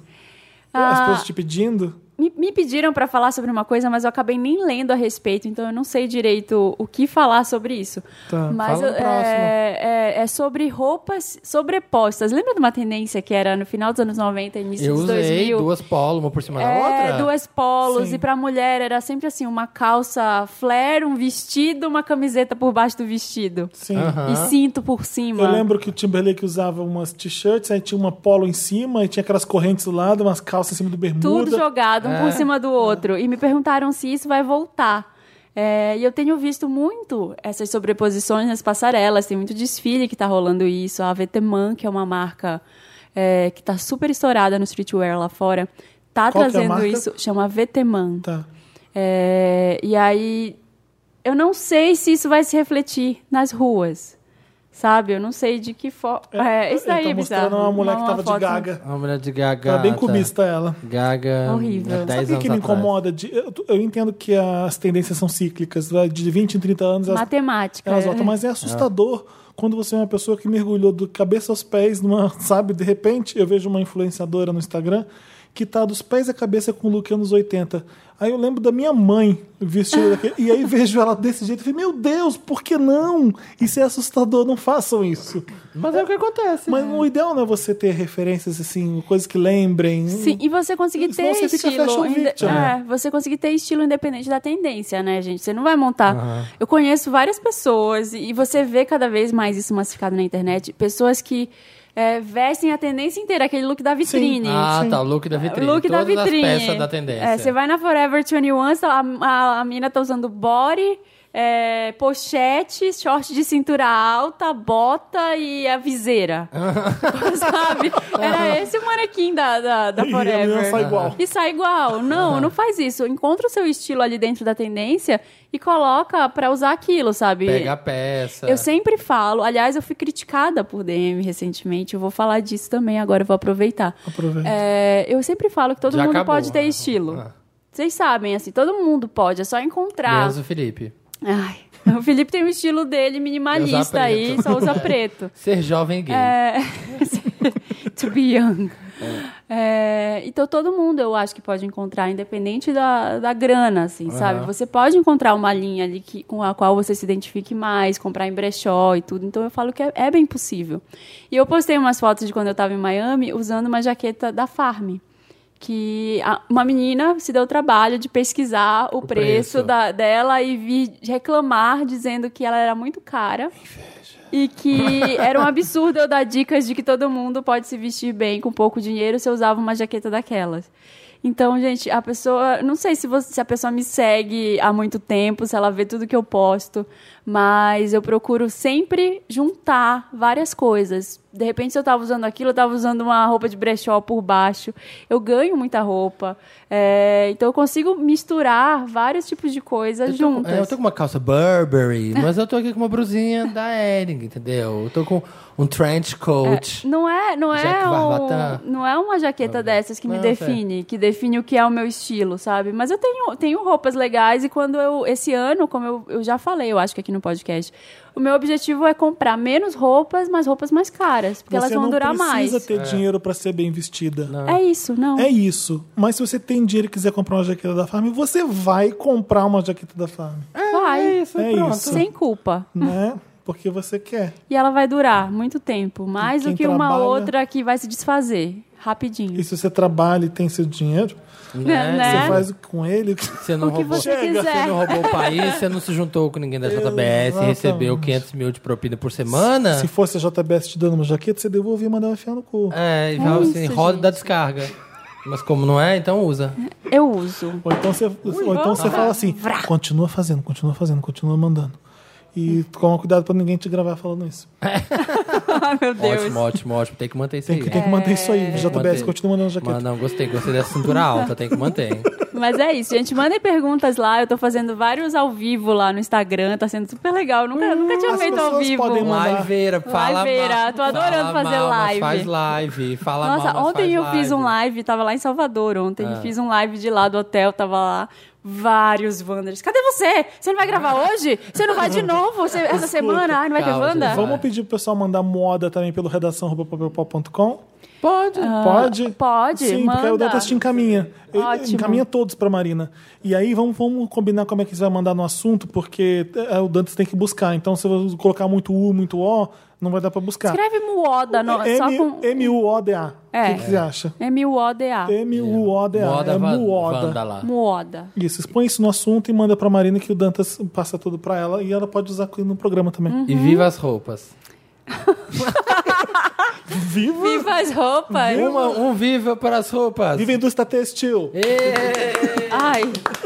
As Ah. pessoas te pedindo? Me, me pediram pra falar sobre uma coisa, mas eu acabei nem lendo a respeito, então eu não sei direito o que falar sobre isso. Tá, mas Ah, fala no eu- é, é- é sobre roupas sobrepostas. Lembra de uma tendência que era no final dos anos 90, início Eu dos usei 2000? duas polo, uma por cima da É, outra. duas polos, Sim. e pra mulher era sempre assim, uma calça flare, um vestido, uma camiseta por baixo do vestido. Sim. Aham. E cinto por cima. Eu lembro que o Timberlake usava umas t-shirts, aí tinha uma polo em cima, e tinha aquelas correntes do lado, umas calças em cima do bermuda. Tudo jogado, um É. por cima do outro. E me perguntaram se isso vai voltar. É, e eu tenho visto muito essas sobreposições nas passarelas, tem muito desfile que está rolando isso. A Veteman, que é uma marca é, que está super estourada no streetwear lá fora, tá Qual que é a trazendo marca? isso. Chama Veteman. Tá. É, e aí, eu não sei se isso vai se refletir nas ruas. Sabe? Eu não sei de que forma. É, isso Ele daí é tá mostrando bizarro. uma mulher que Uma tava de foto- gaga. É Uma mulher de gaga. Tá bem cubista ela. Gaga. Horrível. 10 Sabe Sabe o anos que me atrás. incomoda? De- eu, eu entendo que as tendências são cíclicas, vai de 20 em 30 anos elas, Matemática. elas é. voltam, mas é assustador quando você é uma pessoa que mergulhou do cabeça aos pés numa, sabe, de repente eu vejo uma influenciadora no Instagram que tá dos pés à cabeça com o look anos 80. Aí eu lembro da minha mãe vestida daquele, e aí vejo ela desse jeito e falei, meu Deus, por que não? Isso é assustador, não façam isso. Mas é o que acontece. né? Mas o ideal não é você ter referências assim, coisas que lembrem. Sim, e você conseguir Senão ter você fica fashion estilo. inde- victim, né? É, você conseguir ter estilo independente da tendência, né, gente? Você não vai montar. Eu conheço várias pessoas e e você vê cada vez mais isso massificado na internet. Pessoas que é, vestem a tendência inteira, aquele look da vitrine. Ah, tá. O look da vitrine. O look da Todas vitrine. as peças da tendência. É, você vai na Forever 21, sei lá, a, a, a mina tá usando body, é, pochete, short de cintura alta, bota e a viseira. Sabe? Era esse o manequim da, da, da E a menina Forever. sai igual. E sai igual. Não, não faz isso. Encontra o seu estilo ali dentro da tendência e coloca pra usar aquilo, sabe? Pega a peça. Eu sempre falo, aliás, eu fui criticada por DM recentemente, eu vou falar disso também agora, eu vou aproveitar. Aproveita. É, eu sempre falo que todo Já mundo acabou. pode ter estilo. Ah. Vocês sabem, assim, todo mundo pode, é só encontrar. Menos o Felipe. Ai, o Felipe tem o estilo dele Usar minimalista preto. aí, só usa É. preto. Ser jovem gay. É, to be young. É, então todo mundo eu acho que pode encontrar, independente da, da grana, assim, sabe? Você pode encontrar uma linha ali que, com a qual você se identifique mais, comprar em brechó e tudo. Então eu falo que é, é bem possível. E eu postei umas fotos de quando eu estava em Miami usando uma jaqueta da Farm. Que a- uma menina se deu o trabalho de pesquisar o, preço, preço. da- dela e vir reclamar dizendo que ela era muito cara. E que era um absurdo eu dar dicas de que todo mundo pode se vestir bem com pouco dinheiro se eu usava uma jaqueta daquelas. Então, gente, a pessoa. Não sei se, você- se a pessoa me segue há muito tempo, se ela vê tudo que eu posto, mas eu procuro sempre juntar várias coisas. De repente, se eu tava usando aquilo, eu tava usando uma roupa de brechó por baixo. Eu ganho muita roupa. É, então, eu consigo misturar vários tipos de coisas Eu tô com- juntas. é, eu tô com uma calça Burberry, mas eu tô aqui com uma brusinha da Ering, entendeu? Eu tô com um trench coat. Não é, não é, Jack Varvatã. um, não é uma jaqueta dessas que me Não, define, que define o que é o meu estilo, sabe? Mas eu tenho, tenho roupas legais e quando eu, esse ano, como eu, eu já falei, eu acho que aqui no podcast, o meu objetivo é comprar menos roupas, mas roupas mais caras, porque elas Você vão não durar mais. precisa ter dinheiro pra ser bem vestida. É isso, não. É isso. Mas se você tem dinheiro e quiser comprar uma jaqueta da Farm, você vai comprar uma jaqueta da Farm, Vai. É pronto. isso. Sem culpa. né? Porque você quer. E ela vai durar muito tempo, mais quem do que uma trabalha- outra que vai se desfazer rapidinho. E se você trabalha e tem seu dinheiro, Né? Né? você É. faz com ele. Você não O que roubou. você Chega, quiser. Você não roubou o país, você não se juntou com ninguém da JBS, Exatamente. recebeu 500 mil de propina por semana. Se fosse a JBS te dando uma jaqueta, você devolvia e mandava enfiar no cu. É, e fala assim, isso, roda e gente. dá descarga. Mas como não é, então usa. Eu uso. Ou então você, ou então você fala assim: continua fazendo, continua fazendo, continua mandando. E toma cuidado pra ninguém te gravar falando isso. Ai, Ah, meu Deus. Ótimo, ótimo, ótimo. Tem que manter isso Tem aí. que, tem que manter isso aí. JBS Manter. continua mandando jaqueta. Mas não, gostei, gostei dessa cintura alta, tem que manter. hein? Mas é isso, gente. Mandem perguntas lá. Eu tô fazendo vários ao vivo lá no Instagram. Tá sendo super legal. Nunca, nunca tinha Uhum. As feito ao pessoas vivo. podem mandar. Liveira, fala Liveira, mal. tô adorando Fala fazer mal, mas live. Faz live, fala Nossa, mal, mas faz ontem eu fiz um live, tava lá em Salvador ontem, Ah. fiz um live de lá do hotel, tava lá vários Wanders. Cadê você? Você não vai gravar hoje? Você não vai de novo Você- essa semana? Ai, não vai ter Calma, Wanda? gente, Vamos pedir pro pessoal mandar moda também pelo redação.papelpop.com? Pode. Pode? Ah, pode, Sim, porque aí o manda. Dantas te encaminha. Ele Ótimo. Encaminha todos pra Marina. E aí vamos, vamos combinar como é que você vai mandar no assunto, porque é, o Dantas tem que buscar. Então, se você colocar muito U, muito O, não vai dar pra buscar. Escreve Muoda, no, só M- com M-U-O-D-A. É. O que, que você acha? M-U-O-D-A. M-U-O-D-A. Moda, é Van- muoda. Wanda lá. Muoda. Isso, expõe isso no assunto e manda pra Marina que o Dantas passa tudo pra ela e ela pode usar aqui no programa também. Uhum. E viva as roupas. Viva! Viva as roupas! Uma, um viva para as roupas. Viva a indústria têxtil! Ê, Ai,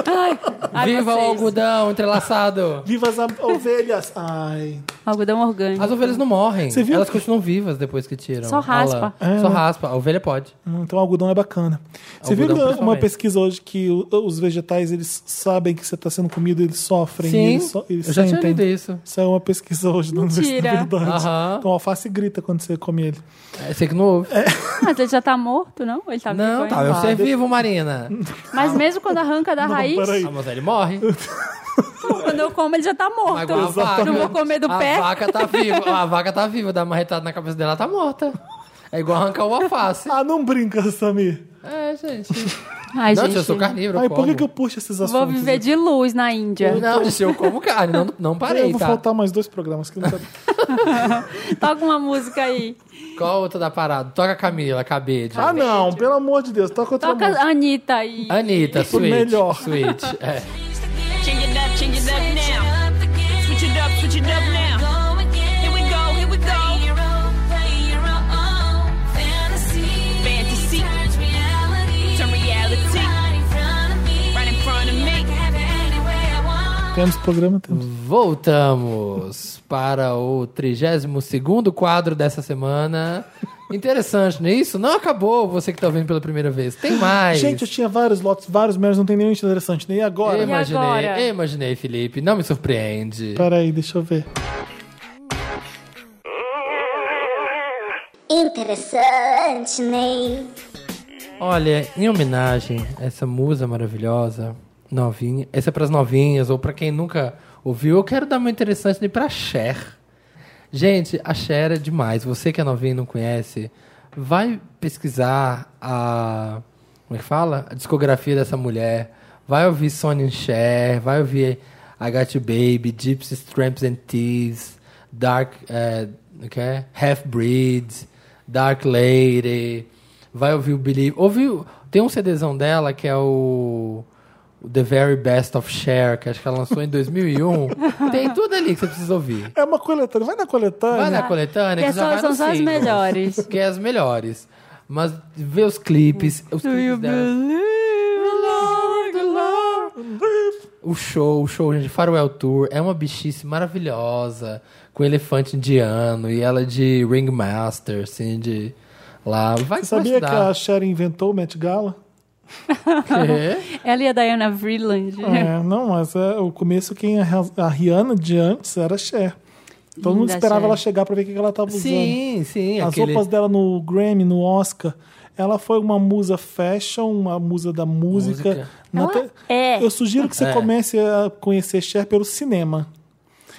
ai, ai, viva o vocês. algodão entrelaçado. Viva as ab- ovelhas! Ai, Algodão orgânico. As ovelhas não morrem. Você viu Elas que- continuam vivas depois que tiram. Só raspa. Olha lá. Só É. raspa. A ovelha pode. hum, então o algodão é bacana. Você viu Algodão, que uma principalmente. pesquisa hoje que o- os vegetais eles sabem que você está sendo comido, eles sofrem, Sim. eles, so- eles eu já tinha sentem. lido isso. Isso é uma pesquisa hoje da Mentira. Universidade da Verdade. Aham. Então o alface grita quando você come ele. Tá É, Você que não ouve. Mas ele já tá morto, não? Ele tá não, vivo tá. ainda? Eu ser vivo, Marina. Mas mesmo quando arranca da raiz, peraí. Ah, mas ele morre. quando eu como, ele já tá Mas morto. igual a vaca. Não vou comer do a pé. Vaca tá viva. A vaca tá viva. Dá uma retada na cabeça dela, ela tá morta. É igual arrancar o alface. Ah, não brinca, Samir. É, gente. não, Ai, É, é gente. gente, eu sou carnívoro. eu Ai, por que, como. que eu puxo esses assuntos? Vou viver de luz na Índia. Não, gente, eu como carne. Não, não parei, Eu vou tá? faltar mais dois programas que não tá... Toca uma música aí. Qual a outra da parada? Toca Camila, cabide. Ah, não, pelo amor de Deus, toca outra Toca música. a Anitta aí. Anitta, Isso Switch. melhor. Switch. É. Change it up, change it up now. Switch it up, switch it up now. Here we go, here we go. Fantasy. Turn reality right in front of me. Temos programa, temos. Voltamos para o 32º quadro dessa semana. Interessante, não é isso? Não acabou, você que tá ouvindo pela primeira vez. Tem mais. Gente, eu tinha vários lotes, vários meros, não tem nenhum interessante. né? E agora? eu imaginei, E agora? eu imaginei, Felipe. Não me surpreende. Peraí, deixa eu ver. Interessante, Ney. Olha, em homenagem a essa musa maravilhosa, novinha, essa é pras novinhas ou pra quem nunca ouviu, eu quero dar uma interessante pra Cher. Gente, a Cher é demais. Você que é novinho e não conhece, vai pesquisar a. Como é que fala? A discografia dessa mulher. Vai ouvir Sonny and Cher, vai ouvir I Got You Baby, Gypsies, Tramps and Thieves, Dark. eh, o que é? Half Breeds, Dark Lady. Vai ouvir o Believe. Ouviu? Tem um CDzão dela que é o. o The Very Best of Cher, que acho que ela lançou em 2001. Tem tudo ali que você precisa ouvir. É uma coletânea, vai na coletânea. Vai na coletânea, Que é que já vai só, são no só as single. melhores. Que é as melhores. Mas vê os clipes. Os clipes delas. O show, o show, gente, Farewell Tour é uma bichice maravilhosa, com elefante indiano, e ela de ringmaster, assim, de lá. Vai Você sabia que a estudar. Cher inventou o Met Gala? Quê? Ela e a Diana Vreeland. Ah, É, não, mas é, o começo, quem a, a Rihanna de antes era a Cher. Todo mundo Linda esperava Cher. ela chegar pra ver o que que ela tava usando. Sim, sim. As aquele... roupas dela no Grammy, no Oscar, ela foi uma musa fashion, uma musa da música. Música. Na te- é. Eu sugiro que você É. comece a conhecer Cher pelo cinema.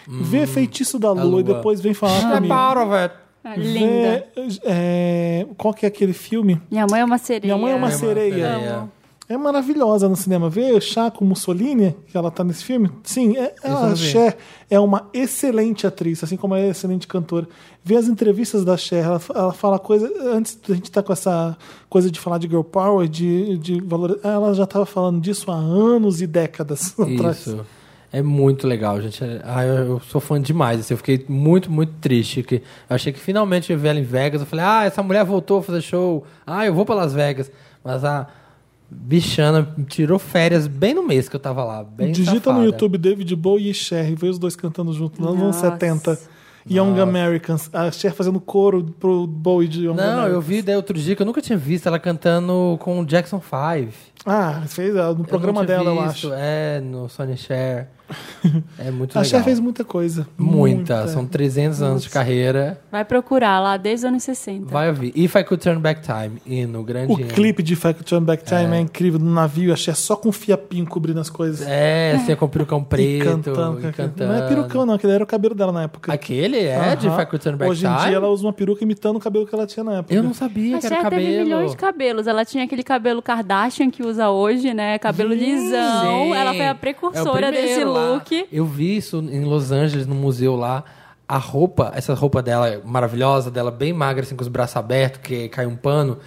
Vê Feitiço da Lua, Lua. e depois vem falar É comigo. para, velho. Ah, Vê, Linda. é, qual que é aquele filme? Minha mãe é uma sereia. Minha mãe é uma Amo, sereia. sereia. É maravilhosa no cinema. Vê Chá com Mussolini, que ela tá nesse filme. Sim, é, eu ela, não a vi. Cher é uma excelente atriz, assim como é excelente cantora. Vê as entrevistas da Cher, ela, fa- ela fala coisa. Antes da gente tá com essa coisa de falar de girl power, de, de valor. Ela já tava falando disso há anos e décadas atrás. Isso. É muito legal, gente. Ah, eu, eu sou fã demais. assim. eu fiquei muito, muito triste. Que eu achei que finalmente eu ia ver ela em Vegas. Eu falei, ah, essa mulher voltou a fazer show. Ah, eu vou pra Las Vegas. Mas a Bichana tirou férias bem no mês que eu tava lá. Bem Digita safada. no YouTube David Bowie e Cher, e vê os dois cantando junto nos anos Nossa. 70. Young Americans, a Cher fazendo coro pro Bowie de Young Não, eu Americans. vi daí outro dia que eu nunca tinha visto ela cantando com o Jackson 5. Ah, fez ah, no programa dela, eu acho. É, no Sony Cher. É muito A legal. Cher fez muita coisa. Muita. São 300 anos de carreira. Vai procurar lá desde os anos 60. Vai ouvir. If I Could Turn Back Time. E no grande... O hino. clipe de Fact Turn Back Time é. incrível, no navio, a Cher só com fiapinho cobrindo as coisas. É, assim, com perucão preto. E cantando, e cantando. Não é perucão, não, aquele era o cabelo dela na época. Aquele é de If Aham. I Could Turn Back Hoje Time? em dia ela usa uma peruca imitando o cabelo que ela tinha na época. Eu não sabia A que era Cher cabelo. é, teve milhões de cabelos. Ela tinha aquele cabelo Kardashian que usa hoje, né? Cabelo lisão. Sim. Ela foi É a o precursora primeiro desse lá. É. look. Eu vi isso em Los Angeles, no museu lá. A roupa, essa roupa dela maravilhosa, dela bem magra, assim, com os braços abertos, que cai um pano,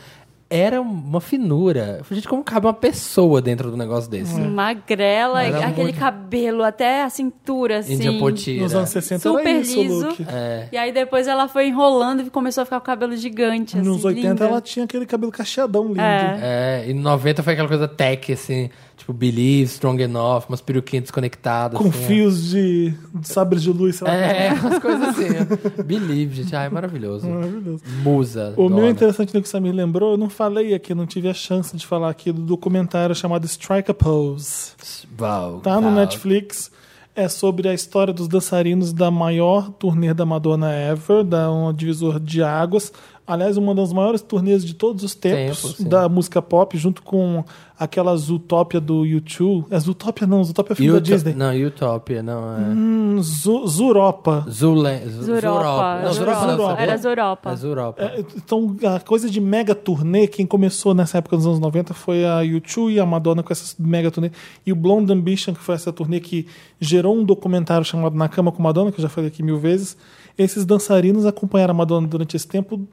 era uma finura. Eu falei, Gente, como cabe uma pessoa dentro do negócio desse? Magrela, Era aquele é muito- cabelo até a cintura, assim. Índia Potira. Nos anos 60 Super era isso, liso. Luke. É. E aí depois ela foi enrolando e começou a ficar com o cabelo gigante, assim, Nos 80 linda. ela tinha aquele cabelo cacheadão lindo. É, e 90 foi aquela coisa tech, assim, tipo Believe, Strong Enough, umas peruquinhas desconectadas. Com assim, fios de, de sabres de luz, sei lá. É, umas coisas assim. Believe, gente. Ai, maravilhoso. Maravilhoso. Musa. O meu dona. é interessante no que o Samir lembrou, eu não falei aqui, não tive a chance de falar aqui do documentário chamado Strike a Pose. Val, Tá no Val. Netflix. É sobre a história dos dançarinos da maior turnê da Madonna ever, da um divisor de águas. Aliás, uma das maiores turnês de todos os tempos Tempo, sim. da música pop, junto com aquela Zootopia do U2. É Zootopia não, Zootopia é filme da Uto- Disney. Não, Utopia, não. É. Hum, Zu- Zuropa. Zule... Z- Zuropa. Não, Zuropa não, Zuropa. Zuropa. Era Zuropa. É Zuropa. É, Então, a coisa de mega turnê, quem começou nessa época dos anos 90 foi a U2 e a Madonna com essa mega turnê. E o Blonde Ambition, que foi essa turnê que gerou um documentário chamado Na Cama com Madonna, que eu já falei aqui mil vezes. Esses dançarinos acompanharam a Madonna durante esse tempo,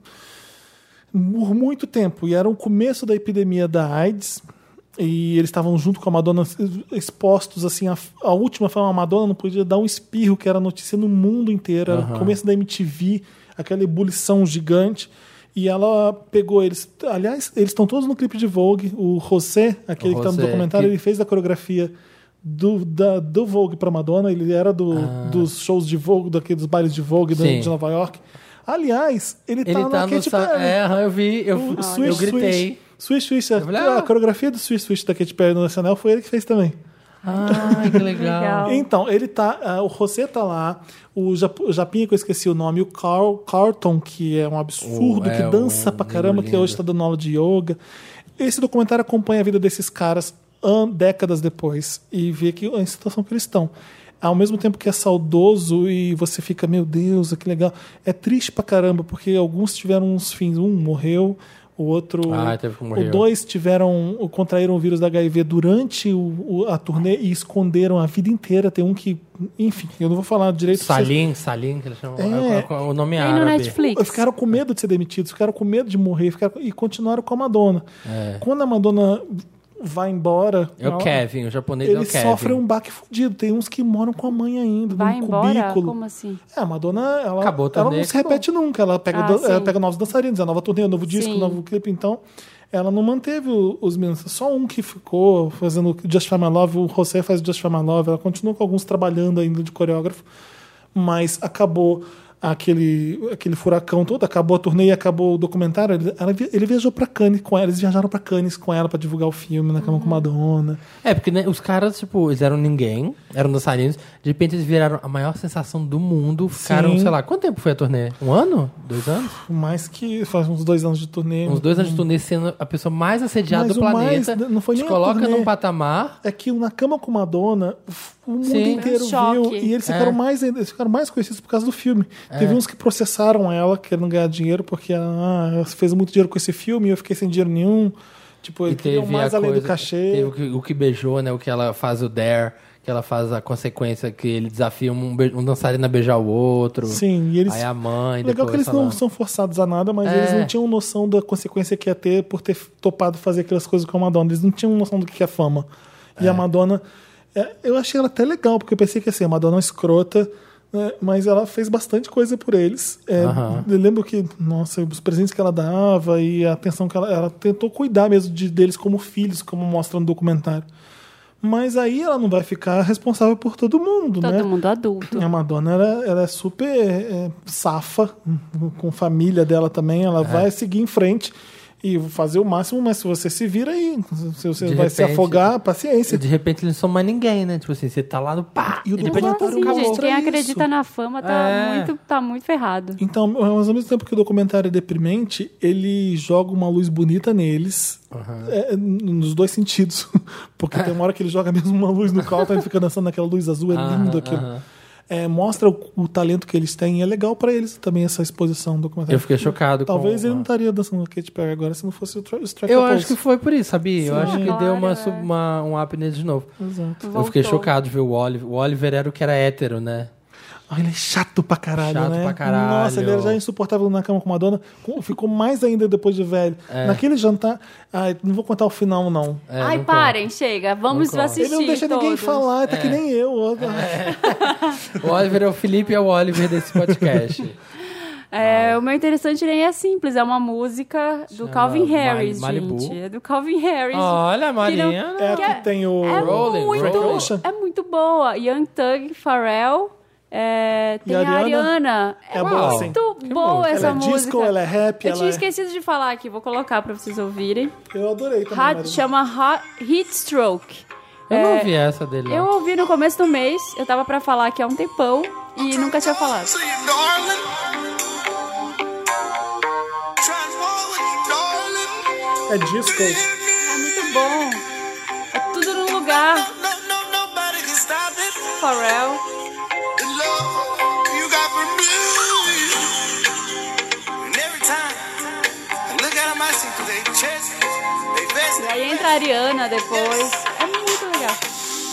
por muito tempo. E era o começo da epidemia da AIDS. E eles estavam junto com a Madonna expostos, assim, a, a última foi uma Madonna não podia dar um espirro, que era notícia no mundo inteiro, era o começo da MTV, aquela ebulição gigante. E ela pegou eles. Aliás, eles estão todos no clipe de Vogue. O José, aquele que tá José, no documentário, que- ele fez a coreografia do, da, do Vogue pra Madonna. Ele era do, dos shows de Vogue, daqueles bailes de Vogue da- Ah. Sim. de Nova York. Aliás, ele, Ele tá, tá na no... Katy Sa... Perry. É, aham, eu vi. Eu, O eu Swish, gritei. Swish, Swish, Swish, a, falei, ah. a coreografia do Swish, Swish da Katy Perry no Nacional foi ele que fez também. Ai, que legal. Legal. Então, ele tá. ah, o José tá lá, o, Jap, o Japinha, que eu esqueci o nome, o Carl Carlton, que é um absurdo, Oh, é, que dança um pra caramba, menino que hoje lindo. tá dando aula de yoga. Esse documentário acompanha a vida desses caras an- décadas depois e vê que a situação que eles estão. Ao mesmo tempo que é saudoso e você fica, meu Deus, que legal. É triste pra caramba, porque alguns tiveram uns fins. Um morreu, o outro. Ah, teve que morrer. o dois dois tiveram ou contraíram o vírus da HIV durante o- o- a turnê e esconderam a vida inteira. Tem um que, enfim, eu não vou falar direito. pra vocês- Salim, Salim, que eles chamam. É. É, o nome é Tem no árabe. Netflix. Ficaram com medo de ser demitidos, ficaram com medo de morrer ficaram, e continuaram com a Madonna. Quando a Madonna vai embora, É o ela- Kevin, o japonês é o eles Kevin. sofrem um baque fudido. Tem uns que moram com a mãe ainda, Vai num embora? cubículo. Como assim? É, a Madonna, ela, Acabou a ela turnê, não se acabou. repete nunca. Ela pega, Ah, dan- ela sim. pega novos dançarinos, é nova turnê, é novo disco, Sim. novo clipe. Então, ela não manteve o- os meninos. Só um que ficou fazendo Just For My Love. O José faz Just For My Love. Ela continua com alguns trabalhando ainda de coreógrafo. Mas acabou aquele, aquele furacão todo. Acabou a turnê e acabou o documentário. Ele, ela vi- ele viajou pra Cannes com ela. Eles viajaram pra Cannes com ela pra divulgar o filme na cama Uhum. com Madonna. É, porque né, os caras, tipo, eles eram ninguém, eram dançarinos. De repente eles viraram a maior sensação do mundo. Ficaram, Sim. sei lá, quanto tempo foi a turnê? Um ano? Dois anos? Por mais que faz uns dois anos de turnê. Uns dois anos de turnê sendo a pessoa mais assediada Mas do o mais, planeta. né, não foi te nem a coloca turnê. num patamar. é que o na cama com Madonna o mundo Sim. inteiro Um choque. viu e eles É. ficaram mais ainda- eles ficaram mais conhecidos por causa do filme. Teve uns que processaram ela querendo ganhar dinheiro porque ah, ela fez muito dinheiro com esse filme e eu fiquei sem dinheiro nenhum. Tipo, E eles queriam teve mais a além coisa, do cachê. Teve o que, o que beijou, né? O que ela faz o dare, que ela faz a consequência que ele desafia um, be- um dançarino a beijar o outro. Sim, e eles Aí a mãe, Legal depois que eles não falando. são forçados a nada, mas É. eles não tinham noção da consequência que ia ter por ter topado fazer aquelas coisas com a Madonna. Eles não tinham noção do que é fama. E a Madonna, é, eu achei ela até legal, porque eu pensei que assim, a Madonna é uma escrota, né? Mas ela fez bastante coisa por eles. É, Aham. Eu lembro que, nossa, os presentes que ela dava e a atenção que ela, ela tentou cuidar mesmo de, deles como filhos, como mostra no documentário. Mas aí ela não vai ficar responsável por todo mundo, Todo né? mundo adulto. A Madonna ela, ela é super é, safa com a família dela também. É. Ela vai seguir em frente e fazer o máximo, mas se você se vira aí, se você De vai se repente- afogar, paciência. De repente ele não são mais ninguém, né? Tipo assim, você tá lá no pá. E o de repente documentário tá no Sim, acabou. gente, quem Mostra acredita isso. na fama tá, É. muito, tá muito ferrado. Então, mas ao mesmo tempo que o documentário é deprimente, ele joga uma luz bonita neles, é, nos dois sentidos. Porque tem uma hora que ele joga mesmo uma luz no caldo, ele fica dançando naquela luz azul, é lindo aquilo. É, mostra o, o talento que eles têm, e é legal pra eles também essa exposição do documentário. Eu fiquei chocado com- Talvez ele não estaria dançando no Katy Perry agora se não fosse o, Tra o Strike Eu Up acho que Pulse. foi por isso, sabia? eu Sim, acho que claro, deu uma, é. sub- uma- um up nele de novo. Exato. Eu fiquei Voltou. chocado de ver o Oliver. O Oliver era o que era hétero, né? Ah, ele é chato pra caralho, Chato né? pra caralho. Nossa, ele era já insuportável na cama com a Madonna. com- Ficou mais ainda depois de velho. Naquele jantar... Ai, não vou contar o final, não. É, Ai, não parem, chega. Vamos Não assistir. Ele não deixa ninguém todos. falar, É. tá que nem eu. conta. O Oliver é o Felipe e é o Oliver desse podcast. É, o meu interessante nem é simples, é uma música do Chama Calvin Mali- Harris, Malibu. gente. É do Calvin Harris. Ah, Olha, Mariana. É Que é- a que tem o. É Rolling, muito, Rolling. é muito boa. Young Thug, Pharrell, é, tem a Ariana? Ariana. É boa, muito sim. boa essa ela é música. disco, ela é rap, Eu ela tinha é... esquecido de falar aqui, vou colocar pra vocês ouvirem. Eu adorei também. Hot- Marina. chama Hot, Heat Stroke. Eu não É, ouvi essa dele. não. Eu ouvi no começo do mês, eu tava pra falar aqui há um tempão e nunca tinha falado. So you darling. Transform you darling. É disco. É muito bom. É tudo no lugar. No, no, nobody can stop it. Pharrell. The love you got for me. And every time I look out of my seat, 'cause they chest, they vest, E aí entra a Ariana depois. É muito legal.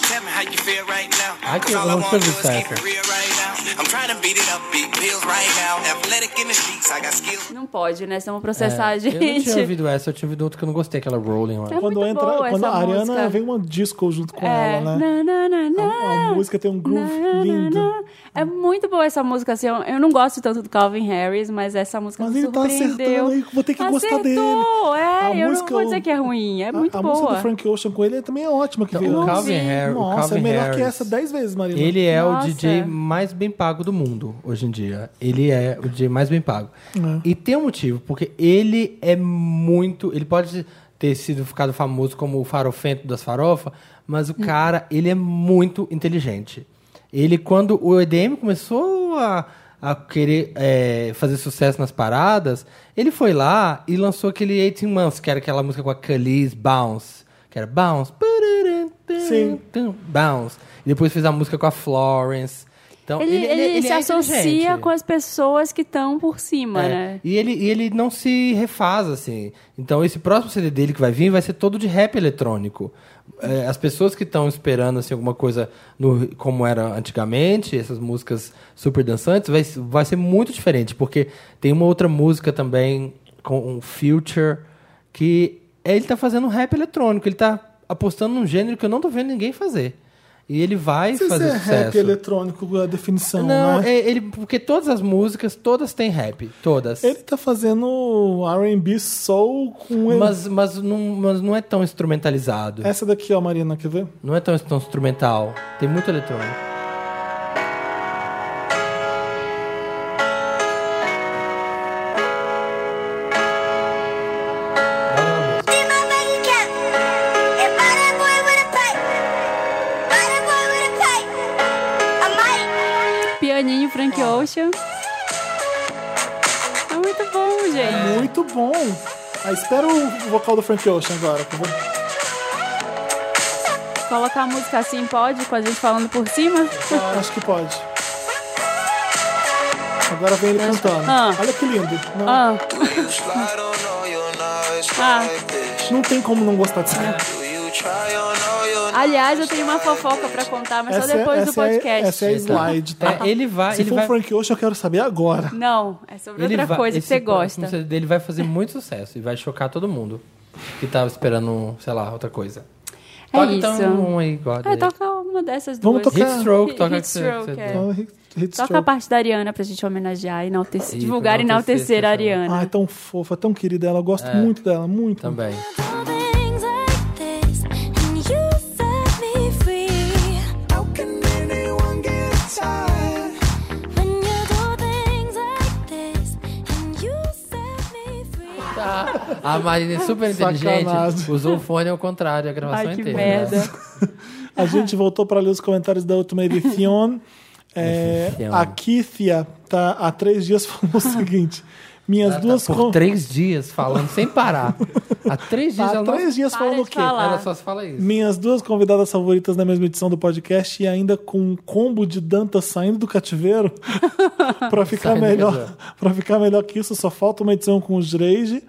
Tell me how you feel right now. I can't- 'Cause all I I'm wanna still do is excited. keep it real right now. I'm trying to beat it up, beat pills right now. Athletic in the streets, I got skills. Não pode, né? Senão vão É, processar a Eu não gente. tinha ouvido essa, eu tinha ouvido outra que eu não gostei, aquela Rolling. lá. É Quando muito entra. boa quando essa a Ariana música. vem uma disco junto com É. ela, né? Na, na, na, na. A, a música tem um groove Na, na, lindo. na. É muito boa essa música, assim. Eu, eu não gosto tanto do Calvin Harris, mas essa música Mas me ele tá surpreendeu. acertando aí, vou ter que gostar dele. Acertou, É, A eu música- um não vou dizer que é ruim. É A- muito a, boa. música do Frank Ocean com ele também é ótima. Que Então, veio. o Calvin Harris- o Nossa, é Calvin melhor que Harris. essa dez vezes, Marina. Ele é Nossa. o DJ mais bem pago do mundo hoje em dia. Ele é o DJ mais bem pago. É. E tem um motivo, porque ele é muito. Ele pode ter sido ficado famoso como o farofento das farofas, mas o cara, ele é muito inteligente. Ele, quando o EDM começou a, a querer é, fazer sucesso nas paradas, ele foi lá e lançou aquele 18 Months, que era aquela música com a Khalees Bounce, que era Bounce. Sim. Tum, Bounce. E depois fez a música com a Florence. Então, Ele, ele, ele- ele ele se é associa inteligente. com as pessoas que estão por cima, É. né? E ele, e ele não se refaz, assim. Então, esse próximo CD dele que vai vir vai ser todo de rap eletrônico. É, as pessoas que estão esperando, assim, alguma coisa no- como era antigamente, essas músicas super dançantes, vai, vai ser muito diferente, porque tem uma outra música também com um Future que ele tá fazendo um rap eletrônico, ele tá apostando num gênero que eu não tô vendo ninguém fazer. E ele vai Não sei se fazer é sucesso. rap eletrônico, a definição, Não, né? é- ele, porque todas as músicas, todas têm rap. Todas. Ele tá fazendo R&B soul com ele. Mas, mas, não, mas não é tão instrumentalizado. Essa daqui, ó, Marina, quer ver? Não é tão, tão instrumental. Tem muito eletrônico. Pianinho Frank Ocean. É muito bom, gente. Muito bom. Ah, espera o vocal do Frank Ocean agora. que eu vou- Colocar a música assim pode, com a gente falando por cima. Acho que pode. Agora vem ele cantando. Ah. Olha que lindo. Não, Ah, You slide on all your knives Ah. like this. não tem como não gostar disso. É. Do you try on all your Ah, aliás, eu tenho uma fofoca pra contar, mas só é- depois do essa é- podcast. essa é a slide, tá? É, ele vai. Se ele for vai, o Frank Ocean, eu quero saber agora. Não, é sobre ele outra vai- coisa que esse você próximo gosta. CD dele vai fazer muito sucesso e vai chocar todo mundo que tava esperando, sei lá, outra coisa. É Toca isso. então um aí, God. Ah, toca uma dessas Vamos duas. tocar. Heatstroke, toca Heatstroke, que você- é. você- Então, hit Toca a show. parte da Ariana pra gente homenagear, enaltecer, E divulgar e enaltecer enaltecer a essa- Ai, Ariana. tão fofa, tão querida ela. Eu gosto muito dela, muito. É. Também. Things like this, and you set me free. How can anyone get tired when you do things like this, and you set me free? A Marina é super inteligente, Sacanagem. usou o fone ao contrário, a gravação Ai, que inteira. né? merda. A gente voltou para ler os comentários da última edição. É, Edição. a Kithia tá há três dias falando o seguinte: minhas Ela tá duas por con- três dias falando sem parar. Há três dias Tá há ela não- três dias Para falando o de quê? falar. Ela só se fala isso. Minhas duas convidadas favoritas na mesma edição do podcast e ainda com um combo de Dantas saindo do cativeiro para ficar Saindo do melhor, cativeiro. para ficar melhor que isso, só falta uma edição com o Dreige.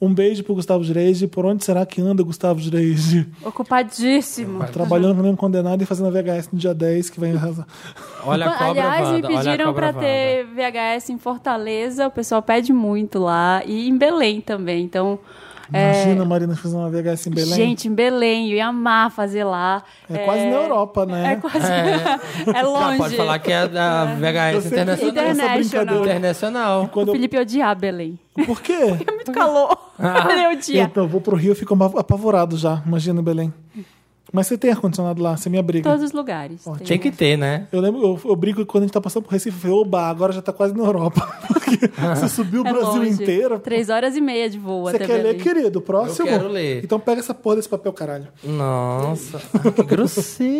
Um beijo pro Gustavo Dreige. Por onde será que anda Gustavo Dreige? Ocupadíssimo. Trabalhando com nenhum condenado e fazendo a VHS no dia 10, que vai arrasar. Olha a cobra Aliás, me Wanda, olha a pediram cobra pra ter VHS em Fortaleza, o pessoal pede muito lá. E em Belém também, então. é, Imagina a Marina fazendo uma VHS em Belém. Gente, em Belém, eu ia amar fazer lá. é, quase na Europa, né? É quase. Wanda. É, longe. Já Ah, pode falar que é da VHS sempre fiz essa Internacional. International. Internacional. Quando O eu... É. Felipe odiar Belém. Por quê? É muito calor. Ele odia. Então, eu vou pro Rio e fico ama- apavorado já. Imagina Belém. Mas você tem ar-condicionado lá, você me abriga. Todos os lugares. Tem- Tem que ter, né? Eu lembro, eu, eu brinco que quando a gente tá passando por Recife, eu falei, oba, agora já tá quase na Europa. Porque você subiu o é Brasil longe. inteiro. Três horas e meia de voo Você até quer ler, Belém. querido? Próximo? Eu quero ler. Então pega essa porra desse papel, caralho. Nossa, ah, que grosseiro,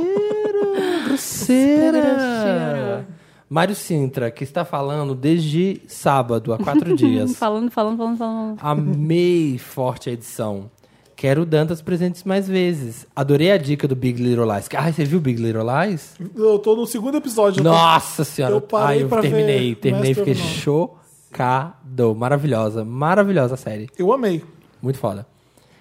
grosseira. Grosseira. Mário Sintra, que está falando desde sábado, há quatro dias. Falando, falando, falando, falando. Amei forte a edição. Quero Dantas presentes mais vezes. Adorei a dica do Big Little Lies. Ai, você viu Big Little Lies? Eu tô no segundo episódio. eu tô- Nossa senhora. eu parei Ai, eu pra ver terminei, terminei, Master fiquei of None. chocado. Maravilhosa, maravilhosa a série. Eu amei. Muito foda.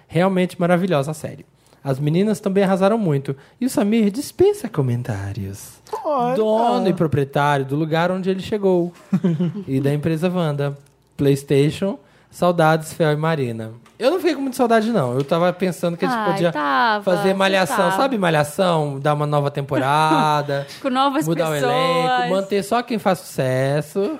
Realmente maravilhosa a série. As meninas também arrasaram muito. E o Samir dispensa comentários. Olha. Dono e proprietário do lugar onde ele chegou. e da empresa Wanda. Playstation, saudades, Fel e Marina. Eu não fiquei com muita saudade, não. Eu tava pensando que eles Ai, podiam tava, fazer você malhação. tava. Sabe malhação? Dar uma nova temporada. Com novas mudar pessoas. o elenco. Manter só quem faz sucesso.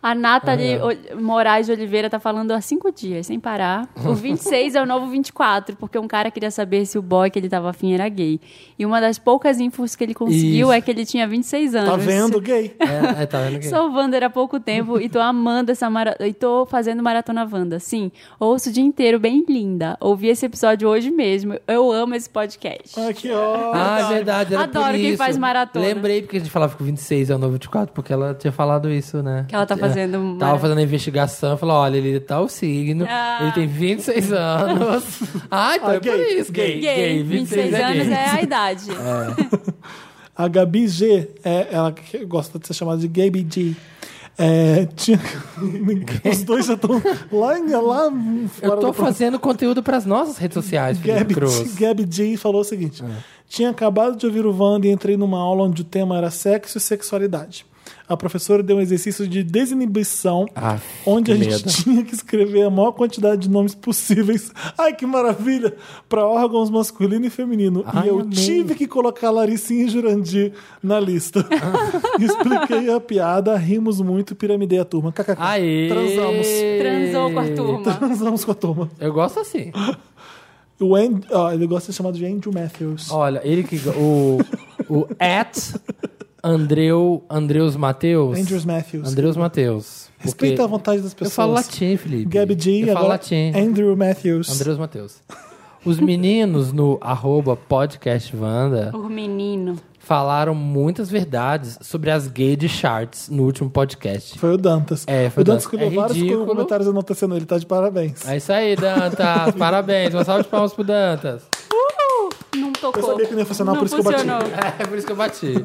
A Nathalie O- Moraes de Oliveira tá falando há cinco dias, sem parar. O 26 é o novo 24, porque um cara queria saber se o boy que ele tava afim era gay. E uma das poucas infos que ele conseguiu Isso. é que ele tinha 26 anos. Tá vendo, gay? É, é, tá vendo que- Sou Wander há pouco tempo e tô amando essa maratona. E tô fazendo maratona Wanda. Sim, ouço o dia inteiro, bem linda. Ouvi esse episódio hoje mesmo. Eu amo esse podcast. Ai, que ó. Ah, é verdade. Era Adoro por quem isso. faz maratona. Lembrei porque a gente falava que o 26 é o novo 24, porque ela tinha falado isso, né? Que ela tá É, fazendo Tava mara- fazendo a investigação, falou: olha, ele tá o signo, Ah. ele tem 26 anos. ah, então Ah, é gay, por isso. gay, Gay, Gay, 26 anos é a idade. A Gabi G, é, ela que gosta de ser chamada de Gabi G. É, tinha- Os dois já estão lá, em- lá fora Eu tô do programa. fazendo conteúdo pras nossas redes sociais, Felipe Gabi, Cruz. É. Gabi G falou o seguinte: tinha acabado de ouvir o Wanda e entrei numa aula onde o tema era sexo e sexualidade. A professora deu um exercício de desinibição, Ah, onde a que gente medo. tinha que escrever a maior quantidade de nomes possíveis. Ai, que maravilha! Para órgãos masculino e feminino. Ai, e eu amei. tive que colocar Laricinha e Jurandir na lista. Expliquei a piada, rimos muito, piramidei a turma. KKK. Aê! Transamos. Transou com a turma. Transamos com a turma. Eu gosto assim. O And, ó, ele gosta de ser chamado de Andrew Matthews. Olha, ele que. O. O at Andreu, Andreus Mateus. Andrews Matthews. Andreus Mateus. Respeita a Porque- vontade das pessoas. Eu falo latim, Felipe. Gabi G, Eu falo agora é latim. Andrew Matthews. Andreus Matheus. Os meninos no arroba podcast Wanda O menino. falaram muitas verdades sobre as gay de charts no último podcast. Foi o Dantas. É, foi o Dantas o Dantas. que leu É vários ridículo. comentários enaltecendo ele. Tá de parabéns. É isso aí, Dantas. Parabéns. Uma salva de palmas pro Dantas. Não tocou. Eu sabia que não ia funcionar, Não por isso que eu bati. funcionou. É por isso que eu bati.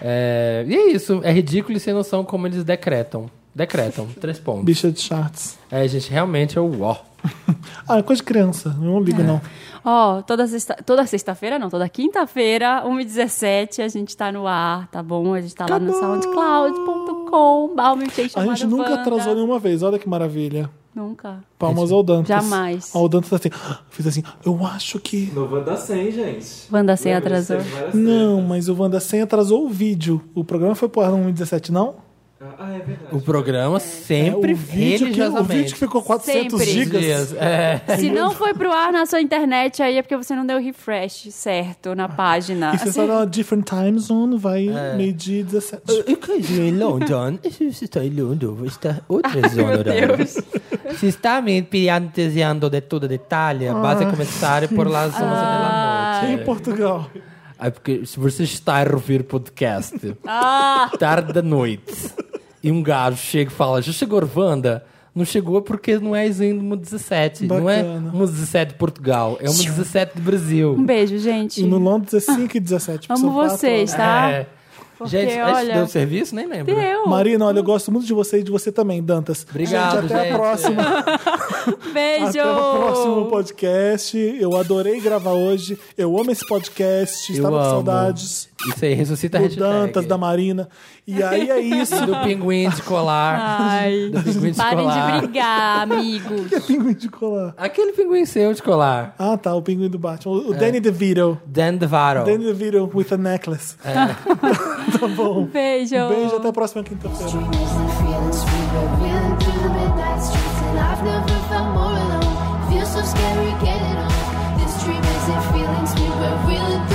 É, e é isso. É ridículo e sem noção como eles decretam. Decretam. Três pontos. Bicha de charts. É, gente, realmente é o ó. Ah, é coisa de criança. Eu não É. ligo, não. Ó, toda sexta, toda sexta-feira, não, toda quinta-feira, 1h17, a gente tá no ar, tá bom? A gente tá lá no soundcloud.com, balmilkshake A gente nunca Wanda. atrasou nenhuma vez. Olha que maravilha. Nunca. Palmas ao Dantas. Jamais. Ao Dantas assim, fiz assim, eu acho que. No Wanda 100, gente. Wanda 100 Lembra disso? atrasou. Teve várias Não, mas o Wanda Sem atrasou o vídeo. O programa foi pro ar no 117, não? É tretas. Ah, é verdade. O programa sempre o vídeo, que, o vídeo que ficou 400 Sempre. gigas. Dias, é. Se não foi pro ar na sua internet, aí é porque você não deu refresh certo na página. E você Assim, está na Different Time Zone, vai É. meio-dia e 17. Eu quero ir em London. Se você está em London, vai estar outra zona horária. Se está me pianteando de toda a Itália, Ah, basta começar por lá às 11 Ah. da Em noite. Portugal. É porque se você está a ouvir podcast Ah. tarde da noite e um gajo chega e fala, já chegou Orvanda? Não chegou porque não é Isinho 17. Não é Bacana. uma 17 de Portugal, é uma 17 de Brasil. Um beijo, gente. E no Londres é 5 e 17. porque Amo são quatro vocês, horas. tá? É. Porque, Gente, acho que olha- deu serviço? Nem lembro. Deu. Marina, olha, eu gosto muito de você e de você também, Dantas. Obrigado, gente. Até gente. a próxima. Beijo. Até o próximo podcast. Eu adorei gravar hoje. Eu amo esse podcast. Estava com amo. saudades. Isso aí, ressuscita a Do hashtag. Dantas, da Marina. E aí é isso. do pinguim de Ah. colar. Ai. Do pinguim de Parem colar. de brigar, amigos. Pinguim de colar. Aquele pinguim seu de colar. Ah, tá. O pinguim do Batman. É. O Danny DeVito. Dan DeVaro. Danny DeVito with a necklace. É. tá bom. Beijo. Beijo, até a próxima quinta-feira. Raise the feelings we were reeling through the midnight streets, and I've never felt more alone. Feels so scary, get it on. This dream isn't feelings we were reeling through.